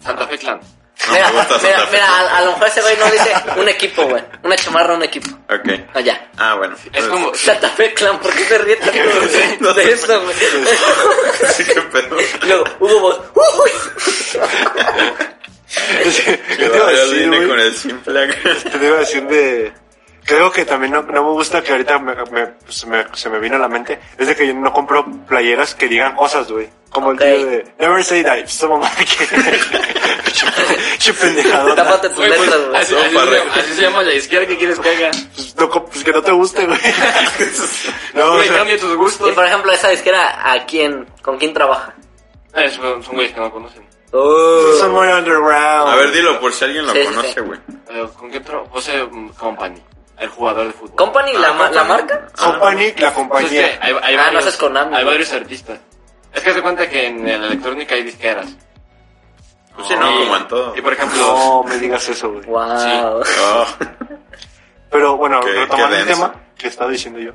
[SPEAKER 1] Santa Fe Clan.
[SPEAKER 4] No
[SPEAKER 3] Mira,
[SPEAKER 4] me gusta
[SPEAKER 3] mira,
[SPEAKER 4] Santa Fe.
[SPEAKER 3] mira, a, a lo mejor ese güey no dice un equipo, güey. Una chamarra, un equipo.
[SPEAKER 4] Ok.
[SPEAKER 3] No, ya.
[SPEAKER 4] Ah, bueno.
[SPEAKER 3] Pues,
[SPEAKER 1] Es como.
[SPEAKER 3] Santa Fe Clan, ¿por qué se ríe tanto de,
[SPEAKER 4] No
[SPEAKER 3] de
[SPEAKER 4] sé.
[SPEAKER 3] eso, güey?
[SPEAKER 4] Sí, qué pedo.
[SPEAKER 3] Luego, Hugo Boss. ¡Uy!
[SPEAKER 2] ¿Qué te iba a
[SPEAKER 4] Yo
[SPEAKER 2] decir,
[SPEAKER 4] vine
[SPEAKER 2] güey?
[SPEAKER 4] con el simple acá.
[SPEAKER 2] Te iba a decir de... Creo que también no, no me gusta que ahorita me- me- se, me, se me vino a la mente. Es de que yo no compro playeras que digan cosas, güey. Como
[SPEAKER 3] Ok.
[SPEAKER 2] el tío de Never Say Die. Esa mamá que... Che pendejadona.
[SPEAKER 3] Tápate tus
[SPEAKER 1] Güey, pues,
[SPEAKER 3] letras, güey.
[SPEAKER 1] así, así
[SPEAKER 4] No,
[SPEAKER 1] se-
[SPEAKER 4] para-
[SPEAKER 1] así se llama la izquierda que quieres que haga.
[SPEAKER 2] Pues, no comp- pues que no te guste, güey. No, o
[SPEAKER 1] Güey,
[SPEAKER 2] sea,
[SPEAKER 1] cambia tus
[SPEAKER 3] Y
[SPEAKER 1] gustos.
[SPEAKER 3] por ejemplo, esa disquera, ¿a quién? ¿Con quién trabaja?
[SPEAKER 1] Ah, es- son güeyes que no conocen.
[SPEAKER 2] son
[SPEAKER 3] Oh.
[SPEAKER 2] muy underground.
[SPEAKER 4] A ver, dilo por si alguien lo
[SPEAKER 3] Sí, sí, sí.
[SPEAKER 4] conoce, güey.
[SPEAKER 1] Eh, ¿Con qué trabajo? José mm, Company, el jugador de fútbol. Ah,
[SPEAKER 3] ¿Company,
[SPEAKER 4] Ah,
[SPEAKER 3] la, ma- la marca?
[SPEAKER 2] Company, la
[SPEAKER 1] Pues es que
[SPEAKER 2] compañía.
[SPEAKER 1] hay, hay
[SPEAKER 3] Ah, no haces Konami,
[SPEAKER 1] hay
[SPEAKER 3] güey.
[SPEAKER 1] varios artistas. Es que se cuenta que en la electrónica hay disqueras.
[SPEAKER 4] Pues sí, no,
[SPEAKER 1] Y-
[SPEAKER 4] como en todo.
[SPEAKER 1] Y por ejemplo,
[SPEAKER 2] No me digas eso, güey.
[SPEAKER 3] Wow.
[SPEAKER 4] Oh.
[SPEAKER 2] Pero bueno,
[SPEAKER 4] Qué-
[SPEAKER 2] retomando
[SPEAKER 4] qué
[SPEAKER 2] el
[SPEAKER 4] denso.
[SPEAKER 2] tema que estaba diciendo yo.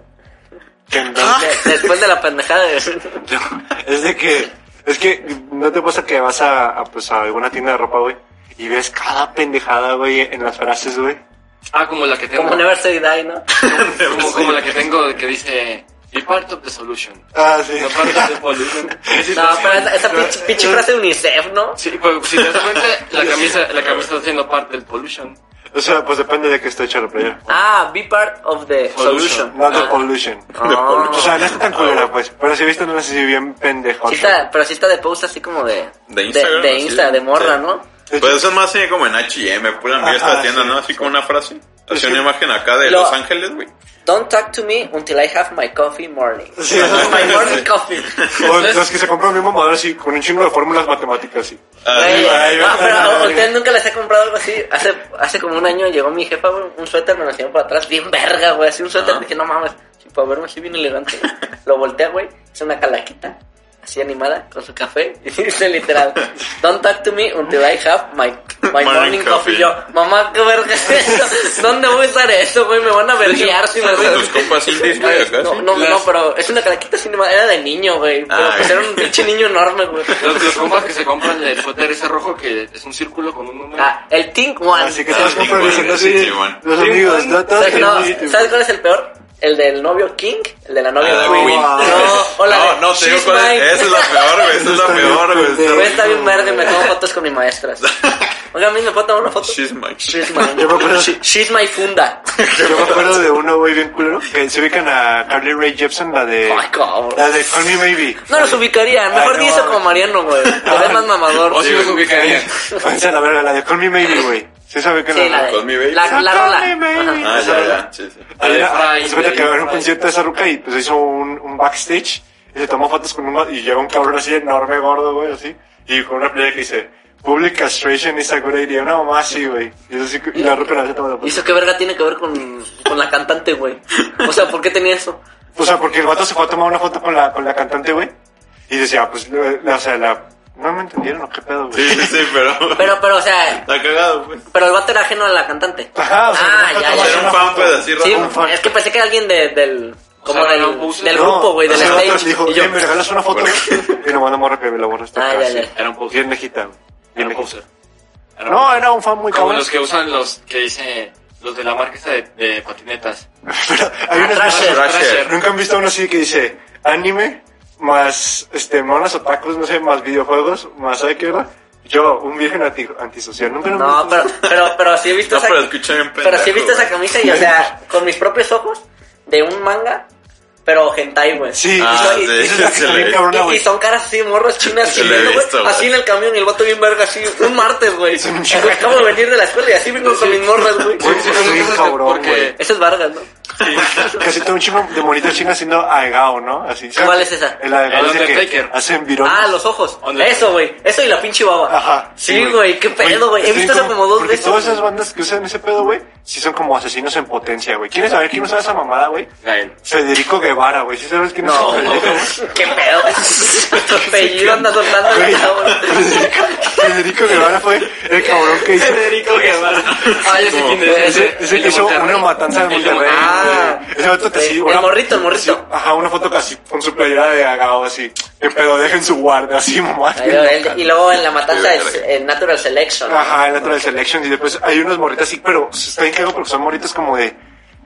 [SPEAKER 2] Que
[SPEAKER 4] Ah,
[SPEAKER 2] en
[SPEAKER 3] De- Después de la pendejada de...
[SPEAKER 2] Es de que, es que no te pasa que vas a, a, pues, a alguna tienda de ropa, güey, y ves cada pendejada, güey, en las frases, güey.
[SPEAKER 1] ah, como la que tengo,
[SPEAKER 3] Como Never Say Die, ¿no?
[SPEAKER 1] como, como la que tengo que dice, be part of the solution.
[SPEAKER 2] Ah, sí.
[SPEAKER 1] No part of the pollution.
[SPEAKER 3] No, pero esa, esa pinche, pinche frase de UNICEF, ¿no?
[SPEAKER 1] Sí, pues, si te das cuenta, la camisa, la camisa está siendo parte del pollution.
[SPEAKER 2] O sea, pues depende de que esté hecho la playera.
[SPEAKER 3] Ah, be part of the solution.
[SPEAKER 2] No de pollution.
[SPEAKER 3] Ah.
[SPEAKER 2] O sea, no está tan culera, pues. Pero si viste, no sé si bien pendejón.
[SPEAKER 3] Sí está, pero sí está de post así como de...
[SPEAKER 4] De Instagram,
[SPEAKER 3] De,
[SPEAKER 4] así,
[SPEAKER 3] Insta, de morra,
[SPEAKER 4] sí.
[SPEAKER 3] ¿no?
[SPEAKER 4] Pues eso es más eh, como en H&M, pura mierda
[SPEAKER 2] Ajá,
[SPEAKER 4] estas tiendas,
[SPEAKER 2] sí.
[SPEAKER 4] ¿no? Así como una frase. Así
[SPEAKER 2] Sí.
[SPEAKER 4] una imagen acá de
[SPEAKER 3] Lo-
[SPEAKER 4] Los Ángeles, güey.
[SPEAKER 3] Don't talk to me until I have my coffee morning.
[SPEAKER 2] Sí, ajá.
[SPEAKER 3] my morning coffee.
[SPEAKER 2] O los que se compran el mismo modelo así, con un chingo de fórmulas matemáticas, sí.
[SPEAKER 4] Ah,
[SPEAKER 3] Güey,
[SPEAKER 4] sí,
[SPEAKER 2] ay,
[SPEAKER 3] no,
[SPEAKER 2] ay,
[SPEAKER 3] pero
[SPEAKER 2] ay, ay.
[SPEAKER 3] ustedes nunca les he comprado algo así. Hace, hace como un año llegó mi jefa, güey, un suéter, me lo enseñó por atrás, bien verga, güey, así un suéter.
[SPEAKER 4] Ah.
[SPEAKER 3] Dije, no mames, sí, para verme así bien elegante. lo voltea, güey, es una calaquita, así animada, con su café, y dice literal, don't talk to me until I have my, my
[SPEAKER 4] Morning
[SPEAKER 3] morning coffee.
[SPEAKER 4] coffee.
[SPEAKER 3] Yo, mamá, qué verga es eso, ¿dónde voy a usar eso, güey? Me van a verguiar si me
[SPEAKER 4] Con tus compas indies, güey, acá,
[SPEAKER 3] no,
[SPEAKER 4] sí.
[SPEAKER 3] no,
[SPEAKER 1] Las-
[SPEAKER 3] no, pero es una calaquita sin era de niño, güey. Pero
[SPEAKER 4] Ah,
[SPEAKER 3] pues
[SPEAKER 4] güey.
[SPEAKER 3] era un pinche niño enorme, güey.
[SPEAKER 1] Los, los compas que se compran el suéter ese rojo que es un círculo con un número.
[SPEAKER 3] Ah, el Think One.
[SPEAKER 2] Así que te vas comprando
[SPEAKER 4] Ah, sí,
[SPEAKER 2] diciendo
[SPEAKER 4] sí,
[SPEAKER 2] así,
[SPEAKER 4] sí, bueno.
[SPEAKER 2] los amigos, no todos
[SPEAKER 3] ¿Sabes, no,
[SPEAKER 2] tienen-
[SPEAKER 3] ¿sabes cuál es el peor? El del novio King, el de la novia
[SPEAKER 4] Ah,
[SPEAKER 3] Queen.
[SPEAKER 4] Queen.
[SPEAKER 3] No, hola.
[SPEAKER 4] No, no, te digo
[SPEAKER 3] she's
[SPEAKER 4] cuál es.
[SPEAKER 3] mine.
[SPEAKER 4] Esa es la peor, güey. Esa es la
[SPEAKER 2] Está bien,
[SPEAKER 4] peor, güey.
[SPEAKER 2] pendejo.
[SPEAKER 3] Güey, está bien verde, me tomo fotos con mis maestras. Oiga, a mí me puedo tomar una foto.
[SPEAKER 4] She's my
[SPEAKER 3] She's mine.
[SPEAKER 2] Yo me acuerdo-
[SPEAKER 3] She- she's my funda.
[SPEAKER 2] Yo me acuerdo de uno, güey, bien culero, que se ubican a Carly Ray Jepsen, la de...
[SPEAKER 3] Ay, cabrón.
[SPEAKER 2] La de Call Me Maybe.
[SPEAKER 3] No los ubicaría, mejor
[SPEAKER 2] Ay,
[SPEAKER 3] di
[SPEAKER 2] no,
[SPEAKER 3] eso
[SPEAKER 2] güey.
[SPEAKER 3] como Mariano, güey. Te ves más
[SPEAKER 4] Oh,
[SPEAKER 3] mamador.
[SPEAKER 1] o si los ubicaría.
[SPEAKER 2] Váyanse a la verga, la de Call Me Maybe, güey. ¿Sí sabe que la...
[SPEAKER 3] Sí, la, de-
[SPEAKER 4] Call Me Baby.
[SPEAKER 3] la, la rola.
[SPEAKER 2] Call Me Baby.
[SPEAKER 3] Ajá.
[SPEAKER 4] Ah, ya, ya. Sí, sí.
[SPEAKER 1] La
[SPEAKER 2] Ahí
[SPEAKER 1] de
[SPEAKER 2] era-
[SPEAKER 1] Fry,
[SPEAKER 2] se cuenta
[SPEAKER 1] güey,
[SPEAKER 2] que era un
[SPEAKER 1] Fry.
[SPEAKER 2] concierto de esa ruca y pues hizo un, un backstage y se tomó fotos con un ma- y llegó un cabrón así enorme, gordo, güey, así, y con una playa que dice, Public castration is a good idea. Una mamá así, güey. Y, eso sí, y la rompen la toda la
[SPEAKER 3] ¿Y
[SPEAKER 2] puta.
[SPEAKER 3] eso qué verga tiene que ver con, con la cantante, güey? O sea, ¿por qué tenía eso?
[SPEAKER 2] O sea, porque el vato se fue a tomar una foto con la, con la cantante, güey. Y decía, pues, la- la- o sea, la... No me entendieron, o qué pedo, güey.
[SPEAKER 4] Sí, sí, sí, pero.
[SPEAKER 3] Pero, pero, o sea,
[SPEAKER 4] Está cagado, pues.
[SPEAKER 3] pero el vato era ajeno a la cantante.
[SPEAKER 2] Ajá, o sea,
[SPEAKER 3] Ah,
[SPEAKER 2] no
[SPEAKER 3] ya,
[SPEAKER 2] faltaba
[SPEAKER 3] ya.
[SPEAKER 4] Era un
[SPEAKER 2] pues,
[SPEAKER 4] fanpage así
[SPEAKER 3] Sí,
[SPEAKER 4] raro.
[SPEAKER 2] fan.
[SPEAKER 3] es que pensé que era alguien de- del, como
[SPEAKER 1] sea,
[SPEAKER 3] del,
[SPEAKER 1] no
[SPEAKER 4] pues,
[SPEAKER 1] puso-
[SPEAKER 3] del
[SPEAKER 2] No,
[SPEAKER 3] grupo, güey, del
[SPEAKER 2] o sea, el vato
[SPEAKER 3] stage.
[SPEAKER 2] le dijo,
[SPEAKER 3] Y yo-
[SPEAKER 2] "Oye, me regalas una foto, güey. Y nomás la morra que me la borra
[SPEAKER 3] Ah,
[SPEAKER 2] esta
[SPEAKER 3] ya,
[SPEAKER 2] acá. así.
[SPEAKER 3] ya.
[SPEAKER 1] Era un poser.
[SPEAKER 2] Bien lejita, güey.
[SPEAKER 1] Era
[SPEAKER 2] Bien
[SPEAKER 1] un
[SPEAKER 2] lejita.
[SPEAKER 1] poser. Era
[SPEAKER 2] No,
[SPEAKER 1] un-
[SPEAKER 2] era un fan muy
[SPEAKER 1] como
[SPEAKER 2] cabrón.
[SPEAKER 1] los que usan los que dice los de la marca esta de, de patinetas.
[SPEAKER 2] Pero
[SPEAKER 1] Ah,
[SPEAKER 2] hay unas
[SPEAKER 3] Thrasher,
[SPEAKER 2] más-
[SPEAKER 4] Thrasher.
[SPEAKER 2] Nunca han visto uno así que dice anime más este monas otakus, no sé, más videojuegos, más ¿sabe qué era? Yo, un virgen anti- antisocial, nunca lo
[SPEAKER 3] No, pero, pero, pero sí he visto
[SPEAKER 4] No,
[SPEAKER 3] esa,
[SPEAKER 4] pero escuché bien pendejo,
[SPEAKER 3] pero sí he visto esa
[SPEAKER 4] güey.
[SPEAKER 3] camisa y, o sea, con mis propios ojos, de un manga, pero hentai, güey.
[SPEAKER 2] Sí,
[SPEAKER 4] Ah,
[SPEAKER 2] esa-
[SPEAKER 4] sí,
[SPEAKER 2] esa es la que
[SPEAKER 4] se
[SPEAKER 2] está bien
[SPEAKER 4] le-
[SPEAKER 2] cabrona,
[SPEAKER 3] Y, y
[SPEAKER 2] güey.
[SPEAKER 3] son caras así, morros chinas
[SPEAKER 4] Sí,
[SPEAKER 3] que
[SPEAKER 4] lo he
[SPEAKER 3] viendo, güey,
[SPEAKER 4] visto, güey.
[SPEAKER 3] Así en el camión y el vato bien verga, así. Un martes, güey.
[SPEAKER 2] Sí,
[SPEAKER 3] Acabo de venir de la escuela y así vengo con mis morras, güey.
[SPEAKER 2] Sí, sí, sí,
[SPEAKER 1] Entonces,
[SPEAKER 2] cabrón, güey.
[SPEAKER 1] porque
[SPEAKER 3] Esa es Vargas, ¿no?
[SPEAKER 2] Casi todo un chingo de monitos chinos haciendo aegao, ¿no? Así, ¿sabes?
[SPEAKER 3] ¿Cuál es esa?
[SPEAKER 2] El aegao
[SPEAKER 1] El
[SPEAKER 2] es de que
[SPEAKER 1] Undertaker.
[SPEAKER 2] hacen virón.
[SPEAKER 3] Ah, los ojos.
[SPEAKER 1] ¿Dónde?
[SPEAKER 3] Eso, güey. Eso y la pinche baba.
[SPEAKER 2] Ajá.
[SPEAKER 3] Sí, güey. Qué pedo, güey. He
[SPEAKER 2] estoy
[SPEAKER 3] visto eso como dos
[SPEAKER 2] porque
[SPEAKER 3] veces.
[SPEAKER 2] Todas esas
[SPEAKER 3] güey.
[SPEAKER 2] bandas que usan ese pedo, güey, sí son como asesinos en potencia, güey. ¿Quieres saber quién usa esa mamada, güey?
[SPEAKER 1] Gael.
[SPEAKER 2] Federico Guevara, güey. ¿Sí sabes quién es
[SPEAKER 3] No,
[SPEAKER 2] Federico?
[SPEAKER 3] qué pedo. Tu apellido anda soltando
[SPEAKER 2] Güey,
[SPEAKER 3] la cabrón.
[SPEAKER 2] Federico, Federico Guevara fue el cabrón que hizo.
[SPEAKER 1] Federico Guevara. Ah, ya sé quién es.
[SPEAKER 2] Ese, ese
[SPEAKER 1] El
[SPEAKER 2] que
[SPEAKER 1] de
[SPEAKER 2] hizo
[SPEAKER 1] Monterrey.
[SPEAKER 2] una matanza en
[SPEAKER 1] El de
[SPEAKER 2] Monterrey.
[SPEAKER 3] Ah.
[SPEAKER 2] güey. Ese vato que sí,
[SPEAKER 3] El
[SPEAKER 2] una-
[SPEAKER 3] morrito, el morrito.
[SPEAKER 2] sí, ajá, una foto casi con su playera de agao así. Que pedo, dejen su guardia así, mamá.
[SPEAKER 3] Ahí lo- él- Y luego en la matanza
[SPEAKER 4] Qué
[SPEAKER 3] es
[SPEAKER 4] verga.
[SPEAKER 3] eh, Natural Selection. ¿no?
[SPEAKER 2] Ajá, el Natural Selection. Y después hay unos morritas así, pero se está bien cagado porque son morritas como de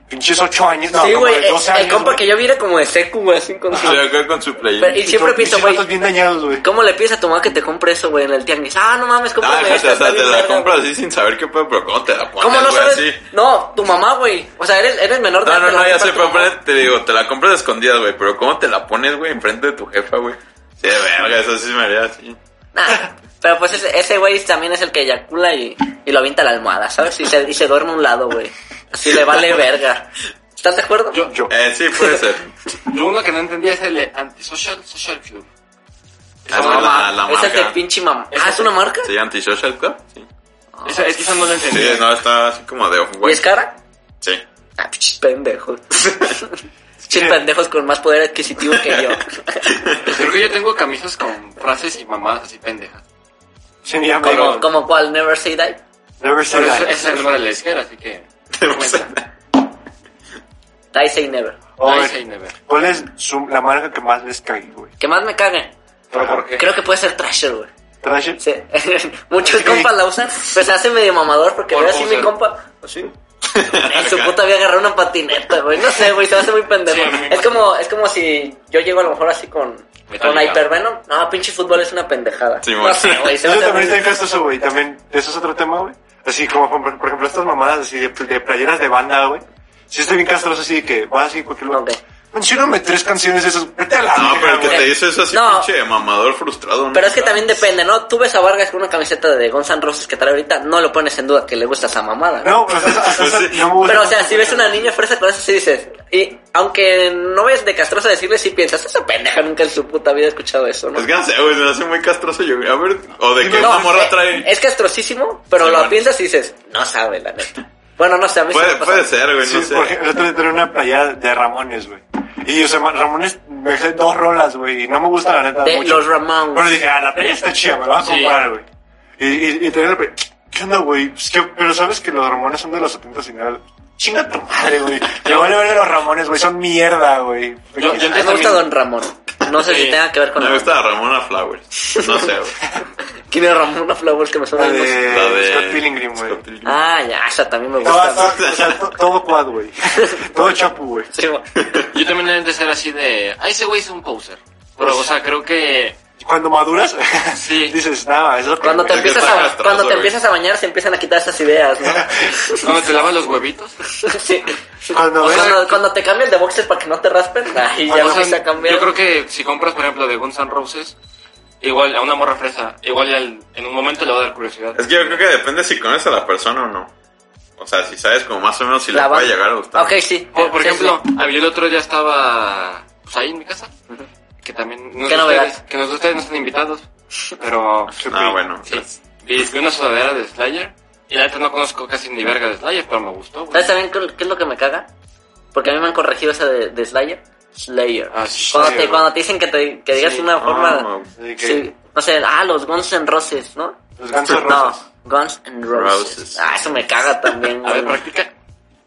[SPEAKER 2] pinches 8 años. No,
[SPEAKER 3] Sí,
[SPEAKER 2] como
[SPEAKER 3] güey. eh,
[SPEAKER 2] de 12
[SPEAKER 3] El, el
[SPEAKER 2] años.
[SPEAKER 3] compa
[SPEAKER 2] güey.
[SPEAKER 3] que yo vi era como de secu, güey. Así con su...
[SPEAKER 4] Sí, acá con su
[SPEAKER 3] Pero-
[SPEAKER 4] playlist.
[SPEAKER 3] Y siempre
[SPEAKER 2] Pinches
[SPEAKER 3] pienso, güey.
[SPEAKER 2] vatos bien dañados, güey.
[SPEAKER 3] ¿Cómo le pides a tu mamá que te compre eso, güey, en el tianguis? Ah, no mames,
[SPEAKER 4] Ah,
[SPEAKER 3] cómprame
[SPEAKER 4] fíjate,
[SPEAKER 3] esta,
[SPEAKER 4] o sea,
[SPEAKER 3] está
[SPEAKER 4] te
[SPEAKER 3] bien
[SPEAKER 4] la
[SPEAKER 3] verga.
[SPEAKER 4] compras así sin saber qué pedo, pero ¿cómo te la pones,
[SPEAKER 3] ¿Cómo no
[SPEAKER 4] güey?
[SPEAKER 3] sabes?
[SPEAKER 4] Así.
[SPEAKER 3] No, tu mamá, güey. O sea, eres, eres menor de
[SPEAKER 4] No,
[SPEAKER 3] edad,
[SPEAKER 4] no,
[SPEAKER 3] te la
[SPEAKER 4] no, ya
[SPEAKER 3] compra
[SPEAKER 4] sé,
[SPEAKER 3] tu
[SPEAKER 4] pero
[SPEAKER 3] mamá.
[SPEAKER 4] ponle- te digo, te la compras escondida, güey, pero ¿cómo te la pones, güey, enfrente de tu jefa, güey? Sí, de verga, eso sí me haría así.
[SPEAKER 3] Nah, pero pues ese ese güey también es el que eyacula y, y lo avienta a la almohada, ¿sabes? Y se, y se duerme a un lado, güey. Así le vale verga. ¿Estás de acuerdo?
[SPEAKER 2] Yo.
[SPEAKER 4] Eh, sí, puede ser.
[SPEAKER 1] Lo uno que no entendía es el de Antisocial Social Club.
[SPEAKER 4] Ah,
[SPEAKER 1] Esa
[SPEAKER 4] no,
[SPEAKER 1] mamá.
[SPEAKER 4] la, la
[SPEAKER 3] es el de
[SPEAKER 4] marca.
[SPEAKER 3] pinche mamá. Ah, ¿es una marca?
[SPEAKER 4] Sí, antisocial, ¿no? Sí.
[SPEAKER 3] Ah.
[SPEAKER 1] Esa, es que esa no la entendí.
[SPEAKER 4] Sí, no, está así como de off,
[SPEAKER 3] ¿Y
[SPEAKER 4] güey.
[SPEAKER 3] es cara?
[SPEAKER 4] Sí.
[SPEAKER 3] Ah, pinches pendejos. Pinches pendejos con más poder adquisitivo que yo.
[SPEAKER 1] Creo que yo tengo camisas con frases y mamadas así pendejas.
[SPEAKER 2] Sí, ya me
[SPEAKER 3] como,
[SPEAKER 2] digo.
[SPEAKER 3] como cual, Never Say Die.
[SPEAKER 2] Never say
[SPEAKER 1] Pero ese
[SPEAKER 2] die.
[SPEAKER 1] ese es el número de la izquierda, así que... no cuenta.
[SPEAKER 3] Die Say Never.
[SPEAKER 2] Oye,
[SPEAKER 1] Nice and never.
[SPEAKER 2] ¿Cuál es su- la marca que más les cae, güey?
[SPEAKER 3] Que más me cague.
[SPEAKER 1] ¿Pero por qué?
[SPEAKER 3] Creo que puede ser Thrasher, güey.
[SPEAKER 2] ¿Trasher?
[SPEAKER 3] Sí. Muchos
[SPEAKER 2] Sí.
[SPEAKER 3] compas la usan, pero se hace medio mamador porque
[SPEAKER 1] Por
[SPEAKER 3] veo así mi
[SPEAKER 1] poser.
[SPEAKER 3] compa. Así. En su puta había agarrado una patineta, güey. No sé, güey, se hace muy pendejo.
[SPEAKER 1] Sí, muy
[SPEAKER 3] es, como, es como si yo llego a lo mejor así con. Con
[SPEAKER 1] Metallica.
[SPEAKER 3] Hypervenom. No, pinche fútbol es una pendejada.
[SPEAKER 4] Sí,
[SPEAKER 3] no
[SPEAKER 4] bueno.
[SPEAKER 3] sé, güey. se me
[SPEAKER 2] Eso también
[SPEAKER 3] hace muy-
[SPEAKER 2] está bien castoso, güey. También, eso es otro tema, güey. Así como, por, por ejemplo, estas mamadas así de, de playeras de banda, güey. Sí está bien castroso así de que vas así a cualquier lugar.
[SPEAKER 3] Ok.
[SPEAKER 2] Mencióname tres canciones de esas. Vete a la
[SPEAKER 4] No,
[SPEAKER 2] verga,
[SPEAKER 4] pero el que
[SPEAKER 2] güey.
[SPEAKER 4] te dice eso así,
[SPEAKER 3] No.
[SPEAKER 4] pinche mamador frustrado, ¿no?
[SPEAKER 3] Pero es que también depende, ¿no? Tú ves a Vargas con una camiseta de Guns N' Roses que trae ahorita, no lo pones en duda que le gusta esa mamada. ¿no?
[SPEAKER 2] No, pues, hasta- hasta-
[SPEAKER 4] Pues sí.
[SPEAKER 2] no me gusta.
[SPEAKER 3] Pero, o sea, si ves una niña fresa con eso, sí dices. Y aunque no ves de castrosa decirle, sí piensas, esa pendeja nunca en su puta vida ha escuchado eso, ¿no?
[SPEAKER 4] Es que no sé, güey, se me hace muy castroso yo. A ver, o de que
[SPEAKER 3] No,
[SPEAKER 4] una morra
[SPEAKER 3] eh,
[SPEAKER 4] trae.
[SPEAKER 3] Es castrosísimo, pero
[SPEAKER 4] Sí,
[SPEAKER 3] lo
[SPEAKER 4] bueno.
[SPEAKER 3] piensas y dices, no sabe, la neta. Bueno, no sé, a mí sí me
[SPEAKER 4] Puede,
[SPEAKER 3] pasa.
[SPEAKER 4] puede ser, güey,
[SPEAKER 2] Sí,
[SPEAKER 4] Pues no sé.
[SPEAKER 2] por ejemplo, el otro día tenía una playera de Ramones, güey. Y, o sea, Ramones me dejé dos rolas, güey. Y no me gusta la neta
[SPEAKER 3] De
[SPEAKER 2] mucho.
[SPEAKER 3] los Ramones.
[SPEAKER 2] Pero dije, ah, la playera está chida, me la voy a
[SPEAKER 1] Sí.
[SPEAKER 2] comprar, güey. Y, y, y tenía la playera, ¿qué onda, güey? Pues que- pero sabes que los Ramones son de los 70 y nada. Chinga tu madre, güey. Me vale ver los Ramones, güey. Son mierda, güey.
[SPEAKER 1] Yo- yo
[SPEAKER 3] A mí me gusta Don Ramón. No sé
[SPEAKER 1] Sí.
[SPEAKER 3] si tenga que ver con
[SPEAKER 4] Me
[SPEAKER 3] la-
[SPEAKER 4] gusta Ramona Flowers. No sé, güey.
[SPEAKER 3] ¿Quién es Ramón a Flowers que me suena?
[SPEAKER 2] La
[SPEAKER 3] de música?
[SPEAKER 4] La
[SPEAKER 2] de
[SPEAKER 4] de.
[SPEAKER 2] Eh, Scott Pilgrim, güey.
[SPEAKER 4] Scott Pilgrim.
[SPEAKER 3] Ah, ya, esa también me
[SPEAKER 2] Toda-
[SPEAKER 3] gusta.
[SPEAKER 2] toda- O sea, to- todo quad, güey. Todo chapu, güey.
[SPEAKER 3] Sí, bueno.
[SPEAKER 1] Yo también he de ser así de... Ah, ese güey es un poser. Pero, o sea, creo que...
[SPEAKER 2] Cuando maduras,
[SPEAKER 1] Sí.
[SPEAKER 2] dices, nada, es lo que...
[SPEAKER 3] Cuando te,
[SPEAKER 4] Es que
[SPEAKER 3] empiezas
[SPEAKER 4] está
[SPEAKER 3] a,
[SPEAKER 4] castroso,
[SPEAKER 3] cuando te
[SPEAKER 4] güey.
[SPEAKER 3] empiezas a bañar se empiezan a quitar esas ideas, ¿no?
[SPEAKER 1] Cuando te lavas los huevitos.
[SPEAKER 3] Sí.
[SPEAKER 2] Cuando
[SPEAKER 3] O
[SPEAKER 2] ves-
[SPEAKER 3] cuando, cuando te cambias de boxes para que no te raspen, ahí ya
[SPEAKER 1] O
[SPEAKER 3] lo
[SPEAKER 1] sea,
[SPEAKER 3] empieza a cambiar.
[SPEAKER 1] Yo creo que si compras, por ejemplo, de Guns N' Roses, igual a una morra fresa, igual y al- en un momento le va a dar curiosidad.
[SPEAKER 4] Es que yo creo que depende si conoces a la persona o no. O sea, si sabes como más o menos si le
[SPEAKER 3] va-
[SPEAKER 4] puede llegar a gustar.
[SPEAKER 3] Ok, sí.
[SPEAKER 1] Por, por
[SPEAKER 3] Sí,
[SPEAKER 1] ejemplo,
[SPEAKER 3] sí.
[SPEAKER 1] a mí el otro día estaba pues, ahí en mi casa, que también... no es
[SPEAKER 3] Qué
[SPEAKER 1] de
[SPEAKER 3] novedad.
[SPEAKER 1] ustedes, Que no es de ustedes no están invitados, pero...
[SPEAKER 4] Ah, bueno.
[SPEAKER 1] Sí. Y vi una sudadera de Slayer. Y la neta no conozco casi ni verga de Slayer, pero me gustó, güey.
[SPEAKER 3] ¿Sabes también qué, qué es lo que me caga? Porque a mí me han corregido esa de, de Slayer. Slayer.
[SPEAKER 1] Ah, sí.
[SPEAKER 3] cuando,
[SPEAKER 2] Slayer.
[SPEAKER 3] te, cuando te dicen que, te, que digas
[SPEAKER 1] Sí.
[SPEAKER 3] una
[SPEAKER 4] Ah,
[SPEAKER 3] forma...
[SPEAKER 2] Así que
[SPEAKER 3] sí, no sé, ah, los Guns N' Roses, ¿no?
[SPEAKER 2] los gansos rosas.
[SPEAKER 3] No, Guns N' Roses.
[SPEAKER 4] Roses.
[SPEAKER 3] Ah, eso me caga también.
[SPEAKER 1] A ver,
[SPEAKER 3] güey.
[SPEAKER 1] practica,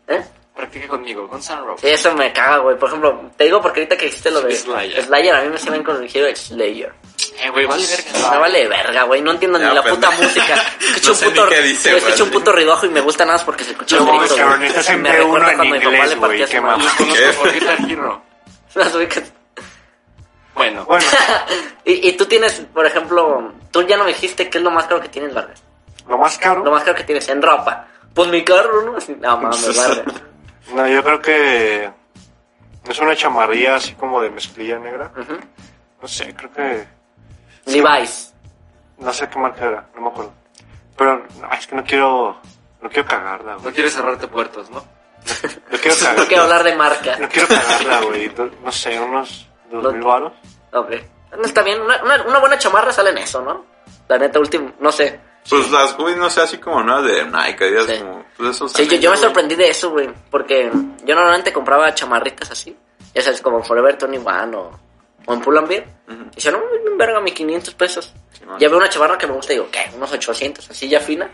[SPEAKER 3] ¿Eh?
[SPEAKER 1] practica conmigo, con San Rose.
[SPEAKER 3] Sí, eso me caga, güey. Por ejemplo, te digo porque ahorita que hiciste lo de
[SPEAKER 1] Slayer.
[SPEAKER 3] Slayer, a mí me se me han corregido el Slayer.
[SPEAKER 1] Eh, güey, vale verga.
[SPEAKER 3] Me vale verga, güey. No entiendo
[SPEAKER 4] Ya,
[SPEAKER 3] ni la
[SPEAKER 4] pues,
[SPEAKER 3] puta
[SPEAKER 4] no.
[SPEAKER 3] música. Escucho
[SPEAKER 4] No
[SPEAKER 3] un
[SPEAKER 4] sé
[SPEAKER 3] puto,
[SPEAKER 4] ni qué dice,
[SPEAKER 3] yo escucho un
[SPEAKER 4] güey.
[SPEAKER 3] puto ribajo y me gusta nada más porque se escucha
[SPEAKER 2] No
[SPEAKER 3] un
[SPEAKER 2] mames,
[SPEAKER 3] grito.
[SPEAKER 2] cabrón,
[SPEAKER 3] güey.
[SPEAKER 2] estás en
[SPEAKER 3] Me
[SPEAKER 2] B1
[SPEAKER 3] recuerda
[SPEAKER 2] en
[SPEAKER 3] cuando mi papá
[SPEAKER 2] inglés,
[SPEAKER 3] le partía
[SPEAKER 2] güey,
[SPEAKER 3] a su
[SPEAKER 2] qué
[SPEAKER 3] madre.
[SPEAKER 1] Los
[SPEAKER 4] ¿Qué?
[SPEAKER 1] conozco por Guitar Hero.
[SPEAKER 3] Las ubicas.
[SPEAKER 1] Bueno,
[SPEAKER 2] Bueno,
[SPEAKER 3] Y, y tú tienes, por ejemplo, tú ya no me dijiste qué es lo más caro que tienes, Vargas.
[SPEAKER 2] lo más caro.
[SPEAKER 3] Lo más caro que tienes en ropa. Pues mi carro, ¿no? Así, no mames, Vargas.
[SPEAKER 2] No, yo creo que es una chamarrilla así como de mezclilla negra.
[SPEAKER 3] Ujú.
[SPEAKER 2] No sé, creo que
[SPEAKER 3] Levi's.
[SPEAKER 2] no sé qué marca era, no me acuerdo. Pero no, es que no quiero no quiero cagarla,
[SPEAKER 1] no
[SPEAKER 2] güey.
[SPEAKER 1] quieres cerrarte puertas, ¿no?
[SPEAKER 2] No quiero
[SPEAKER 3] No quiero
[SPEAKER 2] cagarla.
[SPEAKER 3] hablar de marca.
[SPEAKER 2] No quiero cagarla, güey. Do- No sé, unos dos mil varos.
[SPEAKER 3] Ok. No, está bien, una, una- una buena chamarra sale en eso, ¿no? La neta, último, no sé.
[SPEAKER 4] Pues las güey, no sé, así como nuevas de Nike, digas
[SPEAKER 3] Sí.
[SPEAKER 4] como. Pues eso
[SPEAKER 3] Sí, yo, yo me sorprendí de eso, güey, porque yo normalmente compraba chamarritas así, ya sabes, como en Forever 21 o, o en Pull and Bear.
[SPEAKER 4] Ujú.
[SPEAKER 3] Y yo, no, me verga, mis 500 pesos.
[SPEAKER 4] man.
[SPEAKER 3] ya veo una chamarra que me gusta y digo, ¿qué? Unos 800, así ya fina.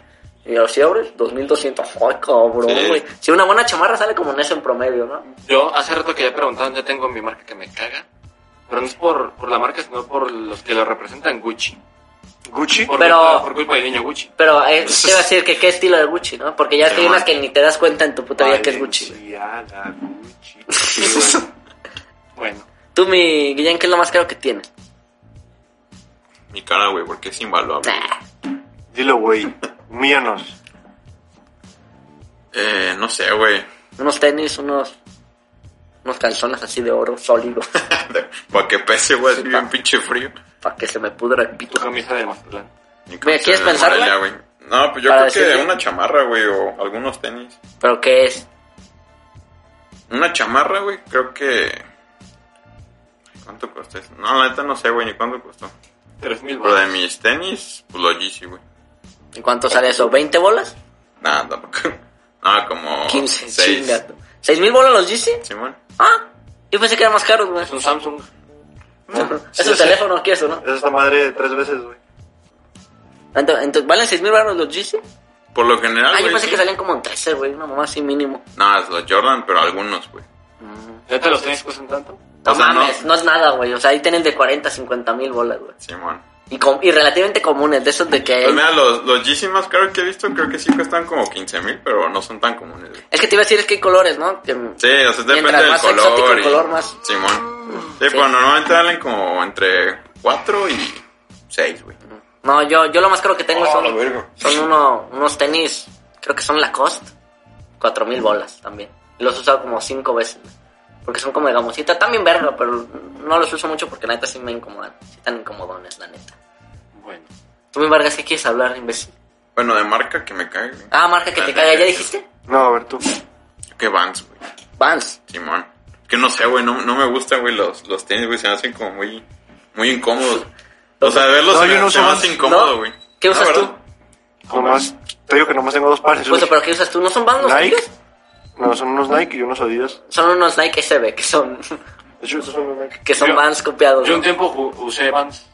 [SPEAKER 3] Y yo, si abres, 2200. ¡Ay, cabrón,
[SPEAKER 4] Sí.
[SPEAKER 3] güey! Si una buena chamarra sale como en eso en promedio, ¿no?
[SPEAKER 1] Yo hace rato que ya preguntaban, ya tengo mi marca que me caga. Pero no es por, por la marca, sino por los que lo representan Gucci.
[SPEAKER 2] Gucci.
[SPEAKER 1] Por,
[SPEAKER 3] Pero-
[SPEAKER 1] culpa, por culpa del niño Gucci.
[SPEAKER 3] Pero eh, te iba a decir que qué estilo de Gucci, ¿no? Porque ya es que hay unas que ni te das cuenta en tu puta vida que es Gucci. güey.
[SPEAKER 2] Valenciaga, Gucci. Sí, güey.
[SPEAKER 1] Bueno,
[SPEAKER 3] Tú, mi Guillén, ¿qué es lo más caro que tienes?
[SPEAKER 4] Mi cara, güey, porque es invaluable.
[SPEAKER 3] Nah.
[SPEAKER 2] Dilo, güey. Míanos.
[SPEAKER 4] Eh, no sé, güey.
[SPEAKER 3] Unos tenis, unos. Unos calzones así de oro sólido.
[SPEAKER 4] Para que pese, güey, así
[SPEAKER 3] Sí,
[SPEAKER 4] bien
[SPEAKER 3] pa.
[SPEAKER 4] pinche frío.
[SPEAKER 3] para que se me pudra el pito.
[SPEAKER 1] tu camisa de Mazatlán.
[SPEAKER 4] Ni
[SPEAKER 3] Mira,
[SPEAKER 4] con-
[SPEAKER 3] ¿quieres
[SPEAKER 4] de
[SPEAKER 3] pensarla?
[SPEAKER 4] Morelia, güey. No, pues yo
[SPEAKER 3] Para
[SPEAKER 4] creo que
[SPEAKER 3] decirle.
[SPEAKER 4] una chamarra, güey, o algunos tenis.
[SPEAKER 3] ¿Pero qué es?
[SPEAKER 4] Una chamarra, güey, creo que. ¿Cuánto costó eso? No, la neta no sé, güey, ni cuánto costó.
[SPEAKER 1] Tres mil
[SPEAKER 4] Pero de
[SPEAKER 1] baros.
[SPEAKER 4] mis tenis, pues los Yeezy, güey.
[SPEAKER 3] ¿En cuánto sale eso? ¿20 bolas?
[SPEAKER 4] Nada, tampoco. No, como.
[SPEAKER 3] 15,
[SPEAKER 4] seis.
[SPEAKER 3] chingato. ¿6 mil bolas los Yeezy?
[SPEAKER 4] Simón.
[SPEAKER 3] Ah, yo pensé que eran más caros, güey.
[SPEAKER 1] Es un Samsung.
[SPEAKER 3] es un teléfono, ¿qué es eso, no?
[SPEAKER 2] Es esta madre tres veces, güey.
[SPEAKER 3] Entonces, entonces, ¿valen 6 mil baros los Yeezy?
[SPEAKER 4] Por lo general,
[SPEAKER 3] Ah, yo
[SPEAKER 4] Ah, güey.
[SPEAKER 3] pensé
[SPEAKER 4] sí.
[SPEAKER 3] que salían como en 13, güey. Una mamá así mínimo.
[SPEAKER 4] No, es los Jordan, pero algunos, güey.
[SPEAKER 1] ¿Neta los tenis cuestan tanto?
[SPEAKER 3] No
[SPEAKER 4] O sea, no-
[SPEAKER 3] mames, no. es nada, güey. O sea, ahí tienen de 40, 50 mil bolas, güey.
[SPEAKER 4] Simón.
[SPEAKER 3] Y, com- y relativamente comunes, de esos de que...
[SPEAKER 4] Pues mira, los, los Yeezy más caros que he visto, creo que sí cuestan como 15 mil, pero no son tan comunes, güey.
[SPEAKER 3] Es que te iba a decir es que hay colores, ¿no? Que-
[SPEAKER 4] Sí, o sea, depende
[SPEAKER 3] Mientras
[SPEAKER 4] del
[SPEAKER 3] más
[SPEAKER 4] color.
[SPEAKER 3] exótico el
[SPEAKER 4] y-
[SPEAKER 3] color, más-
[SPEAKER 4] Simón. Sí, pero normalmente salen como entre 4 y 6, güey.
[SPEAKER 3] No, yo, yo lo más caro que tengo
[SPEAKER 4] Ah, la
[SPEAKER 3] son,
[SPEAKER 4] verga.
[SPEAKER 3] son uno- unos tenis, creo que son Lacoste, cuatro mil bolas también. Y Los he usado como cinco veces, güey. porque son como de gamusita, también verga, pero no los uso mucho porque la neta sí me incomodan, sí están incomodones, la neta.
[SPEAKER 1] Bueno.
[SPEAKER 3] Tú, mi Vargas, ¿qué quieres hablar, imbécil?
[SPEAKER 4] Bueno, de marca que me cae, güey.
[SPEAKER 3] Ah, marca que te caiga, ¿ya dijiste?
[SPEAKER 2] No, a ver tú.
[SPEAKER 4] Que Vans, güey.
[SPEAKER 3] Vans.
[SPEAKER 4] Simón. Que no sé, güey, no, no me gustan, güey, los, los tenis, güey, se me hacen como muy, muy incómodos. O sea, verlos
[SPEAKER 2] No,
[SPEAKER 4] se,
[SPEAKER 2] yo
[SPEAKER 4] me-
[SPEAKER 2] no
[SPEAKER 4] se
[SPEAKER 2] uso
[SPEAKER 4] me
[SPEAKER 2] Vans.
[SPEAKER 4] hace incómodo,
[SPEAKER 3] ¿No?
[SPEAKER 4] güey.
[SPEAKER 3] ¿Qué
[SPEAKER 4] La
[SPEAKER 3] usas
[SPEAKER 4] verdad.
[SPEAKER 3] tú?
[SPEAKER 2] Nomás, te digo que nomás tengo dos pares.
[SPEAKER 3] Pues,
[SPEAKER 2] güey.
[SPEAKER 3] ¿pero qué usas tú? ¿No son Vans los
[SPEAKER 2] Nike.
[SPEAKER 3] tuyos?
[SPEAKER 2] No, son unos Nike y unos Adidas.
[SPEAKER 3] Son unos Nike SB, que son,
[SPEAKER 2] De hecho, estos son unos Nike.
[SPEAKER 3] que son
[SPEAKER 1] Yo-
[SPEAKER 3] Vans copiados.
[SPEAKER 1] Yo
[SPEAKER 3] ¿no?
[SPEAKER 1] un tiempo ju- usé Vans.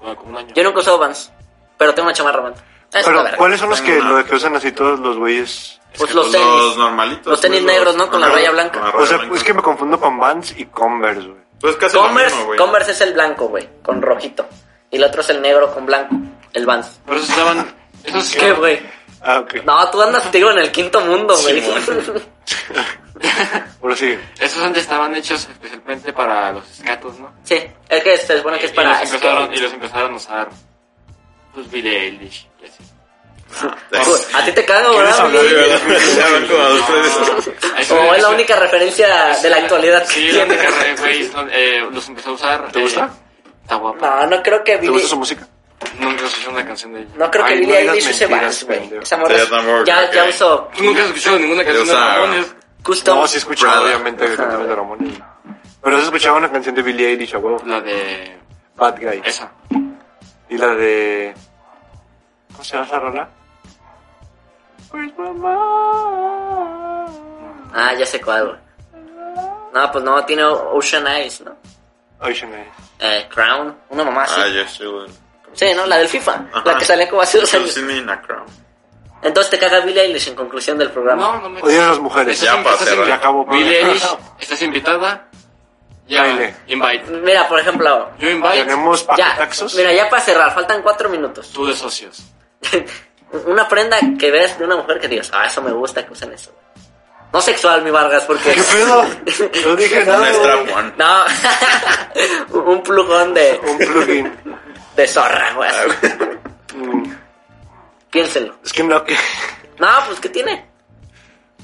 [SPEAKER 1] Bueno, como un año.
[SPEAKER 3] Yo nunca he usado Vans, pero tengo una chamarra Vans. Ah, es una
[SPEAKER 2] Pero,
[SPEAKER 3] verga.
[SPEAKER 2] ¿cuáles son los
[SPEAKER 4] Tengo
[SPEAKER 2] que,
[SPEAKER 4] una-
[SPEAKER 2] los que usan así todos los güeyes?
[SPEAKER 4] Es
[SPEAKER 3] Pues
[SPEAKER 4] que
[SPEAKER 3] los tenis.
[SPEAKER 4] Los normalitos.
[SPEAKER 3] Los tenis
[SPEAKER 4] güey,
[SPEAKER 3] negros, ¿no? Con la
[SPEAKER 4] Ajá,
[SPEAKER 3] raya blanca.
[SPEAKER 4] con la raya
[SPEAKER 2] O sea,
[SPEAKER 4] blanca.
[SPEAKER 2] es que me confundo con Vans y Converse, güey.
[SPEAKER 4] Pues casi lo
[SPEAKER 3] Converse,
[SPEAKER 4] mismo, güey.
[SPEAKER 3] Converse es el blanco, güey, con rojito. Y el otro es el negro con blanco, el Vans.
[SPEAKER 1] Pero esos estaban. Esos
[SPEAKER 3] ¿Qué, güey?
[SPEAKER 2] Ah, ok.
[SPEAKER 3] No, tú andas, te digo, en el quinto mundo, güey.
[SPEAKER 4] Simón.
[SPEAKER 2] Ahora sí.
[SPEAKER 1] Esos antes estaban hechos especialmente para los escatos, ¿no?
[SPEAKER 3] sí, es que se supone que es
[SPEAKER 1] Y-
[SPEAKER 3] para...
[SPEAKER 1] Y los empezaron, y los empezaron a usar. Pues Billie Eilish. y así.
[SPEAKER 3] Güey, A ti te cago,
[SPEAKER 2] ¿Quieres
[SPEAKER 3] ¿verdad?
[SPEAKER 2] hablar
[SPEAKER 4] Sí,
[SPEAKER 3] güey?
[SPEAKER 4] ¿verdad? Ya van como dos, tres de esos.
[SPEAKER 1] Ah, eso-
[SPEAKER 3] O es la
[SPEAKER 1] eso-
[SPEAKER 3] única referencia de la actualidad que
[SPEAKER 1] Sí, la
[SPEAKER 3] tiene.
[SPEAKER 1] única re- güey. son- eh, Los empezó a usar.
[SPEAKER 2] ¿Te
[SPEAKER 1] eh,
[SPEAKER 2] gusta?
[SPEAKER 1] Está guapa.
[SPEAKER 3] No, no creo que
[SPEAKER 2] ¿Te
[SPEAKER 3] Billie...
[SPEAKER 2] gusta su música?
[SPEAKER 1] Nunca has escuchado una canción de ella.
[SPEAKER 3] No creo que
[SPEAKER 2] Ay,
[SPEAKER 3] Billie
[SPEAKER 2] no digas
[SPEAKER 3] Eilish use
[SPEAKER 2] mentiras,
[SPEAKER 3] Vans, güey.
[SPEAKER 2] pendejo.
[SPEAKER 3] Esa morra...
[SPEAKER 4] Sí, yo tampoco
[SPEAKER 3] Ya,
[SPEAKER 4] creo
[SPEAKER 3] ya
[SPEAKER 4] que-
[SPEAKER 3] usó
[SPEAKER 1] Tú nunca has escuchado ninguna canción de
[SPEAKER 4] usa-
[SPEAKER 1] Ramones.
[SPEAKER 3] Custom...
[SPEAKER 2] No, sí he escuchado,
[SPEAKER 4] Prada.
[SPEAKER 2] obviamente, de canciones de Ramones. Pero has escuchado una canción de Billie Eilish, a huevo.
[SPEAKER 1] La de.
[SPEAKER 2] Bad Guy.
[SPEAKER 1] Esa.
[SPEAKER 2] Y la de... ¿Cómo se llama esa rola? Pues mamá.
[SPEAKER 3] Ah, ya sé cuál, güey. No, pues no, tiene Ocean Eyes, ¿no?
[SPEAKER 2] Ocean Eyes.
[SPEAKER 3] Eh, Crown, una mamá así.
[SPEAKER 4] Ah, ya sé, güey.
[SPEAKER 3] Sí, ¿no? La del FIFA, la
[SPEAKER 4] Ajá.
[SPEAKER 3] que salía como hace dos
[SPEAKER 4] Eso
[SPEAKER 3] años.
[SPEAKER 4] sí me inacrón.
[SPEAKER 3] Entonces te caga Billie Eilish en conclusión del programa.
[SPEAKER 1] No, no me.
[SPEAKER 2] Odias a las mujeres.
[SPEAKER 1] Estás
[SPEAKER 4] Ya
[SPEAKER 1] in-
[SPEAKER 4] para
[SPEAKER 1] estás
[SPEAKER 4] cerrar.
[SPEAKER 1] in-
[SPEAKER 2] Ya acabo,
[SPEAKER 1] Billie
[SPEAKER 2] padre.
[SPEAKER 1] Eilish, estás invitada. Ya,
[SPEAKER 2] Dale.
[SPEAKER 1] invite.
[SPEAKER 3] Mira, por ejemplo,
[SPEAKER 1] Yo invite,
[SPEAKER 2] Tenemos
[SPEAKER 3] ya,
[SPEAKER 2] paquetaxos.
[SPEAKER 3] mira, ya para cerrar, faltan cuatro minutos.
[SPEAKER 1] tú de socios.
[SPEAKER 3] Una prenda que veas de una mujer que digas, ah, eso me gusta que usen eso. No sexual, mi Vargas, porque...
[SPEAKER 2] ¿Qué pedo? No dije
[SPEAKER 4] Un
[SPEAKER 2] nada. güey.
[SPEAKER 4] strap one.
[SPEAKER 3] No, un plugón de,
[SPEAKER 2] Un plugin.
[SPEAKER 3] de zorra, güey.
[SPEAKER 2] Ah,
[SPEAKER 3] así.
[SPEAKER 2] Mm,
[SPEAKER 3] Piénselo.
[SPEAKER 2] Es que no, que.
[SPEAKER 3] No, pues, ¿qué tiene?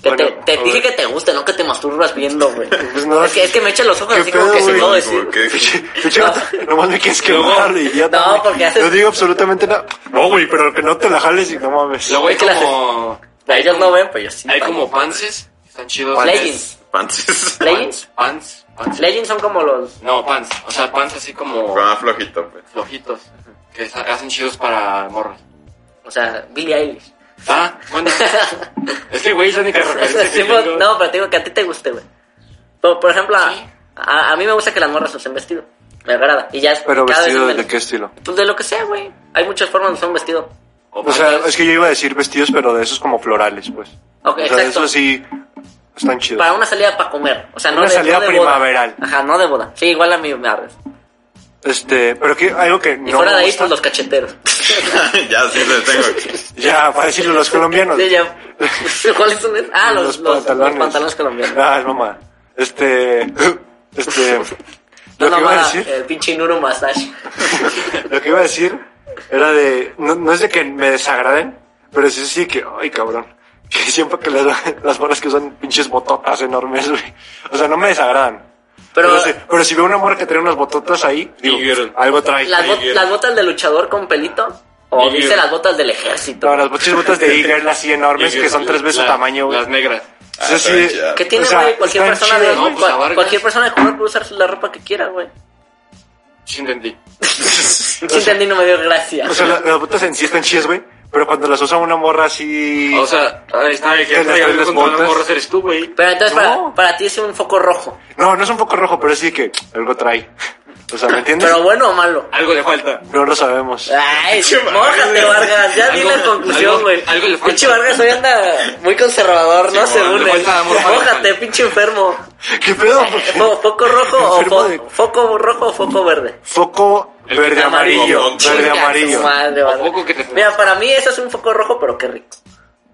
[SPEAKER 3] Que
[SPEAKER 2] Bueno,
[SPEAKER 3] te, te
[SPEAKER 2] a
[SPEAKER 3] dije
[SPEAKER 2] ver.
[SPEAKER 3] que te guste, no que te masturbas viendo, güey.
[SPEAKER 2] Pues no.
[SPEAKER 3] es, que, es que me echa los ojos
[SPEAKER 2] ¿Qué
[SPEAKER 3] así como
[SPEAKER 2] pedo,
[SPEAKER 3] que se
[SPEAKER 2] güey?
[SPEAKER 3] lo
[SPEAKER 4] Como
[SPEAKER 3] decir.
[SPEAKER 4] que-
[SPEAKER 2] Pinche gato, nomás me quieres quemar, idiota.
[SPEAKER 3] no,
[SPEAKER 2] güey.
[SPEAKER 3] porque haces-
[SPEAKER 2] No digo absolutamente nada. No, güey, pero que no te la jales y no mames.
[SPEAKER 1] Luego hay
[SPEAKER 3] Es que las-
[SPEAKER 1] como.
[SPEAKER 3] Ellos no ven, pues yo sí.
[SPEAKER 1] Hay como pances. Están chidos.
[SPEAKER 3] Leggings.
[SPEAKER 4] Pantes.
[SPEAKER 3] Leggings.
[SPEAKER 1] Pants. Pants.
[SPEAKER 3] Leggings son como los...
[SPEAKER 1] No, pants. O sea, pants así como
[SPEAKER 4] Con flojito, pues.
[SPEAKER 1] flojitos. Que sa- hacen chidos para morras.
[SPEAKER 3] O sea, Billie Eilish.
[SPEAKER 1] Ah, bueno. es que, güey, es la única referencia que
[SPEAKER 3] Sí, pues,
[SPEAKER 1] tengo.
[SPEAKER 3] no, pero te digo que a ti te guste, güey. Por, por ejemplo, a-
[SPEAKER 1] Sí.
[SPEAKER 3] a, a mí me gusta que las morras usen vestido. Me agrada. Y ya es
[SPEAKER 2] Pero
[SPEAKER 3] cada vez
[SPEAKER 2] vestido
[SPEAKER 3] es
[SPEAKER 2] de
[SPEAKER 3] menos.
[SPEAKER 2] qué estilo?
[SPEAKER 3] Pues de lo que sea, güey. Hay muchas formas de usar un vestido.
[SPEAKER 1] O,
[SPEAKER 2] O sea,
[SPEAKER 1] panties.
[SPEAKER 2] es que yo iba a decir vestidos, pero de esos como florales, pues.
[SPEAKER 3] Ok,
[SPEAKER 2] o sea,
[SPEAKER 3] exacto.
[SPEAKER 2] esos sí están chidos.
[SPEAKER 3] Para una salida para comer. O sea, no
[SPEAKER 2] Una
[SPEAKER 3] de, no
[SPEAKER 2] salida
[SPEAKER 3] de
[SPEAKER 2] primaveral.
[SPEAKER 3] boda. Ajá, no de boda. Sí, igual a mí me abres.
[SPEAKER 2] Este, pero que algo que
[SPEAKER 3] Y
[SPEAKER 2] no
[SPEAKER 3] fuera
[SPEAKER 2] me
[SPEAKER 3] de ahí,
[SPEAKER 2] gusta-
[SPEAKER 3] pues los cacheteros.
[SPEAKER 4] ya sí le tengo aquí.
[SPEAKER 2] Ya, para decirlo los colombianos.
[SPEAKER 3] Sí, ya. ¿Cuáles son esos? Ah, los, los, los pantalones. colombianos.
[SPEAKER 2] Ah, es mamá. Este, este,
[SPEAKER 3] No, eh,
[SPEAKER 2] lo que iba a
[SPEAKER 3] nomás
[SPEAKER 2] decir,
[SPEAKER 3] el pinche Nuro Massage.
[SPEAKER 2] lo que iba a decir era de, no, no es de que me desagraden, pero sí sí que, ay cabrón, que siempre que las, las morras que usan pinches bototas enormes, güey. O sea, no me desagradan.
[SPEAKER 3] Pero-
[SPEAKER 2] Pero, sí- pero si veo una morra que trae unas bototas ahí, digo,
[SPEAKER 1] Miguel.
[SPEAKER 2] algo trae.
[SPEAKER 3] Las, bot- las botas de luchador con pelito. O
[SPEAKER 1] Y-
[SPEAKER 3] dice las botas del ejército.
[SPEAKER 2] No, las pinches botas de e así enormes
[SPEAKER 1] Y-
[SPEAKER 2] que son tres veces
[SPEAKER 1] la-
[SPEAKER 2] su tamaño, güey.
[SPEAKER 1] Las negras.
[SPEAKER 4] Ah,
[SPEAKER 2] Sí,
[SPEAKER 4] está
[SPEAKER 2] sí.
[SPEAKER 4] bien chida.
[SPEAKER 3] Que tiene,
[SPEAKER 2] O
[SPEAKER 3] güey?
[SPEAKER 2] sea,
[SPEAKER 3] cualquier
[SPEAKER 2] están
[SPEAKER 3] persona de
[SPEAKER 2] chidas,
[SPEAKER 1] ¿no? Pues,
[SPEAKER 3] cual-
[SPEAKER 1] a Vargas.
[SPEAKER 3] cualquier persona de color puede usar la ropa que quiera, güey.
[SPEAKER 1] Sí, entendí.
[SPEAKER 3] Sí, entendí, no me dio gracia.
[SPEAKER 2] O sea, la- las botas en sí están chidas, güey. Pero cuando las usa una morra así.
[SPEAKER 1] O sea, ahí está. El que
[SPEAKER 2] Que las
[SPEAKER 1] traiga algo
[SPEAKER 2] tres
[SPEAKER 1] contra las
[SPEAKER 2] botas.
[SPEAKER 1] morras eres tú, güey.
[SPEAKER 3] Pero entonces para,
[SPEAKER 2] No.
[SPEAKER 3] para ti es un foco rojo.
[SPEAKER 2] No, no es un poco rojo, pero sí que algo trae. O sea, ¿me entiendes?
[SPEAKER 3] Pero bueno Ah, o malo.
[SPEAKER 1] Algo le falta.
[SPEAKER 2] No lo sabemos.
[SPEAKER 3] Ay,
[SPEAKER 4] Pinche
[SPEAKER 3] mójate,
[SPEAKER 4] Vargas.
[SPEAKER 3] Vargas. Ya di
[SPEAKER 1] Algo-
[SPEAKER 3] la conclusión,
[SPEAKER 1] algo-
[SPEAKER 3] güey.
[SPEAKER 1] algo le falta.
[SPEAKER 3] Pinche Vargas hoy anda muy conservador, ¿no?
[SPEAKER 4] Sí,
[SPEAKER 3] Según
[SPEAKER 1] le
[SPEAKER 3] él.
[SPEAKER 1] falta amor para
[SPEAKER 3] Mójate,
[SPEAKER 1] el-
[SPEAKER 3] pinche enfermo.
[SPEAKER 2] ¿Qué pedo?
[SPEAKER 3] Fo- ¿Foco rojo o
[SPEAKER 2] Enfermo
[SPEAKER 3] fo-
[SPEAKER 2] de-
[SPEAKER 3] foco rojo o foco verde?
[SPEAKER 2] Foco
[SPEAKER 1] El
[SPEAKER 2] verde
[SPEAKER 4] amarillo.
[SPEAKER 2] amarillo. Verde
[SPEAKER 3] Chinga tu
[SPEAKER 2] amarillo.
[SPEAKER 3] Madre, Vargas.
[SPEAKER 1] Foco que te-
[SPEAKER 3] Mira, para mí eso es un foco rojo, pero qué rico.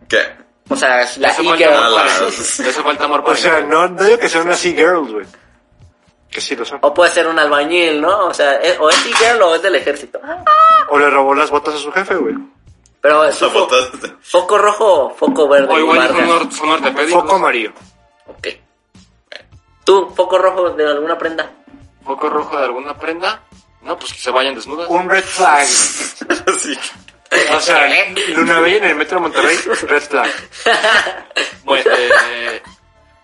[SPEAKER 4] ¿Qué?
[SPEAKER 3] O sea, es la
[SPEAKER 1] Eso
[SPEAKER 3] I
[SPEAKER 1] falta
[SPEAKER 3] que-
[SPEAKER 1] amor para
[SPEAKER 4] la-
[SPEAKER 1] ellos. Eso falta amor
[SPEAKER 2] O
[SPEAKER 1] para
[SPEAKER 2] sea,
[SPEAKER 1] ellos.
[SPEAKER 2] no, no digo que sean así girls, güey. Que sí lo son.
[SPEAKER 3] O puede ser un albañil, ¿no? O sea, es- o es igual o es del ejército.
[SPEAKER 2] O le robó las botas a su jefe, güey.
[SPEAKER 3] Pero es
[SPEAKER 4] Las
[SPEAKER 3] un fo-
[SPEAKER 4] botas.
[SPEAKER 3] foco rojo o foco verde.
[SPEAKER 1] O igual son,
[SPEAKER 3] Vargas?
[SPEAKER 1] or- son ortopédicos.
[SPEAKER 2] Foco amarillo.
[SPEAKER 3] Ok. ¿Tú, foco rojo de alguna prenda?
[SPEAKER 1] Foco rojo de alguna prenda. No, pues que se vayan desnudas.
[SPEAKER 2] Un red flag.
[SPEAKER 4] sí.
[SPEAKER 2] O sea,
[SPEAKER 3] ¿Eh?
[SPEAKER 2] Luna Bella en el metro de Monterrey, red flag.
[SPEAKER 1] Bueno, eh,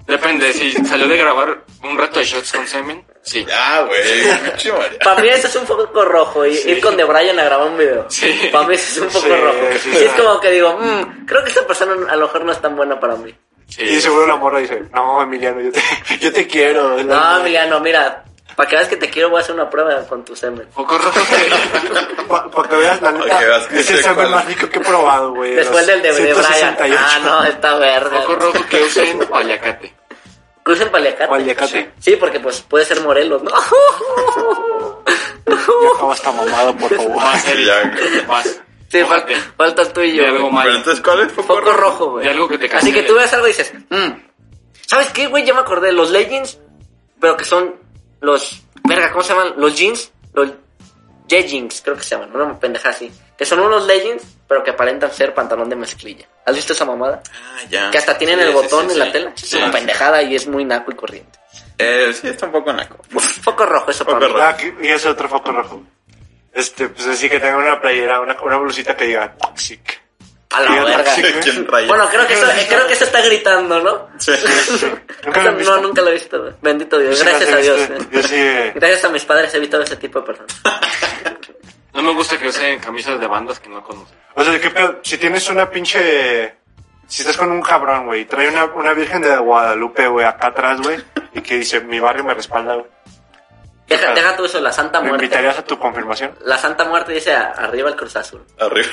[SPEAKER 1] depende. Si salió de grabar un reto de shots con semen, sí.
[SPEAKER 4] Ya, güey. Pinche María.
[SPEAKER 3] Para mí eso es un foco rojo, y ir con De Bryan a grabar un video.
[SPEAKER 1] Sí.
[SPEAKER 3] Para mí eso es un foco
[SPEAKER 2] Sí,
[SPEAKER 3] rojo.
[SPEAKER 2] sí,
[SPEAKER 3] y
[SPEAKER 2] sí.
[SPEAKER 3] es como que digo, "Mm, creo que esta persona a lo mejor no es tan buena para mí.
[SPEAKER 2] Y
[SPEAKER 1] Sí.
[SPEAKER 2] seguro la morra dice, no, Emiliano, yo te, yo te quiero.
[SPEAKER 3] No, Emiliano, mira, para que veas que te quiero voy a hacer una prueba con tu semen.
[SPEAKER 1] Foco rojo de...
[SPEAKER 2] Para que veas, la
[SPEAKER 4] Pa' que veas
[SPEAKER 2] neta,
[SPEAKER 4] que
[SPEAKER 2] es el
[SPEAKER 4] sé
[SPEAKER 2] semen
[SPEAKER 4] cuál.
[SPEAKER 2] más rico que he probado, güey.
[SPEAKER 3] Después del de, de Bryan.
[SPEAKER 2] 168.
[SPEAKER 3] Ah, no, está verde.
[SPEAKER 1] Foco rojo que usen paliacate.
[SPEAKER 3] Crucen paliacate.
[SPEAKER 2] Paliacate.
[SPEAKER 3] Sí, porque pues puede ser Morelos, ¿no?
[SPEAKER 2] Ya acabo hasta mamado, por favor.
[SPEAKER 1] Vas, Eric.
[SPEAKER 4] Ya, güey.
[SPEAKER 1] Vas.
[SPEAKER 3] Sí, fal-
[SPEAKER 1] Mójate
[SPEAKER 3] faltas tú y
[SPEAKER 1] De
[SPEAKER 3] yo.
[SPEAKER 1] algo
[SPEAKER 3] güey.
[SPEAKER 4] Pero
[SPEAKER 1] malo.
[SPEAKER 4] entonces, ¿cuál es foco,
[SPEAKER 3] Foco rojo, güey.
[SPEAKER 1] De algo que te
[SPEAKER 3] Así
[SPEAKER 1] cancele.
[SPEAKER 3] que tú ves algo y dices, "Mm". ¿sabes qué, güey? Ya me acordé, los leggings, pero que son los, verga, ¿cómo se llaman? Los jeans, los jeggings, creo que se llaman, una pendeja así. Que son unos leggings, pero que aparentan ser pantalón de mezclilla. ¿Has visto esa mamada?
[SPEAKER 4] Ah, ya.
[SPEAKER 3] Que hasta tienen
[SPEAKER 4] Sí,
[SPEAKER 3] el
[SPEAKER 4] sí,
[SPEAKER 3] botón
[SPEAKER 4] sí,
[SPEAKER 3] en la
[SPEAKER 4] sí.
[SPEAKER 3] tela. Es
[SPEAKER 4] Sí.
[SPEAKER 3] una pendejada y es muy naco y corriente.
[SPEAKER 4] Eh, sí, está un poco naco.
[SPEAKER 3] Foco rojo, eso
[SPEAKER 4] Foco
[SPEAKER 3] para mí.
[SPEAKER 4] rojo.
[SPEAKER 2] Ah, que- y ese otro foco rojo. Este, pues así que tengo una playera, una, una blusita que diga toxic.
[SPEAKER 3] A la
[SPEAKER 2] Diga
[SPEAKER 3] verga.
[SPEAKER 2] toxic, güey.
[SPEAKER 4] ¿Quién trae?
[SPEAKER 3] Bueno, creo que eso, eh, creo que eso está gritando, ¿no?
[SPEAKER 4] Sí.
[SPEAKER 2] ¿Nunca lo he visto?
[SPEAKER 3] No, nunca lo he visto. güey. Bendito Dios.
[SPEAKER 2] Sí,
[SPEAKER 3] Gracias
[SPEAKER 2] sí,
[SPEAKER 3] a
[SPEAKER 2] sí,
[SPEAKER 3] Dios.
[SPEAKER 2] sí.
[SPEAKER 3] eh.
[SPEAKER 2] Yo sí, eh,
[SPEAKER 3] Gracias a mis padres he evitado ese tipo de personas.
[SPEAKER 1] No me gusta que usen camisas de bandas que no conocen.
[SPEAKER 2] O sea, ¿qué pedo? Si tienes una pinche... Si estás con un cabrón, güey, y trae una, una virgen de Guadalupe, güey, acá atrás, güey, y que dice, mi barrio me respalda, güey.
[SPEAKER 3] Deja, deja tú eso, la Santa
[SPEAKER 2] ¿Me
[SPEAKER 3] Muerte.
[SPEAKER 2] invitarías a tu confirmación?
[SPEAKER 3] La Santa Muerte dice a- arriba el Cruz Azul.
[SPEAKER 4] Arriba.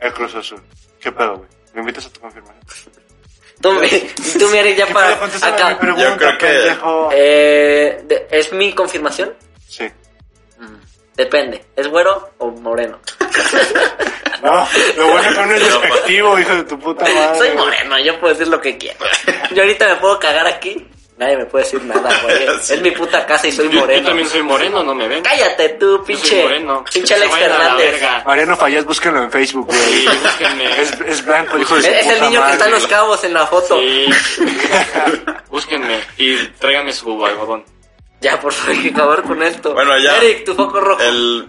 [SPEAKER 2] El Cruz Azul. ¿Qué pedo, güey? ¿Me invitas a tu confirmación?
[SPEAKER 3] Tú me, y tú me eres ya
[SPEAKER 2] ¿Qué
[SPEAKER 3] para
[SPEAKER 2] pedo? Contéstame mi
[SPEAKER 3] acá.
[SPEAKER 2] pregunta,
[SPEAKER 4] Yo creo que-
[SPEAKER 2] pendejo.
[SPEAKER 3] Eh, de- ¿Es mi confirmación?
[SPEAKER 2] Sí.
[SPEAKER 3] Depende. ¿Es güero o moreno?
[SPEAKER 2] No, lo bueno es que no es despectivo, hijo de tu puta madre.
[SPEAKER 3] Soy
[SPEAKER 2] güey.
[SPEAKER 3] moreno, yo puedo decir lo que quiera. Yo ahorita me puedo cagar aquí. Nadie me puede decir nada, güey.
[SPEAKER 4] Sí.
[SPEAKER 3] Es mi puta casa y soy
[SPEAKER 1] Yo, yo
[SPEAKER 3] moreno.
[SPEAKER 1] también soy moreno, no me ven.
[SPEAKER 3] Cállate
[SPEAKER 1] Yo
[SPEAKER 3] tú,
[SPEAKER 1] soy
[SPEAKER 3] pinche.
[SPEAKER 1] moreno.
[SPEAKER 3] Pinche Alex
[SPEAKER 1] Se vayan a la
[SPEAKER 3] Fernández.
[SPEAKER 1] verga.
[SPEAKER 2] Mariano Fallas, búsquenlo en Facebook,
[SPEAKER 1] Sí,
[SPEAKER 2] güey.
[SPEAKER 1] búsquenme.
[SPEAKER 2] Es, es blanco, hijo de
[SPEAKER 3] Es,
[SPEAKER 2] su
[SPEAKER 3] es el
[SPEAKER 2] puta
[SPEAKER 3] niño que está en
[SPEAKER 2] madre.
[SPEAKER 3] los cabos en la foto.
[SPEAKER 1] Sí. Búsquenme y tráigame su algodón.
[SPEAKER 3] Ya, por favor, hay que acabar con esto.
[SPEAKER 4] Bueno, ya.
[SPEAKER 3] Eric, tu foco rojo.
[SPEAKER 4] El.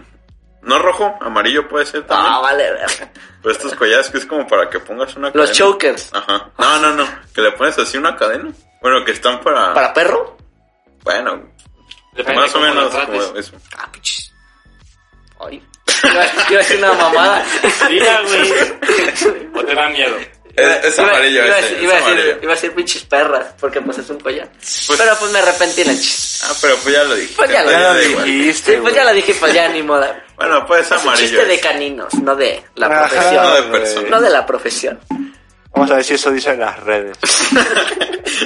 [SPEAKER 4] No rojo, amarillo puede ser también.
[SPEAKER 3] Ah, vale, verga.
[SPEAKER 4] Pero estos collares que es como para que pongas una
[SPEAKER 3] Los
[SPEAKER 4] cadena.
[SPEAKER 3] chokers.
[SPEAKER 4] Ajá. No, no, no. Que le pones así una cadena. Bueno, que están para.
[SPEAKER 3] ¿Para perro?
[SPEAKER 4] Bueno,
[SPEAKER 1] Depende
[SPEAKER 4] más o
[SPEAKER 1] cómo la
[SPEAKER 4] menos
[SPEAKER 1] trates.
[SPEAKER 4] como eso.
[SPEAKER 3] Ah, pinches. Ay. Iba a decir una mamada.
[SPEAKER 1] Mira, güey. O te da miedo.
[SPEAKER 4] Es, es
[SPEAKER 3] Iba-
[SPEAKER 4] amarillo
[SPEAKER 3] iba, a
[SPEAKER 4] ese.
[SPEAKER 3] decir- iba
[SPEAKER 4] es
[SPEAKER 3] a decir,
[SPEAKER 4] amarillo.
[SPEAKER 3] iba a decir pinches perras, porque pues es un collar. Pero pues me arrepentí, la chis.
[SPEAKER 4] Ah, pero pues ya lo dije.
[SPEAKER 3] Pues ya lo
[SPEAKER 4] da
[SPEAKER 3] dije.
[SPEAKER 4] igual.
[SPEAKER 2] Dijiste,
[SPEAKER 3] Sí, pues ya
[SPEAKER 2] güey.
[SPEAKER 3] la dije, pues ya ni moda.
[SPEAKER 4] Bueno, pues es Ah,
[SPEAKER 3] Es
[SPEAKER 4] este,
[SPEAKER 3] un
[SPEAKER 4] amarillo.
[SPEAKER 3] chiste de
[SPEAKER 4] ese.
[SPEAKER 3] caninos, no de la
[SPEAKER 2] Ajá,
[SPEAKER 4] No
[SPEAKER 3] profesión.
[SPEAKER 4] de persona.
[SPEAKER 3] No de la profesión.
[SPEAKER 2] Vamos a ver si eso dice en las redes.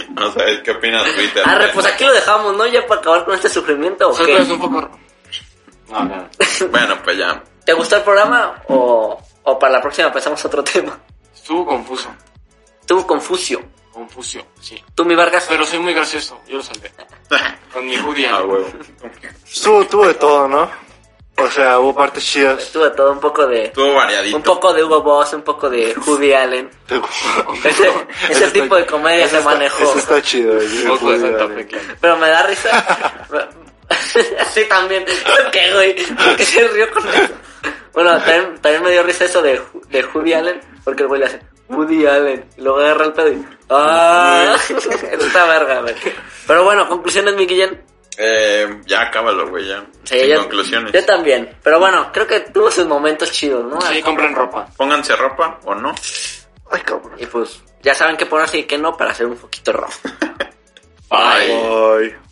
[SPEAKER 4] No sabes qué opinas Twitter.
[SPEAKER 3] Arre, pues aquí lo dejamos, ¿no? Ya para acabar con este sufrimiento, ¿o
[SPEAKER 1] Solo
[SPEAKER 3] qué?
[SPEAKER 1] es pues, un poco... No, no.
[SPEAKER 4] Bueno, pues ya.
[SPEAKER 3] ¿Te gustó el programa o, o para la próxima pensamos otro tema?
[SPEAKER 1] Estuvo confuso.
[SPEAKER 3] Estuvo Confucio.
[SPEAKER 1] Confuso, sí.
[SPEAKER 3] Tú, mi Vargas.
[SPEAKER 1] Pero soy muy gracioso. Yo lo salvé. Con mi judía.
[SPEAKER 4] Ah, huevo.
[SPEAKER 2] Estuvo, tuvo de todo, ¿no? O sea, hubo partes chidas.
[SPEAKER 3] Estuvo todo un poco de...
[SPEAKER 4] Estuvo variadito.
[SPEAKER 3] Un poco de Hugo Boss, un poco de Woody Allen. Ese, ese
[SPEAKER 2] Eso
[SPEAKER 3] tipo
[SPEAKER 2] está-
[SPEAKER 3] de comedia
[SPEAKER 2] eso
[SPEAKER 3] se
[SPEAKER 2] está-
[SPEAKER 3] manejó.
[SPEAKER 2] Eso está chido, güey.
[SPEAKER 1] Un poco de
[SPEAKER 2] Pude
[SPEAKER 1] Santa
[SPEAKER 2] darle.
[SPEAKER 1] Fe Clan.
[SPEAKER 3] Pero me da risa. sí, también. ¿Por qué, güey? ¿Por qué se rió con eso? Bueno, también, también me dio risa eso de, Ju- de Woody Allen, porque el güey le hace Woody Allen, y luego agarra el pedo y... ¡Ah! Eso está verga, güey. Pero bueno, conclusiones, mi Guillén.
[SPEAKER 4] Eh, ya acábalo, güey, ya.
[SPEAKER 3] Sí,
[SPEAKER 4] Sin
[SPEAKER 3] yo-
[SPEAKER 4] conclusiones.
[SPEAKER 3] Yo también. Pero bueno, creo que tuvo sus momentos chidos, ¿no?
[SPEAKER 1] Sí, compren ropa.
[SPEAKER 4] Pónganse ropa o no.
[SPEAKER 2] Ay, cabrón.
[SPEAKER 3] Y pues, ya saben qué ponerse y qué no para hacer un foquito rojo.
[SPEAKER 4] Bye.
[SPEAKER 2] Ay.